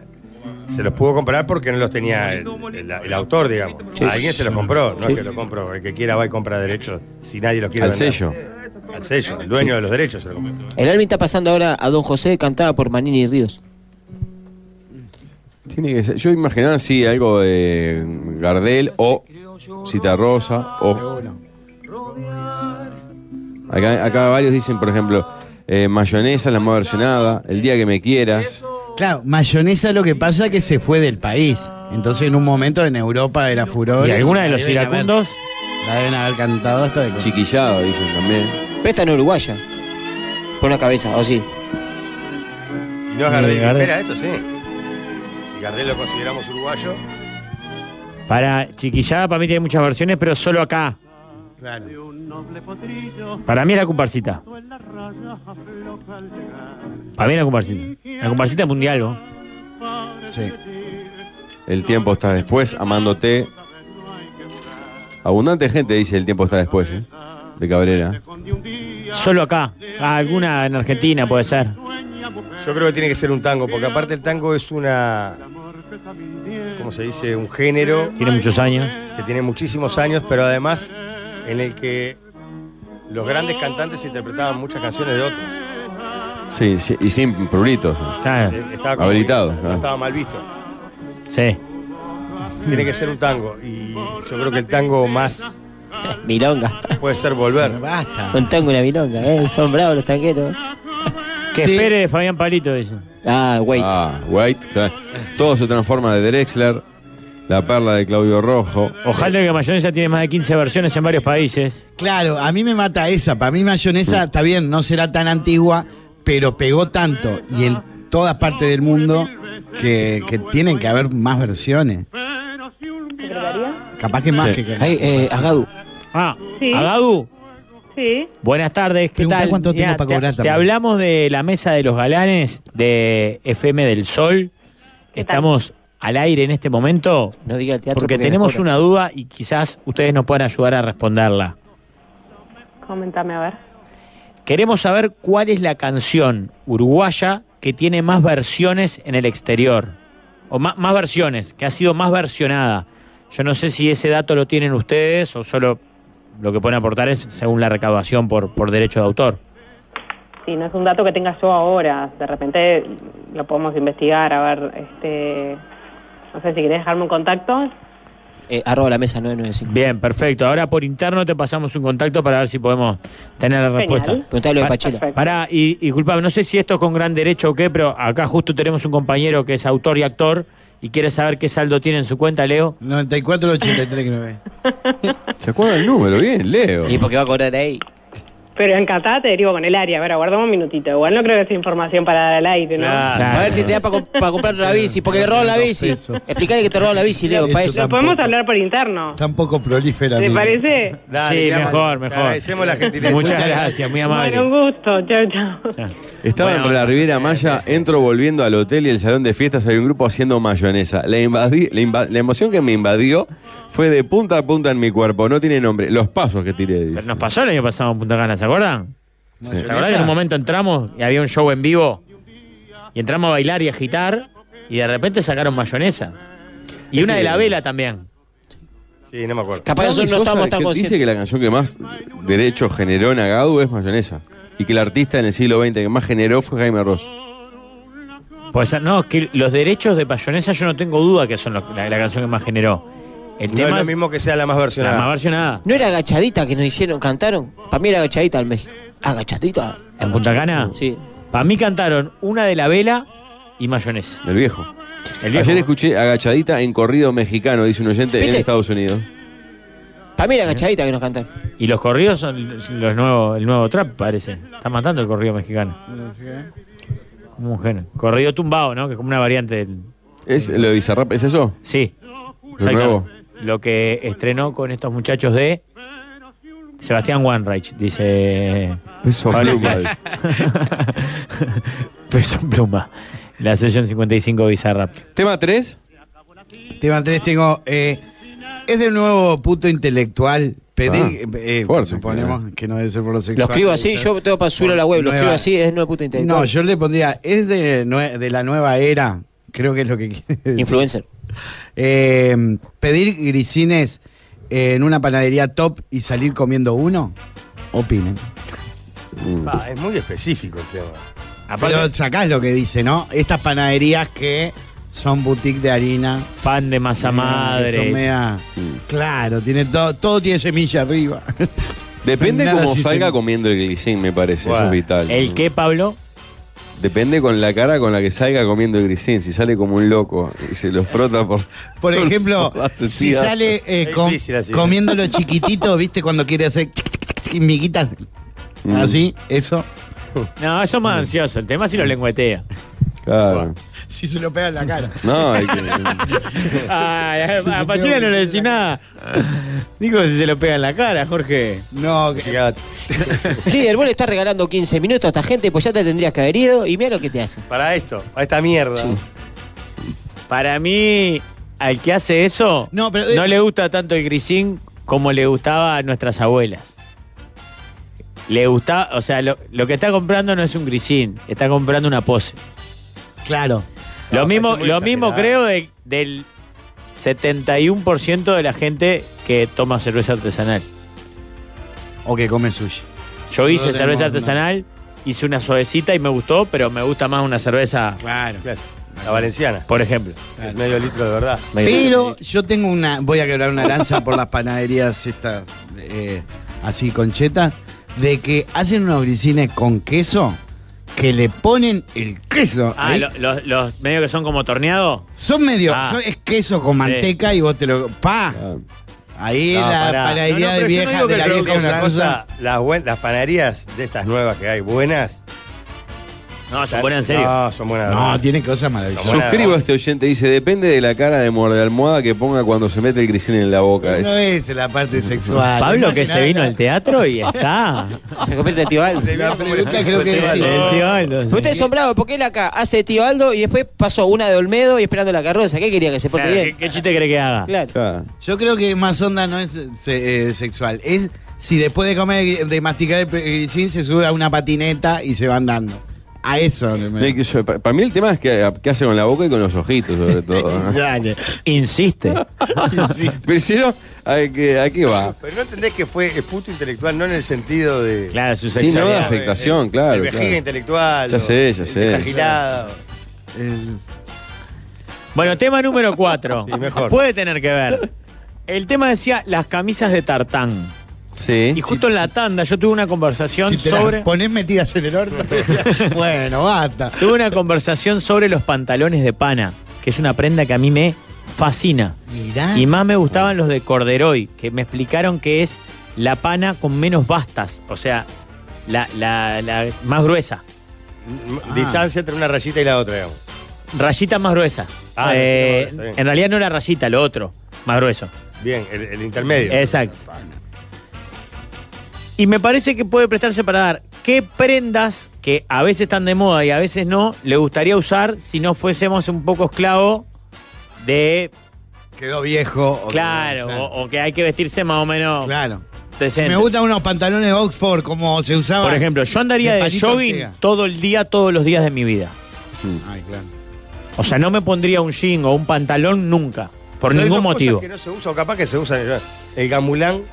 se los pudo comprar porque no los tenía el, el- el autor, digamos. Sí. Alguien se los compró, no Sí. es que lo compró. El que quiera va y compra derechos si nadie los quiere Al vender. sello. Al sello, el dueño de los derechos se lo compró. El álbum está pasando ahora a Don José cantada por Manini Ríos. Tiene que ser. Yo imaginaba así algo de Gardel o Citarrosa o. Acá, acá varios dicen, por ejemplo, eh, mayonesa, la más versionada, el día que me quieras. Claro, mayonesa lo que pasa que se fue del país. Entonces en un momento en Europa era furor. ¿Y alguna de la los deben haber- iracundos? La deben haber cantado hasta de Chiquillado, dicen también. Pero esta no es uruguaya. Por una cabeza, o sí. Y no es Gardel. Eh, Gardel. Espera, esto sí. Si Gardel lo consideramos uruguayo, Para Chiquillada, para mí tiene muchas versiones, pero solo acá. Claro. Para mí es la comparsita. Para mí es la comparsita. La comparsita es mundial, ¿no? Sí. El tiempo está después, amándote. Abundante gente dice el tiempo está después, ¿eh? De Cabrera. Solo acá. Ah, alguna en Argentina puede ser. yo creo que tiene que ser un tango, porque aparte el tango es una. ¿Cómo se dice? Un género Tiene muchos años. que tiene muchísimos años, pero además en el que los grandes cantantes interpretaban muchas canciones de otros. Sí, sí, y sin pruritos. Claro. Eh, Estaba como- Habilitado, ah. no claro. estaba mal visto. Sí. Tiene que ser un tango. Y yo creo que el tango más Milonga. puede ser Pero volver. basta. Un tango y una milonga, ¿eh? Son bravos los tanqueros. Que Sí. espere Fabián Palito, dice. Ah, wait. Ah, White, claro. Todo se transforma de Drexler, la perla de Claudio Rojo. Ojalá que Mayonesa tiene más de 15 versiones en varios países. Claro, a mí me mata esa. Para mí mayonesa, está bien, no será tan antigua, pero pegó tanto y en todas partes del mundo que, que tienen que haber más versiones. Capaz que más Sí. que... Ay, eh, Agadu. Ah, Sí. Agadu. Sí. Buenas tardes, ¿qué Preguntá tal? cuánto tengo para te- cobrar te, también. hablamos de la mesa de los galanes de FM del Sol. ¿Qué tal? Estamos al aire en este momento No diga el teatro. porque nos tenemos cobran. una duda y quizás ustedes nos puedan ayudar a responderla. Comentame, a ver. Queremos saber cuál es la canción uruguaya que tiene más versiones en el exterior. O ma- más, versiones, que ha sido más versionada. Yo no sé si ese dato lo tienen ustedes o solo lo que pueden aportar es según la recaudación por, por derecho de autor. Sí, no es un dato que tenga yo ahora. De repente lo podemos investigar, a ver, este... No sé si querés dejarme un contacto. Eh, arroba la mesa 995. Bien, perfecto. Ahora por interno te pasamos un contacto para ver si podemos tener la respuesta. Genial. Preguntale lo de Pa- Pachela. Perfecto. Pará, y, y disculpame, no sé si esto es con gran derecho o qué, pero acá justo tenemos un compañero que es autor y actor y quiere saber qué saldo tiene en su cuenta, Leo. 94, 83, creo que es. ¿Se acuerda el número? Bien, Leo. Y porque va a cobrar ahí. Pero encantada te derivo con el área. A ver, aguardame un minutito. Igual no creo que sea información para dar al aire, ¿no? Claro. A ver si te da para comprar la bici, porque le roban la bici. Dos pesos. Explicale que te roban la bici, Leo, Esto para Lo eso. tampoco. podemos hablar por interno. Está un poco prolífera. ¿Te mi- parece? Dale, sí, te amo. mejor, mejor. Agradecemos la gentileza. Muchas gracias, muy amable. Bueno, un gusto. Chao, chao. Estaba Bueno, en la Riviera Maya, entro volviendo al hotel y el salón de fiestas había un grupo haciendo mayonesa. La, invadí- la, inva- la emoción que me invadió fue de punta a punta en mi cuerpo. No tiene nombre. Los pasos que tiré. dice. Pero nos pasó el año pasado en Punta Cana, ¿se acuerdan? Sí. ¿Se acuerdan que en un momento entramos y había un show en vivo? y entramos a bailar y agitar y de repente sacaron mayonesa. Y una de la vela también. Sí, no me acuerdo. Capaz Charlie nosotros no Sosa, estamos tan que conscientes. Dice que la canción que más derecho generó en Agadu es Mayonesa. Y que el artista en el siglo XX que más generó fue Jaime Ross. Pues no, es que los derechos de mayonesa yo no tengo duda que son lo- la, la canción que más generó. El No es tema lo es mismo que sea la más la versionada. más versionada. ¿No era agachadita que nos hicieron, cantaron? Para mí era agachadita al México. ¿Agachadita? ¿En Punta Cana? Sí. Para mí cantaron una de la vela y mayonesa. Del viejo. El viejo. Ayer escuché agachadita en corrido mexicano, dice un oyente en ¿Viste? Estados Unidos. Para mí era agachadita que nos cantaron. Y los corridos son los nuevos, el nuevo trap, parece. Está matando el corrido mexicano. Como un genio. Corrido tumbado, ¿no? Que es como una variante del. ¿Es lo de Bizarrap? ¿Es eso? Sí. ¿Lo nuevo? Lo que estrenó con estos muchachos de. Sebastián Wanreich, dice. Peso Pablo pluma. Peso pluma. La sesión 55 Bizarrap. Tema 3. Tema 3 tengo. eh, es de nuevo puto intelectual. Pedir. Ah, eh, fuerte, suponemos que no debe ser por lo sexual. ¿eh? Lo escribo debe así, ser. yo tengo para subirlo a la web, lo Nueva. escribo así, es una puta No, intelectual. yo le pondría. Es de, nue- de la nueva era. Creo que es lo que quiere decir. Influencer. Eh, pedir grisines eh, en una panadería top y salir comiendo uno. Opinen. Pa, es muy específico el tema. Pero sacás lo que dice, ¿no? Estas panaderías que son boutique de harina. Eh, Pan de masa Son madre. mea- Claro, tiene todo, todo tiene semilla arriba. Depende Nada cómo sí, salga sí. comiendo el grisín, me parece. eso Bueno, es vital. ¿El qué, Pablo? Depende con la cara con la que salga comiendo el grisín. Si sale como un loco y se lo frota por. Por ejemplo, por la si cecida. sale eh, Es com- difícil así. comiéndolo chiquitito, ¿viste? Cuando quiere hacer miguitas. Mm. Así, eso. No, eso es más ansioso. El tema si lo lengüetea. Claro. Si se lo pega en la cara. No, hay que. Ay, a a Pachela no le decís nada. Digo, si se lo pega en la cara, Jorge. No, que- Líder, vos le estás regalando 15 minutos a esta gente, pues ya te tendrías que haber ido y mira lo que te hace. Para esto, para esta mierda. Sí. Para mí, al que hace eso, No, no, pero- eh, le gusta tanto el grisín como le gustaba a nuestras abuelas. Le gusta, o sea, lo, lo que está comprando no es un grisín, está comprando una pose. claro. Lo No, mismo, parece muy lo mismo creo exagerado. de- del 71% de la gente que toma cerveza artesanal. O que come sushi. Yo hice tenemos, cerveza no. artesanal, hice una suavecita y me gustó, pero me gusta más una cerveza, Claro. Claro, La valenciana. por ejemplo. Es medio litro de verdad. Pero yo tengo una. Voy a quebrar una lanza por las panaderías estas, eh, así conchetas, de que hacen unos grisines con queso que le ponen el queso. Ah, ahí. lo- los, los medio que son como torneados. Son medio. Ah. son- es queso con manteca y vos te lo. ¡Pa! Ahí No, la pará. panadería No, no, de, pero yo vieja, no digo de que la el vieja producto es una usanza. cosa, las, buen- las panaderías de estas nuevas que hay, buenas. No, se ponen en serio. No, son buenas. No, tiene cosas maravillosas. Buena Suscribo a voz. este oyente, dice, depende de la cara de muerde almohada que ponga cuando se mete el grisín en la boca. Es- No es la parte sexual. Pablo que se vino al el teatro y está. Se convierte en tío Aldo. La pregunta creo que El sí. tío Aldo. Pero Ustedes son bravos, porque él acá hace de tío Aldo y después pasó una de Olmedo y esperando la carroza. ¿Qué quería que se porte Claro, ¿qué, bien? qué chiste cree que haga? Claro. Claro. Yo creo que más onda no es se- eh, sexual. Es si después de comer, de masticar el pe- grisín, se sube a una patineta y se va andando. A eso. le me- No hay que- yo- pa- Para mí el tema es que, que hace con la boca y con los ojitos, sobre todo. ¿no? Dale. Insiste. Pero si no, ¿a qué, a qué va? Pero no entendés que fue eh, puto intelectual, no en el sentido de. eh, Claro, su Sí, no sexualidad. da fe. afectación, claro, El vejiga claro. intelectual. Ya o sé, ya el sé. tragilado. El- Bueno, tema número 4. Sí, mejor. Puede tener que ver. El tema decía las camisas de tartán. Sí. Y justo en la tanda yo tuve una conversación si te las sobre. pones metidas en el orto. bueno, basta. Tuve una conversación sobre los pantalones de pana, que es una prenda que a mí me fascina. Mirá. Y más me gustaban los de corderoy, que me explicaron que es la pana con menos bastas, o sea, la, la- la más gruesa, M- Ah. Distancia entre una rayita y la otra, digamos. rayita más gruesa. Ah, Eh, rayita más gruesa, bien. en realidad no la rayita, lo otro, más grueso. Bien, el, el intermedio. Ah, Exacto. Y me parece que puede prestarse para dar qué prendas que a veces están de moda y a veces no, le gustaría usar si no fuésemos un poco esclavo de, Quedó viejo. o- claro, O, o que hay que vestirse más o menos Claro. Si decente. me gustan unos pantalones Oxford como se usaban. Por ejemplo, yo andaría de de palito jogging Ortega. todo el día, todos los días de mi vida. Ay, claro. O sea, no me pondría un jean o un pantalón nunca. Por Pero hay ningún dos cosas motivo. que no se usa, o capaz que se usan. El gamulán.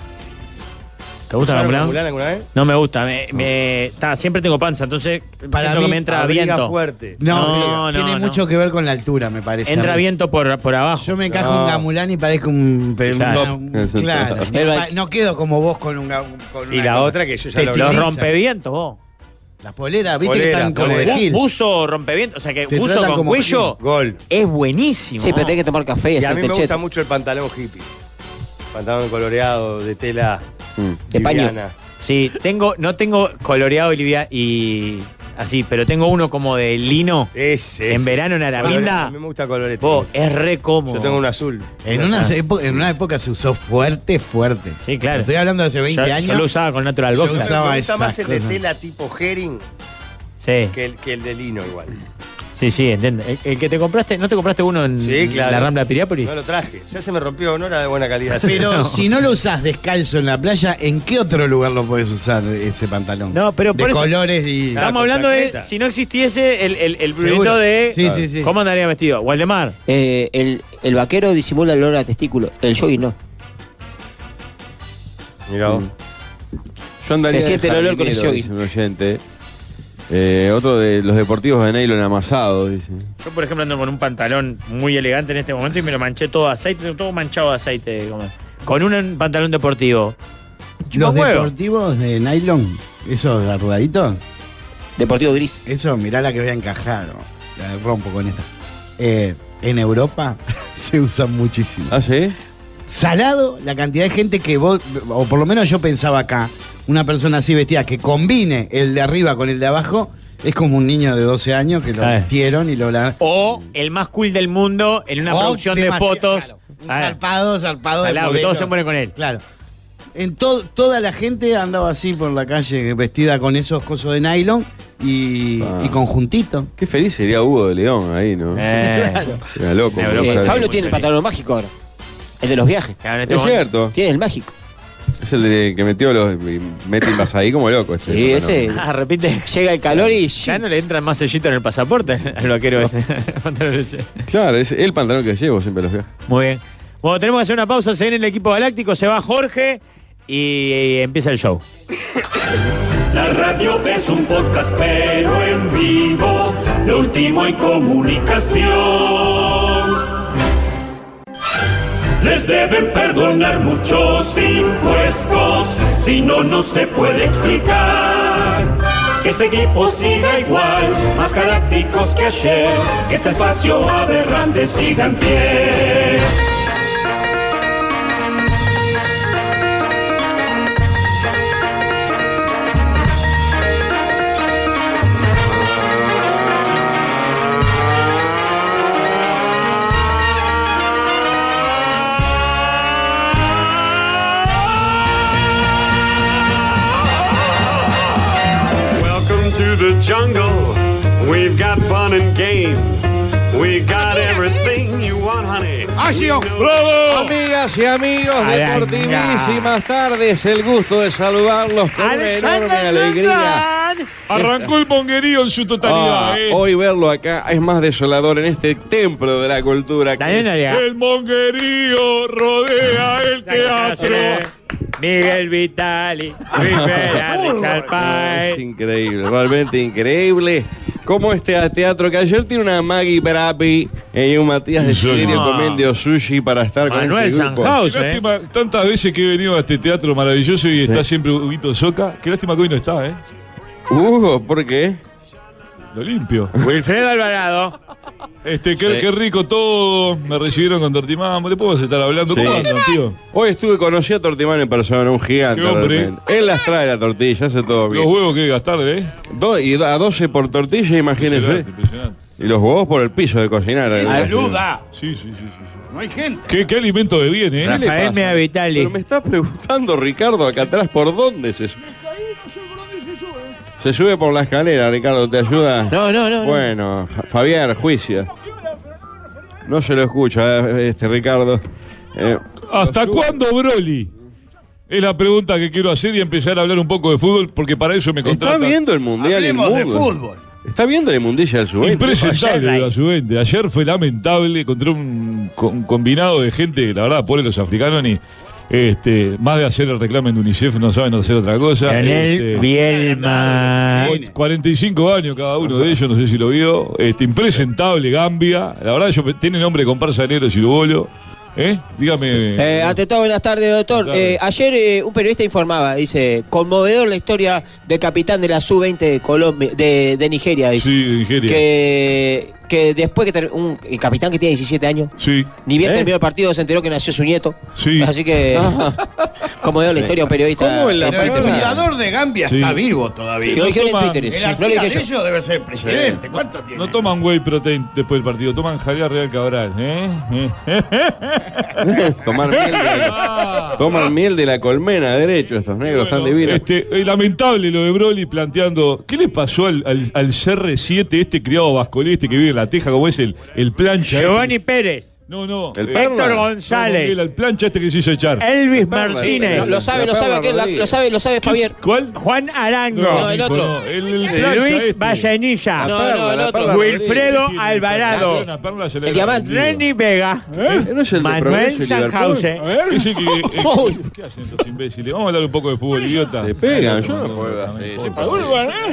¿Te gusta el ¿Usaron gamulán? gamulán alguna vez? No me gusta. Me, me- ta, siempre tengo panza, entonces Para siento mí, que me entra abriga viento. fuerte. No, No, tiene no, no. mucho que ver con la altura, me parece. a Entra mí. viento por, por abajo. Yo me encajo No. un gamulán y parezco un. pe- Claro. una- un- claro. El No, ba- no quedo como vos con un. ga- con Y una la cosa. otra que yo ya Te lo tira- hablé. Los Utiliza. rompevientos, vos. Las poleras, viste Polera, que están como de polera. gil. Buzo rompevientos. O sea que Te buzo tratan Eh, con como cuello Gol. es buenísimo. Sí, pero tenés que tomar café y Y a mí hacerte me el gusta cheto. mucho el pantalón hippie. Pantalón coloreado, de tela. De paño. liviana. Sí, tengo, no tengo coloreado y livia- y así, pero tengo uno como de lino. Ese. En ese. verano en Colorete, Araminda. A mí me gusta colorete. Vos, es re cómodo. Yo tengo un azul. En una, época, en una época se usó fuerte, fuerte. Sí, claro. Estoy hablando de hace 20 Yo- años. Yo lo usaba con Natural Yo Box. usaba- Me gusta esas más el de cosas. tela tipo herring Sí, que el, que el de lino igual. sí, sí, entiendo. El, el que te compraste, ¿no te compraste uno en Sí, claro. la Rambla Piriápolis? No lo traje. Ya se me rompió, no era de buena calidad. Pero si no lo usás descalzo en la playa, ¿en qué otro lugar lo podés usar ese pantalón? No, pero de por eso- colores Ah, y. Estamos con hablando de chaqueta. si no existiese el, el, el brulito Seguro. de. Sí, sí, sí. ¿Cómo andaría vestido? Waldemar. Eh, el, el vaquero disimula el olor a testículo, el jogging no. Mirá Mm. vos. Yo andaría Se de siente el olor con el jogging. jardinero, dice un oyente. Eh, otro de los deportivos de nylon amasado, dice. Yo, por ejemplo, ando con un pantalón muy elegante en este momento y me lo manché todo de aceite, todo manchado de aceite. como- Con un pantalón deportivo. Los Chupa huevo. deportivos de nylon, esos arrugaditos, Deportivo gris. eso mirá la que voy a encajar. ¿no? La rompo con esta. Eh, en Europa se usan muchísimo. ¿Ah, sí? Salado la cantidad de gente que vos, o por lo menos yo pensaba acá, una persona así vestida que combine el de arriba con el de abajo, es como un niño de 12 años que lo eh. Ah. metieron y lo la- O el más cool del mundo en una O producción de demasiado- fotos. claro, un A ver, zarpado, zarpado. de salado, que modelo. todos se mueren con él. Claro. En to- toda la gente andaba así por la calle vestida con esos cosos de nylon y, Ah. y conjuntito. Qué feliz sería Hugo de León ahí, ¿no? Eh, Era loco. Europa ¿no? Eh, Pero Claro. sí, Pablo muy tiene feliz. el pantalón mágico ahora. El de los viajes. claro, en este Es momento- Oh. cierto. Tiene el mágico. Es el de que metió los. y Mete invas ahí como loco. Ese, Sí, ¿no? ese. Ah, repite. Llega el calor y. Ya no le entran más sellitos en el pasaporte al vaquero ese. Pantalón ese. Claro, es el pantalón que llevo siempre a los viajes. Muy bien. Bueno, tenemos que hacer una pausa. Se viene el equipo galáctico, se va Jorge y empieza el show. La radio es un podcast, pero en vivo, lo último en comunicación. Les deben perdonar muchos impuestos, si no, no se puede explicar. Que este equipo siga igual, más galácticos que ayer, que este espacio aberrante siga en pie. Welcome to the jungle. We've got fun and games. We got everything you want, honey. oh! Amigas y amigos Aranga. deportivísimas tardes, el gusto de saludarlos con una enorme alegría. Arrancó el bonguerío en su totalidad, Ah, eh. hoy verlo acá es más desolador en este templo de la cultura. que Daniel es- Noriega. El monguerío rodea el teatro. eh. Miguel Vitali, Ah. Rivera, Es increíble, realmente increíble. Como este teatro que ayer tiene una Maggie Brapi y un Matías de Siderio No. comiendo sushi para estar con Manuel este grupo. Sanjaus, Qué ¿eh? lástima, tantas veces que he venido a este teatro maravilloso y está siempre Huguito Soca. Qué lástima que hoy no está, ¿eh? Hugo, ¿por qué? Lo limpio. Wilfredo Alvarado. Este, qué, qué rico todo. Me recibieron con Tortimamo. ¿Le podemos estar hablando? Sí. ¿Cómo andan, tío? Hoy estuve, conocí a Tortimán en persona, un gigante. Qué hombre. realmente. Él las trae la tortilla, hace todo Los bien. huevos que gastar, ¿eh? Do- y do- a 12 por tortilla, imagínense. Impresionante, impresionante. Y los huevos por el piso de cocinar. además. Sí, sí, sí. sí, sí. No hay gente. ¿Qué, qué alimento de bien, ¿eh? le Rafael Mea pasa? Pero me Vitali. está preguntando, Ricardo, acá atrás, ¿por dónde se sube? Se sube por la escalera, Ricardo, ¿te ayuda? No, no, no. no. Bueno, Fa- Fabián, juicio. No se lo escucha, eh, este Ricardo. Eh, ¿Hasta cuándo, Broly? Es la pregunta que quiero hacer y empezar a hablar un poco de fútbol, porque para eso me está contratan. viendo el mundial y el Hablemos de mundo. fútbol. Está viendo la inmundicia del sub-20. Impresentable de la sub-20. Ayer fue lamentable contra un, co- un combinado de gente, la verdad, pobre los africanos ni. Este, más de hacer el reclamo de UNICEF, no saben hacer otra cosa. Leonel Este, Bielma. Cu- 45 años cada uno de ellos, no sé si lo vio. Este, impresentable Gambia. La verdad, ellos tiene nombre de comparsa negro Silubolo. ¿Eh? Dígame. Eh, ante todo, buenas tardes, doctor. Eh, ayer eh, un periodista informaba, dice, conmovedor la historia del capitán de la sub-20 de Colombia, de, de Nigeria, dice. Sí, de Nigeria. Que, que después que ter- un el capitán que tiene 17 años, Sí. ni bien ¿Eh? terminó el partido, se enteró que nació su nieto. Sí. Así que, conmovedor la historia, un periodista. ¿Cómo el de parte administrador de Gambia Sí. está vivo todavía? Lo dijeron en Toma- Twitter eso. El No lo artista dije yo. de ellos debe ser presidente. ¿Cuánto tiene? No toman whey protein después del partido, toman jalea real cabral. ¿eh? Tomar miel de Ah. la, toman miel de la colmena, derecho, estos negros tan divinos. Este, eh, lamentable lo de Broly planteando. ¿Qué le pasó al, al- al CR7, este criado vascolí, este que vive en la teja, como es el, el plancha? Giovanni este? Pérez. No, no. El eh, Perla. Héctor no, González. no, el plancha este que se hizo echar. Elvis La Perla, Martínez. la- Lo sabe, la lo sabe, Perla aquel, la- Rodríguez. lo sabe, lo sabe ¿Qué- Fabier. ¿Cuál? Juan Arango. No, No, el hijo, otro. no, el- el plancha Luis este. Vallenilla. No, no, el otro. Wilfredo Sí, Alvarado. la Perla se le ¿Eh? El había diamante. vendido. Lenny Vega. ¿Eh? ¿No es el de Manuel Progreso y Sanjause. A ver, dice que- eh, ¿Qué hacen estos imbéciles? Vamos a hablar un poco de fútbol, idiota. Se pegan, yo no puedo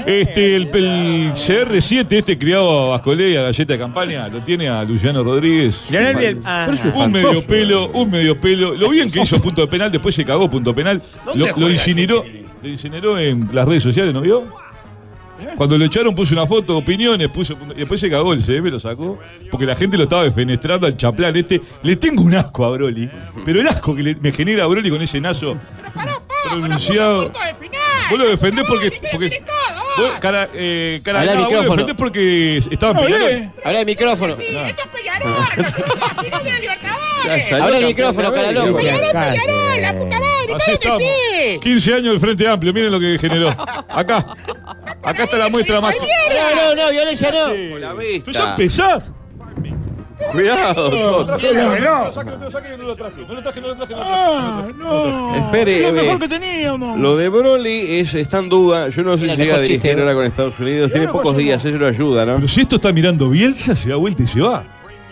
Este, el, el CR7, este criado a Vascolé y a Galleta de Campaña, lo tiene a Luciano Rodríguez. Leonel Biel- ah. Pero es un espantoso. medio pelo, un medio pelo. Lo bien que hizo punto de penal, después se cagó punto penal. Lo, lo incineró, lo incineró en las redes sociales, ¿no vio? Cuando lo echaron puso una foto, opiniones, puso punto- y después se cagó el CM, lo sacó, porque la gente lo estaba defenestrando al chaplán este. Le tengo un asco a Broly, pero el asco que le- me genera Broly con ese nazo pronunciado. Vos lo defendés porque. porque vos, cara, eh, cara, Habla al nada, vos lo micrófono. defendés porque estaban Hablé. peleando. Habla el micrófono. Ahora Habla el micrófono, cara loco. la puta madre, 15 años del Frente Amplio, miren lo que generó. Acá. Acá está la muestra más. No, no, no, violencia no. ¿Tú ya empezás? Cuidado. Ah, no. Espere, Lo mejor eh, que teníamos. Lo de Broly es, está en duda. Yo no sé Era el si llega a mejor dirigir chiste, ¿no? ahora con Estados Unidos. Tiene no pocos pasó días, eso lo ayuda, ¿no? Pero si esto está mirando Bielsa, se da vuelta y se va.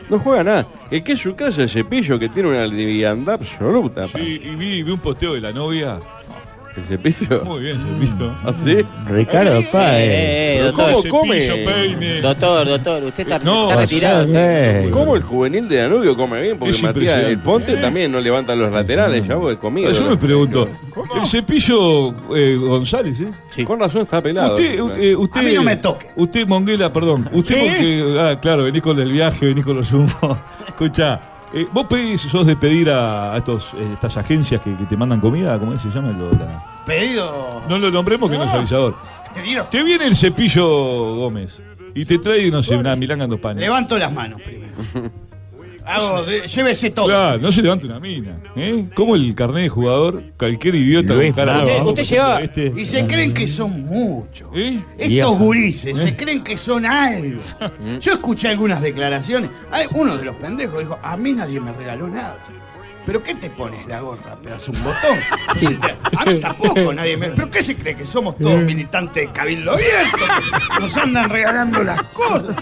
No juega nada. El que es su casa, el cepillo, que tiene una liviandad absoluta. pa. Y, y vi, vi un posteo de la novia. El cepillo. Muy bien, cepillo. ¿Así? Ricardo Eh, Páez. doctor. ¿Cómo come? Eh, Cepillo, peine. Doctor, doctor, usted está, No, está retirado. ¿Cómo el juvenil de Danubio come bien? Porque Es Matías impresionante. El Ponte también no levanta los laterales, ya vos de comida. Yo me pregunto, el cepillo eh, González, ¿eh? Con razón está pelado. Usted, eh, usted, A mí no me toque. Usted, Monguela, perdón. Usted, porque, ah, claro, venís con el viaje, venís con los humos. Escucha, vos pedís, sos de pedir a, a estos, eh, estas agencias que, que te mandan comida, ¿cómo es? se llama? Lo- la- Pedido. No lo nombremos que no, es avisador. Pedido. Te viene el cepillo Gómez y te trae, no sé, una milanga en dos panes. Levanto las manos primero. Hago, de- llévese todo. Claro, no se levanta una mina. ¿eh? Como el carnet de jugador, cualquier idiota Luis con cara Bravo. abajo, Usted- usted lleva- este, Y se creen que son muchos. ¿eh? Estos gurises se creen que son algo. Yo escuché algunas declaraciones. Hay uno de los pendejos dijo, a mí nadie me regaló nada. ¿Pero qué te pones la gorra? Pedazo un botón. A mí tampoco nadie me... ¿Pero qué se cree que somos todos militantes de Cabildo Abierto? Nos andan regalando las cosas.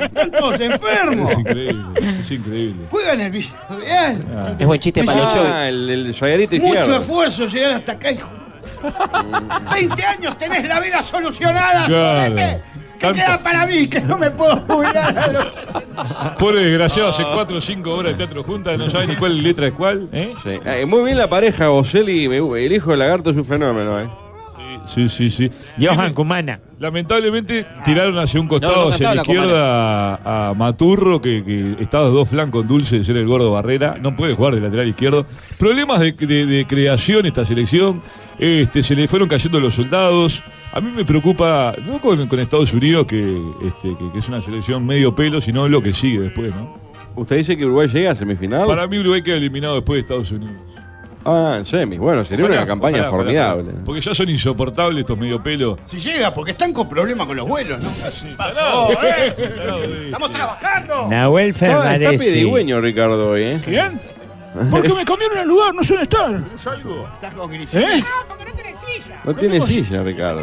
Están todos enfermos. Es increíble, es increíble. Juegan el Villa Real. Ah. Es buen chiste para los shows. Ah, el, el Sayarita Mucho izquierdo. esfuerzo llegar hasta acá, hijo. 20 años tenés la vida solucionada. Claro. jodete. ¿Qué Tanto- queda para mí? Que no me puedo jubilar a los... Pobre desgraciado, hace 4 o 5 horas de teatro juntas, no sabe ni cuál letra es cuál. ¿eh? Sí. Ah, eh, muy bien la pareja, Boselli. y me- El hijo de lagarto es un fenómeno, ¿eh? Sí, sí, sí. Johan Cumana. Lamentablemente tiraron hacia un Ah. No, costado, no hacia la cantaba la izquierda, a, a Maturro, que, que está a los dos flancos dulces de ser el gordo Barrera. No puede jugar de lateral izquierdo. Problemas de, de- de creación esta selección. Este, se le fueron cayendo los soldados. A mí me preocupa, no con, con Estados Unidos, que, este, que- que es una selección medio pelo, sino lo que sigue después, ¿no? ¿Usted dice que Uruguay llega a semifinal? Para mí Uruguay queda eliminado después de Estados Unidos. Ah, en semis. Bueno, sería Ojalá, una campaña ojalá, ojalá, formidable. ojalá. porque ya son insoportables estos medio pelos. Si llega, porque están con problemas con los vuelos, ¿no? Ah, tarado, Pasó, ¿eh? tarado, eh. ¡Estamos trabajando! Nahuel Está, está Fernández. pedigüeño Ricardo hoy, ¿eh? ¿Bien? Porque me cambiaron al lugar, no suelen estar. Estás con Griselda. ¿Eh? silla. No tiene silla, Ricardo.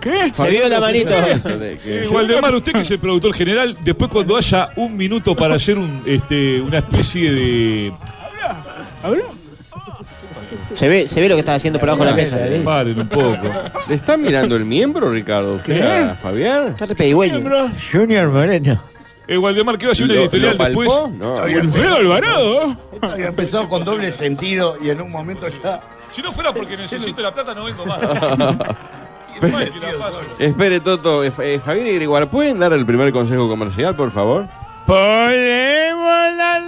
¿Qué? Se vio la manito. Eh, Waldemar, usted que es el productor general, después cuando haya un minuto para hacer un, este, una especie de. Se ve, se ve lo que está haciendo por abajo de la mesa. Paren un poco. ¿Le están mirando el miembro, Ricardo? ¿Usted ¿Qué? a Fabián? Está re pedigüeño. Junior Moreno. Eh, Waldemar, quiero hacer una ¿Lo- editorial lo palpó? después. No. Wilfredo Alvarado. Había empezado con doble sentido y en un momento ya. Si no fuera porque necesito la plata, no vengo más. Espere, espere, Toto. Eh, Fa- eh, Fabián y Grigual, ¿pueden dar el primer consejo comercial, por favor? Polémola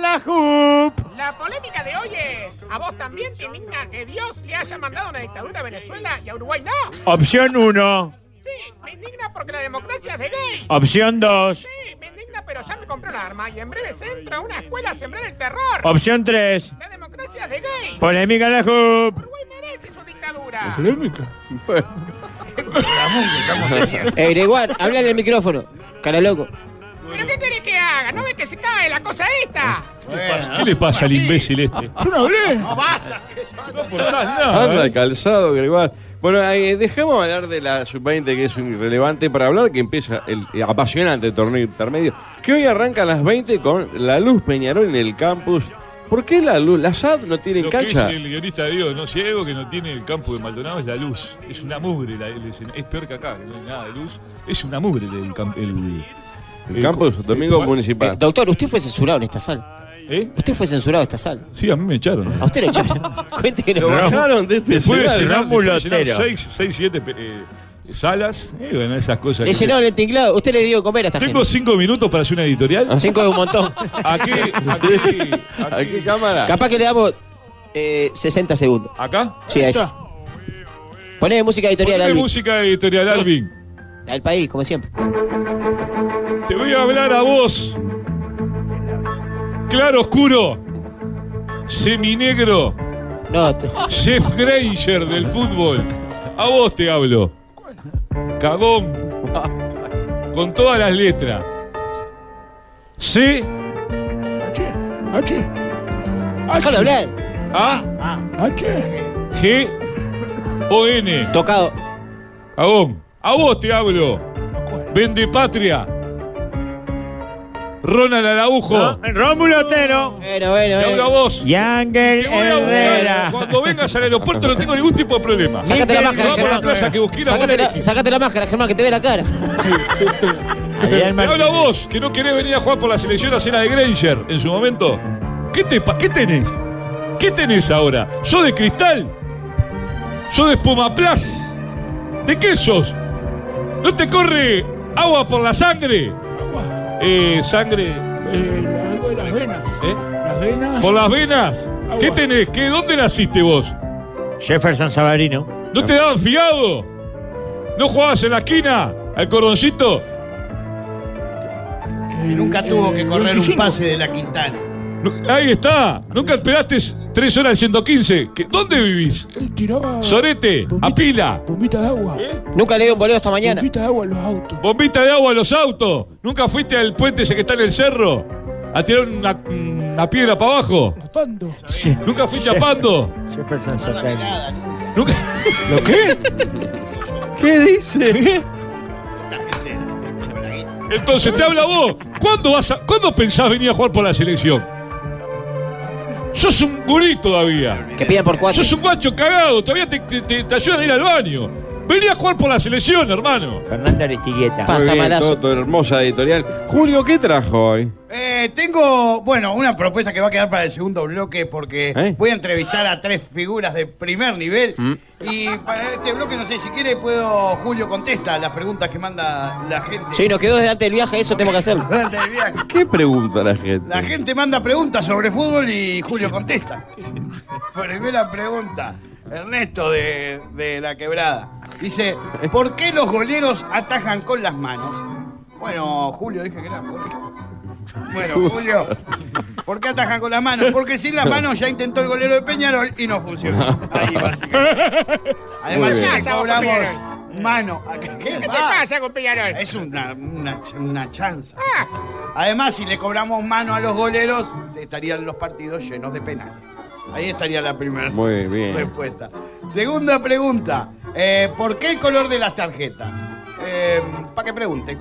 la JUP. La polémica de hoy es, ¿a vos también te indigna que Dios le haya mandado una dictadura a Venezuela y a Uruguay no? Opción 1. Sí, me indigna porque la democracia es de gays. Opción 2. Sí, me indigna, pero ya me compré un arma y en breve se entra a una escuela a sembrar el terror. Opción 3. La democracia es de gays. Polémica la JUP. Uruguay merece su dictadura. Polémica. Eh, Gregoire, habla en el micrófono. Cara loco. ¿Pero qué querés que haga? ¿No ves que se cae la cosa esta? ¿Qué le pasa al imbécil este? Yo no hablé. No, basta. Ah, Anda, calzado, Grigual. Bueno, eh, dejemos hablar de la sub-20 que es irrelevante para hablar, que empieza el eh, apasionante torneo intermedio, que hoy arranca a las 20 con la luz Peñarol en el campus. ¿Por qué la luz? ¿La SAD no tiene Lo que cancha? es el guionista de Dios, no ciego, que no tiene el campo de Maldonado, es la luz. Es una mugre, la- el escena- es peor que acá, no hay nada de luz. Es una mugre el, campo. el, El campus Domingo Municipal. Eh, Doctor, usted fue censurado en esta sala. ¿Eh? Usted fue censurado en esta sala. Sí, a mí me echaron. ¿eh? A usted lo echaron. Cuente que no. este Después de este llenar- después de llenar seis, seis, siete pe- eh, salas, eh, bueno, esas cosas. Le que- llenaron el tinglado. Usted le dio de comer a esta Tengo gente. cinco minutos para hacer una editorial. Cinco es un montón. ¿A qué, a qué- a qué- Capaz que le damos eh, 60 segundos. ¿Acá? Sí, ahí sí. Poneme música editorial, Poneme Alvin. música editorial, Alvin. Al país, como siempre. Te voy a hablar a vos. Claro oscuro. Seminegro. No. Jeff Granger del fútbol. A vos te hablo. Cagón. Con todas las letras. C. H. H. Déjalo hablar. ¿Ah? A. H. G. O. N. Tocado. Cagón. A vos te hablo. Vende patria. Ronald Araujo. Rómulo Otero. Bueno, bueno, Te hablo a vos. Y Ángel Te voy a buscar. Herrera. Cuando vengas al aeropuerto no tengo ningún tipo de problema. Sácate la Ah. máscara, Vamos a la Germán. plaza que busqué la Sácate buena la, sácate la máscara, Germán, que te ve la cara. Te hablo a vos, que no querés venir a jugar por la selección a cena de Granger en su momento. ¿Qué, te, pa- ¿Qué tenés? ¿Qué tenés ahora? ¿Sos de cristal? ¿Sos de espumaplas? ¿De qué sos? ¿No te corre agua por la sangre? Eh, sangre. Algo de las venas. ¿eh? Las venas. ¿Por las venas? ¿Qué tenés? ¿Qué, ¿Dónde naciste vos? Jefferson Sabarino. ¿No te daban fiado? ¿No jugabas en la esquina? ¿Al cordoncito? Eh, Y nunca tuvo que correr un pase de la Quintana. Nu- Ahí está. Nunca esperaste s- tres horas al 115. ¿Qué- ¿Dónde vivís? Ah. Tiraba Sorete, a pila. bombita de agua. Nunca le dio un boleo esta mañana. Bombita de agua a los autos. Bombita de agua a los autos. ¿Nunca fuiste al puente ese que está en el cerro? A tirar una, una piedra para abajo. Tapando. ¿Nunca fui chapando? Jefferson Sabarino. ¿Nunca? ¿Lo qué? ¿Qué dice? Entonces te habla vos. ¿Cuándo, vas a- ¿Cuándo pensás venir a jugar por la selección? Sos un gurí todavía. Que pida por cuatro. Sos un guacho cagado. Todavía te, te- te- te ayudan a ir al baño. Vení a jugar por la selección, hermano. Fernando Aristigueta. Muy bien, Toto, hermosa editorial. Julio, ¿qué trajo hoy? Eh, tengo, bueno, una propuesta que va a quedar para el segundo bloque porque ¿Eh? voy a entrevistar a tres figuras de primer nivel. Mm. Y para este bloque, no sé si quiere, puedo. Julio contesta las preguntas que manda la gente. Sí, nos quedó desde antes del viaje, eso tenemos que hacerlo. Durante el viaje. ¿Qué pregunta la gente? La gente manda preguntas sobre fútbol y Julio contesta. Primera pregunta, Ernesto de, de La Quebrada. Dice, ¿por qué los goleros atajan con las manos? Bueno, Julio, dije que era golero. Bueno, Julio, ¿por qué atajan con las manos? Porque sin las manos ya intentó el golero de Peñarol y no funcionó. Ahí, básicamente. Además, Muy bien. le cobramos mano. ¿Qué ¿Qué te va? pasa con Peñarol? Es una, una, ch- una chanza. Ah. Además, si le cobramos mano a los goleros, estarían los partidos llenos de penales. Ahí estaría la primera Muy bien. respuesta. Segunda pregunta. eh, ¿Por qué el color de las tarjetas? Para que pregunten.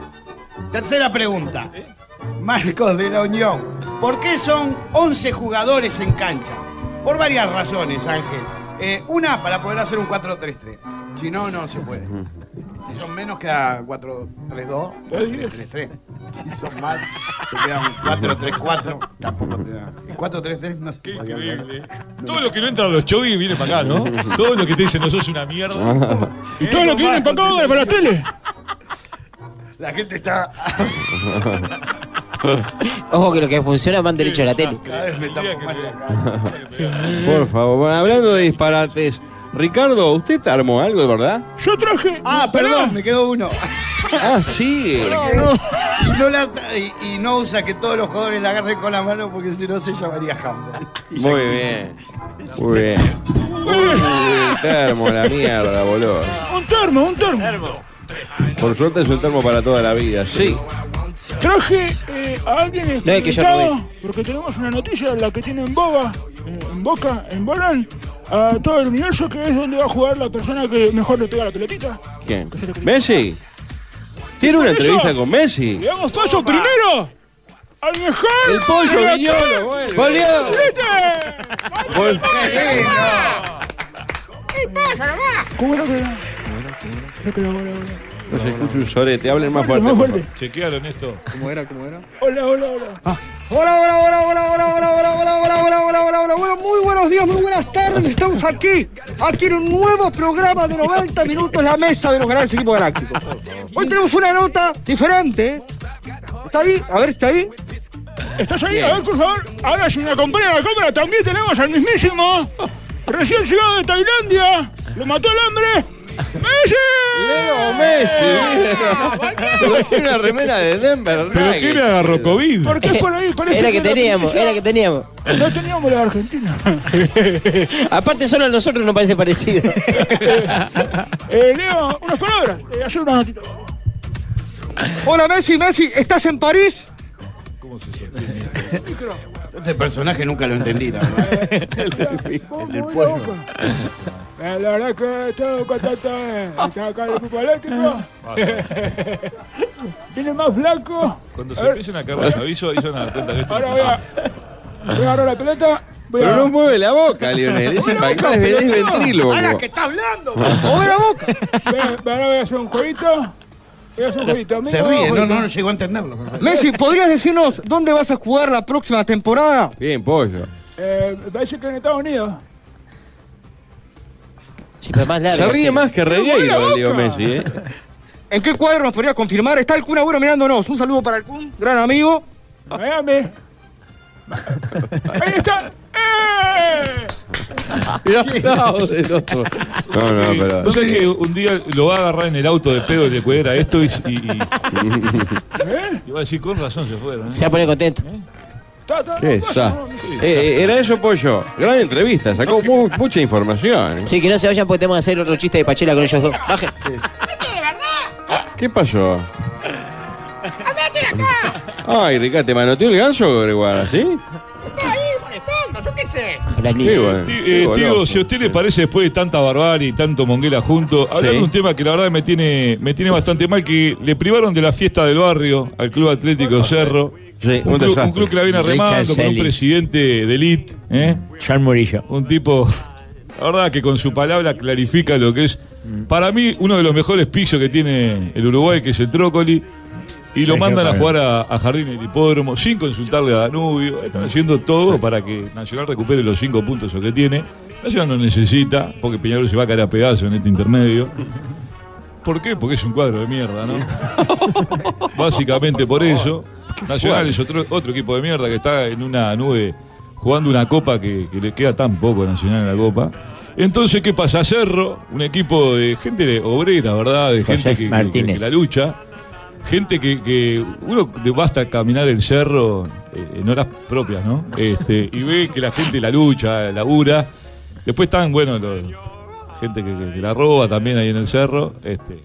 Tercera pregunta. Marcos de la Unión. ¿Por qué son 11 jugadores en cancha? Por varias razones, Ángel. Eh, una, para poder hacer un 4-3-3. Si no, no se puede. Si son menos, queda 4-3-2, 4-3-3. Si son más, te queda un 4-3-4. Tampoco te da. El 4-3-3 no se puede. Todo lo que no entra a los chovis viene para acá, ¿no? Todo lo que te dicen, no sos una mierda. Y todo lo que viene para acá, para la tele. La gente está. Ojo que lo que funciona van derecho a la tele. Cada vez me tapo más la cara. Por favor, bueno, hablando de disparates, Ricardo, ¿usted armó algo, de verdad? Yo traje. Ah, perdón, me quedó uno. Ah, sí. Y no, la- y- y no usa que todos los jugadores la agarren con la mano porque si no se llamaría handball. Muy bien. Muy bien. Uy, termo, la mierda, boludo. Un termo, un termo. Por suerte es un termo para toda la vida, sí. Traje eh, a alguien No es que yo invitado, robé. porque tenemos una noticia, la que tiene en boga, eh, en boca, en Bolan, a todo el universo, que es donde va a jugar la persona que mejor le pega la pelotita. ¿Quién? ¿Messi? ¿Tiene una ¿Y por eso? entrevista con Messi? Le damos paso primero al mejor. El pollo relator. Viñolo, vuelve. Volvió. ¡Lete! Vol- ¡Qué pasa nomás! ¿Cómo era que era? Creo que era bola, bola. No se escucha un sorete, hablen más fuerte. Más por fuerte. favor. Chequearon esto. ¿Cómo era? ¿Cómo era? Hola, hola, hola. Ah. Hola, hola, hola, hola, hola, hola, hola, hola, hola, hola, hola, hola, hola, hola, muy buenos días, muy buenas tardes, estamos aquí, aquí en un nuevo programa de 90 minutos, la mesa de los grandes equipos galácticos. Hoy tenemos una nota diferente, ¿eh? ¿está ahí? A ver, ¿está ahí? ¿Estás ahí? A ver, por favor. Ahora, si me acompaña la cámara, también tenemos al mismísimo. Recién llegado de Tailandia. Lo mató el hambre. ¡Messi! ¡Leo Messi! Pero tiene una remera de Denver. ¿Pero quién le agarró COVID? ¿Por qué por ahí? Parece Eh, Era que la teníamos, policía- era que teníamos. No teníamos la de Argentina. Aparte solo a nosotros nos parece parecido. Eh, Leo, unas palabras. Eh, hacer una notita. Hola Messi, Messi, ¿estás en París? Este personaje nunca lo entendí, la verdad. El del pueblo. Eh, la verdad que todo contento. eh. Está acá el equipo eléctrico. Viene más blanco. Cuando A se ver. empiecen a caer los avisos, ahí se van a dar cuenta que esto Ahora voy a, voy a agarrar la pelota. voy Pero a- no mueve la boca, Lionel. Es impactante, es, es Ahora que ventríloco. está hablando. ¡Mover la boca! Ahora voy a hacer un jueguito. Voy a hacer un jueguito. Se ríe, no, no, no llegó a entenderlo. Messi, ¿podrías decirnos dónde vas a jugar la próxima temporada? Bien, pollo. Eh, me parece que en Estados Unidos. Se ríe más que Regueiro, el Leo Messi, ¿eh? ¿En qué cuadro nos podría confirmar? Está el Kun Agüero mirándonos. Un saludo para el Kun, gran amigo. Miami. Ahí está. ¡Eh! No, no, pero. ¿Tú sabés que un día lo va a agarrar en el auto de pedo y le cuadra esto y, y, y- y va a decir, con razón se fueron. ¿eh?". Se va a poner contento. ¿Qué es eso? Eh, eh, era eso, pollo. Gran entrevista, sacó mu- mucha información. Sí, que no se vayan porque tenemos que hacer otro chiste de Pachela con ellos dos. Bajen. ¿Qué pasó? ¡Andate de acá! Ay, Ricardo, ¿te manoteó el ganso, Greguara, sí? ¡Está ahí molestando! ¡Yo qué sé! Sí, bueno. Ti- eh, Qué tío, goloso. si a usted le parece después de tanta barbarie y tanto monguela junto, hablar Sí. de un tema que la verdad me tiene, me tiene bastante mal, que le privaron de la fiesta del barrio al Club Atlético Cerro. Ah, un un, club, desastre. un club que la viene Richard remando con un Celis. presidente de elite. ¿eh? John Murillo. Un tipo, la verdad que con su palabra clarifica lo que es, para mí, uno de los mejores pisos que tiene el Uruguay, que es el Trócoli. Y lo Sí, mandan a creo que- jugar a, a Jardín del Hipódromo sin consultarle a Danubio. Están haciendo todo para que Nacional recupere los cinco puntos que tiene. Nacional no necesita, porque Peñarol se va a caer a pedazos en este intermedio. ¿Por qué? Porque es un cuadro de mierda, ¿no? Básicamente por eso. Nacional es otro, otro equipo de mierda que está en una nube jugando una copa que, que le queda tan poco a Nacional en la copa. Entonces, ¿qué pasa? Cerro, un equipo de gente de obrera, ¿verdad? De gente Josef que- que- Martínez. que la lucha. Gente que, que uno de- basta caminar el cerro eh, en horas propias, ¿no? Este, y ve que la gente la lucha, labura. Después están, bueno, los- gente que, que- que la roba también ahí en el cerro. Este.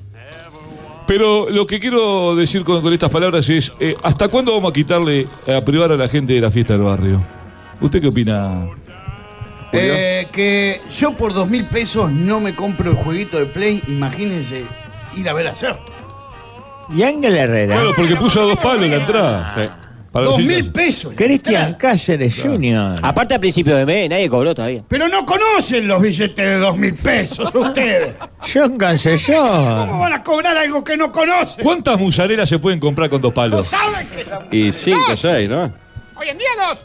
Pero lo que quiero decir con, con estas palabras es, eh, ¿hasta cuándo vamos a quitarle, a privar a la gente de la fiesta del barrio? ¿Usted qué opina? Julio? Eh, que yo por dos mil pesos no me compro el jueguito de Play, imagínense ir a ver hacer. Y Ángel Herrera. Claro, porque puso dos palos la Ah, entrada. Para los chicos. pesos. Cristian Cáceres Jr. Aparte al principio de mes, nadie cobró todavía. Pero no conocen los billetes de dos mil pesos ustedes. John Cancellón. ¿Cómo van a cobrar algo que no conocen? ¿Cuántas musarelas se pueden comprar con dos palos? ¿Saben que la- Y 5 o 6, ¿no? Hoy en día dos.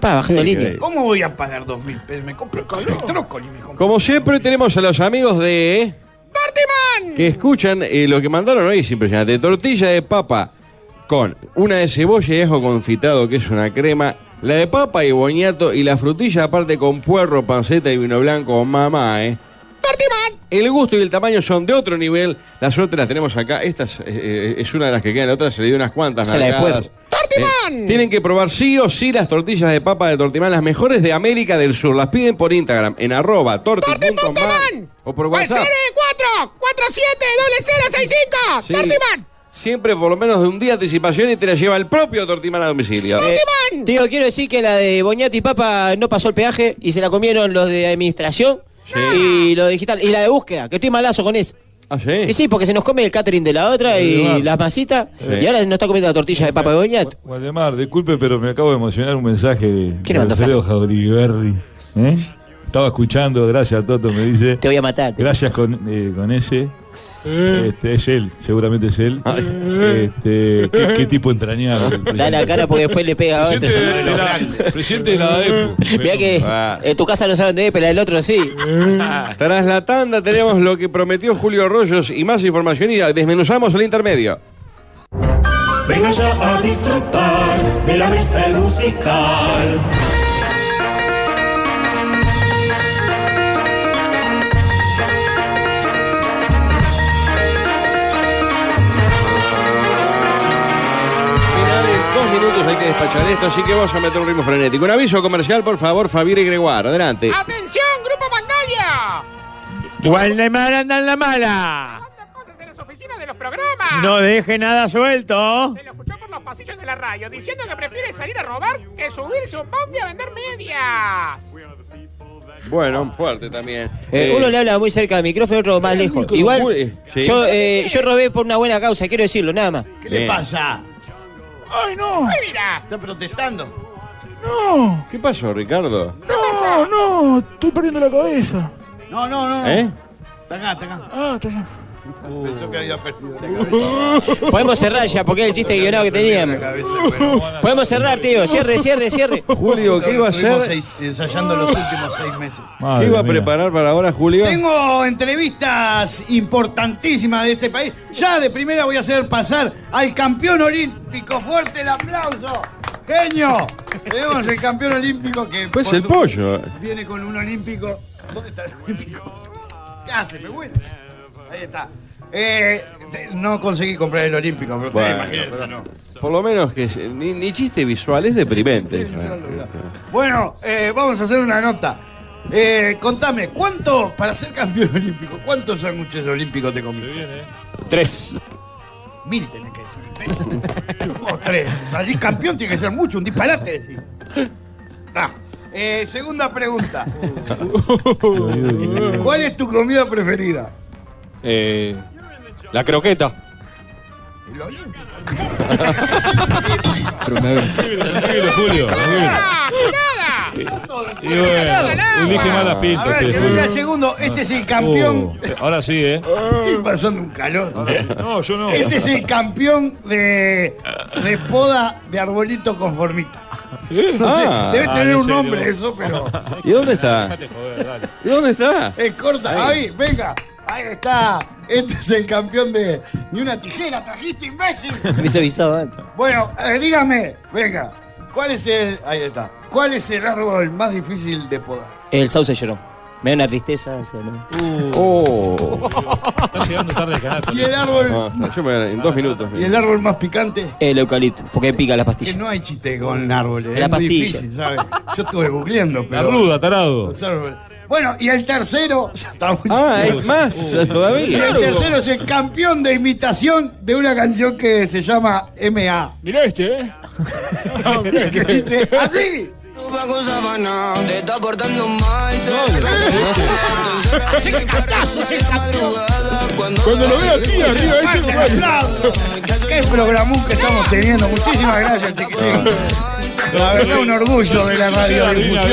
Pa, bajando Sí, eh, línea. que- ¿Cómo voy a pagar dos mil pesos? Me compro con el trócoli. me compro- Como siempre tenemos a los amigos de... ¡Dortiman! Que escuchan eh, lo que mandaron hoy es impresionante. Tortilla de papa con una de cebolla y ajo confitado, que es una crema. La de papa y boñato y la frutilla aparte con puerro, panceta y vino blanco. Mamá, ¿eh? El gusto y el tamaño son de otro nivel. La suerte las tenemos acá. Esta es, eh, eh, es una de las que queda. La otra se le dio unas cuantas. Se la de nalgadas. puerro. Eh, tienen que probar sí o sí las tortillas de papa de Tortimán, las mejores de América del Sur. Las piden por Instagram en arroba torti.man o por Al 0 WhatsApp. de 4, 4, 7, doble 0, 6, 5. Sí. ¡Dortiman! Siempre por lo menos de un día de anticipación y te la lleva el propio Tortimán a domicilio. Eh, Tío, quiero decir que la de Boñati y Papa no pasó el peaje y se la comieron los de administración y lo de digital. Y la de búsqueda, que estoy malazo con eso. Ah, sí. Y sí, porque se nos come el catering de la otra Sí, y claro. las masitas. Sí. Y ahora se nos está comiendo la tortilla de papa de Boñat. Waldemar, disculpe, pero me acabo de emocionar un mensaje de ¿Quién le mandó Alfredo Jauriberri. ¿eh? Estaba escuchando, gracias Toto, me dice. Te voy a matar. Gracias con, eh, con ese. Eh. Este, es él, seguramente es él. Este, ¿qué, Eh. qué tipo entrañable. Da la cara porque después le pega a otro. Presidente de, de la, presidente de la AEPU. Mirá que Ah. en tu casa no saben de él, pero la del otro sí. Eh. Tras la tanda tenemos lo que prometió Julio Rollos y más información y desmenuzamos el intermedio. Venga ya a disfrutar de la mesa musical. Finales, dos minutos hay que despachar esto, así que vamos a meter un ritmo frenético. Un aviso comercial, por favor, Fabián y Gregoire. Adelante. ¡Atención, Grupo Magnolia! Waldemar anda en la mala. En las oficinas de los programas. No deje nada suelto. Se lo escuchó por los pasillos de la radio diciendo que prefiere salir a robar que subirse a un bondi a vender medias. Bueno, fuerte también. Eh, Eh, uno le habla muy cerca del micrófono, otro más lejos. único- Igual, Sí. yo, eh, yo robé por una buena causa, quiero decirlo, nada más. ¿Qué le Bien. pasa? ¡Ay, no! ¡Ay, mira! Está protestando. ¡No! ¿Qué pasó, Ricardo? ¡No! ¡No! Estoy perdiendo la cabeza. No, no, no. no. ¿Eh? Está acá, está acá. Ah, está allá. Pensó que había perdido la cabeza. Podemos cerrar ya, porque es el chiste guionado que teníamos. Podemos cerrar, tío. Cierre, cierre, cierre. Julio, ¿qué iba a Estuvimos hacer? seis- eh. ensayando los últimos seis meses. ¿Qué Madre iba a mía. preparar para ahora, Julio? Tengo entrevistas importantísimas de este país. Ya de primera voy a hacer pasar al campeón olímpico. Fuerte el aplauso. Genio. Tenemos el campeón olímpico que Pues por el su- pollo. viene con un olímpico. ¿Dónde está el olímpico? ¿Qué hace? Me vuelve. Ahí está. Eh, te- no conseguí comprar el olímpico, pero ustedes Bueno, imagínense, ¿no? Por lo menos que es- ni, ni chiste visual, es deprimente. Bueno, eh, vamos a hacer una nota. Eh, contame, ¿cuánto, para ser campeón olímpico, cuántos sándwiches olímpicos te comiste? Tres. Mil tenés que decir. Tres. No, tres. Salís campeón tiene que ser mucho, un disparate decir. Ah, eh, segunda pregunta. ¿Cuál es tu comida preferida? Eh, la croqueta. El olímpico. Tranquilo, Julio. ¡Nada! ¡Nada! Y bueno, elige Ah. malas A pistas. ver, que ustedes, venga Julio. el segundo. Este es el campeón. Oh, ahora sí, ¿eh? Estoy pasando un calor. No, yo no. Este es el campeón de, de poda de arbolito conformita. No sé, Ah, debe ah, tener ¿en un serio? nombre eso, pero. ¿Y dónde está? Déjate joder, dale. ¿Y dónde está? Es corta. Ahí, venga. Ahí está. Este es el campeón de. Ni una tijera trajiste, imbécil. Me hubiese avisado antes. Bueno, eh, dígame, venga. ¿Cuál es el. Ahí está. ¿Cuál es el árbol más difícil de podar? El sauce lloró. Me da una tristeza eso, ¿no? Oh. Está llegando tarde al canal. Y el árbol. Ah, yo me voy en dos minutos. Y el árbol más picante. El eucalipto, porque pica la Que pastilla. no hay chiste con árboles. La es muy pastilla. difícil, ¿sabes? Yo estuve googleando, La pero. ruda, tarado. los árboles. Bueno, y el tercero. Ya está muy Ah, chido. hay más Y todavía. el tercero es el campeón de imitación de una canción que se llama MA. Mirá este, ¿eh? que dice así. pago sabana, te está portando mal. Te Se encantó, se encantó. Cuando lo veo aquí, este, arriba, ahí tengo varios. Qué programón que estamos teniendo. Muchísimas gracias, chiquillos. La verdad, un orgullo de la radio.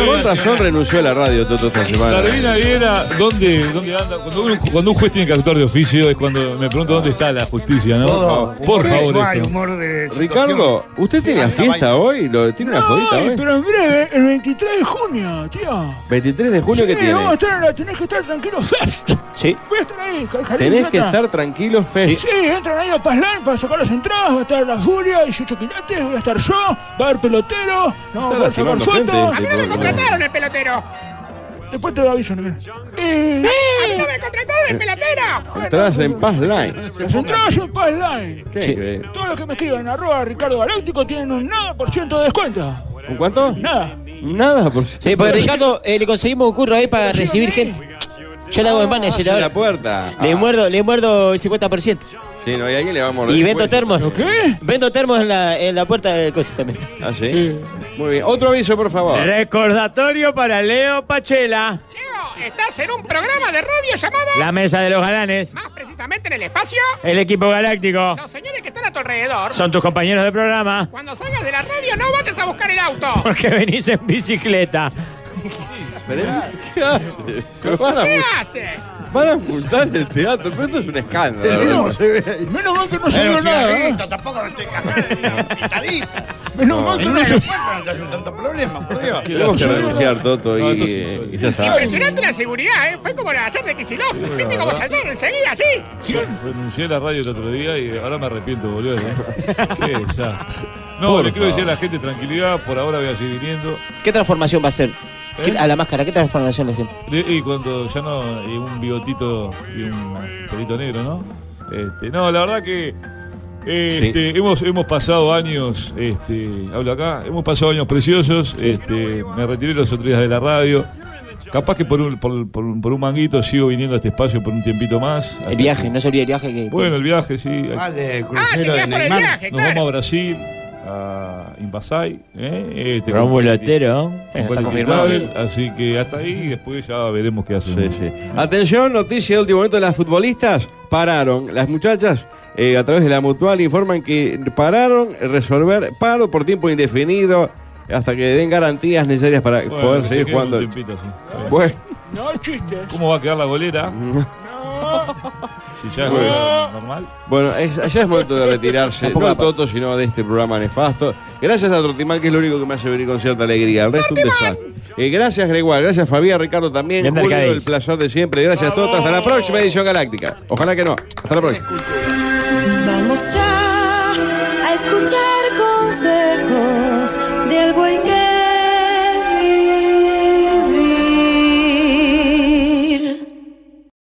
Con razón renunció a la radio Toto esta semana. Carolina Viera, ¿dónde, dónde anda? Cuando un, cuando un juez tiene que actuar de oficio es cuando me pregunto dónde está la justicia, ¿no? Todo, humor Por favor. este. visual, esto. humor de Ricardo, ¿usted tenía fiesta hoy? ¿Lo- ¿Tiene una jodita ¿eh? Ay, hoy? pero en breve, el 23 de junio, tío. 23 de junio, ¿qué Sí, vamos a tiene? estar en la Tenés que estar tranquilo fest. Sí. Voy a estar ahí, ca- caliente, Tenés que anda. estar tranquilos, Sí, Fede. entran ahí a Pazlán para sacar las entradas, va a estar la furia, 18 quilates, voy a estar yo, va a haber pelotero, no, vamos a sacar lastimando fotos. gente, ¿A mí no me este, Contrataron el pelotero. Después te aviso, nena. Eh, ¡A mí no me contrataron el pelotero! Entradas en Paz Line. Las entradas en Pazline. ¿Qué? increíble. Todos los que me escriban arroba Ricardo Galáctico tienen un nada por ciento de descuento. ¿Un cuánto? Nada. Nada, por Sí, porque Ricardo eh, le conseguimos un curro ahí para recibir gente. Yo le hago de manager en Ah, la ahora. puerta. Ah. Le muerdo, le muerdo el 50%. Sí, no, y alguien le va a morder. Y el vendo cuello. termos. ¿Qué? Vendo termos en la, en la puerta del coso también. Ah, sí. Muy bien. Otro aviso, por favor. Recordatorio para Leo Pachela. Estás en un programa de radio llamado. La mesa de los galanes. Más precisamente en el espacio. El equipo galáctico. Los señores que están a tu alrededor. Son tus compañeros de programa. Cuando salgas de la radio no vayas a buscar el auto. Porque venís en bicicleta. ¿Qué haces? Pero Van a, ¿Qué mu- hace? van a multar el teatro, pero esto es un escándalo. Menos mal que no se Pero vio si nada. la ¿eh? Tampoco no te Menos mal que En no una se aeropuerto no te hacen tanto problema, por Dios. Tenemos que renunciar, Toto, y, y ya está. Impresionante la seguridad, ¿eh? Fue como la ayer de Kicillof. Viste cómo saltaron enseguida, sí. Yo renuncié a la radio el otro día y ahora me arrepiento, boludo. ¿eh? Qué desastre. No, Por le quiero favor. decir a la gente tranquilidad, por ahora voy a seguir viniendo. ¿Qué transformación va a ser? ¿Eh? A la máscara, ¿qué transformación le hacemos? Y, y cuando ya no, y un bigotito y un pelito negro, ¿no? Este, no, la verdad que eh, Sí. este, hemos, hemos pasado años, este, hablo acá, hemos pasado años preciosos, este, me retiré los otros días de la radio. Capaz que por un, por, por un- por un manguito sigo viniendo a este espacio por un tiempito más. El viaje, no se olvide el viaje que. Bueno, el viaje, sí. Vale, crucero de Ah, por el Neymar. viaje, Nos claro. vamos a Brasil, a Imbasay. ¿eh? Este, Rómulo con- Otero. con Bueno, está el confirmado. Inequitable, Así que hasta ahí y después ya veremos qué hacen. Sí, sí. Atención, noticia de último momento, las futbolistas pararon. Las muchachas, eh, a través de la mutual, informan que pararon resolver paro por tiempo indefinido hasta que den garantías necesarias para Bueno, poder que se seguir quede un jugando. tiempito, sí. Bueno, No chistes. ¿Cómo va a quedar la golera? Si ya es Muy bien. golera normal. Bueno, es- ya es momento de retirarse, no de Toto, sino de este programa nefasto. Gracias a Trotimán, que es lo único que me hace venir con cierta alegría. El resto un desastre. Eh, gracias, Gregoire. Gracias, Fabián, Ricardo también. Bien, Julio, Mercadís. el placer de siempre. Gracias a todos. Hasta la próxima edición galáctica. Ojalá que no. Hasta la próxima. Vamos ya a escuchar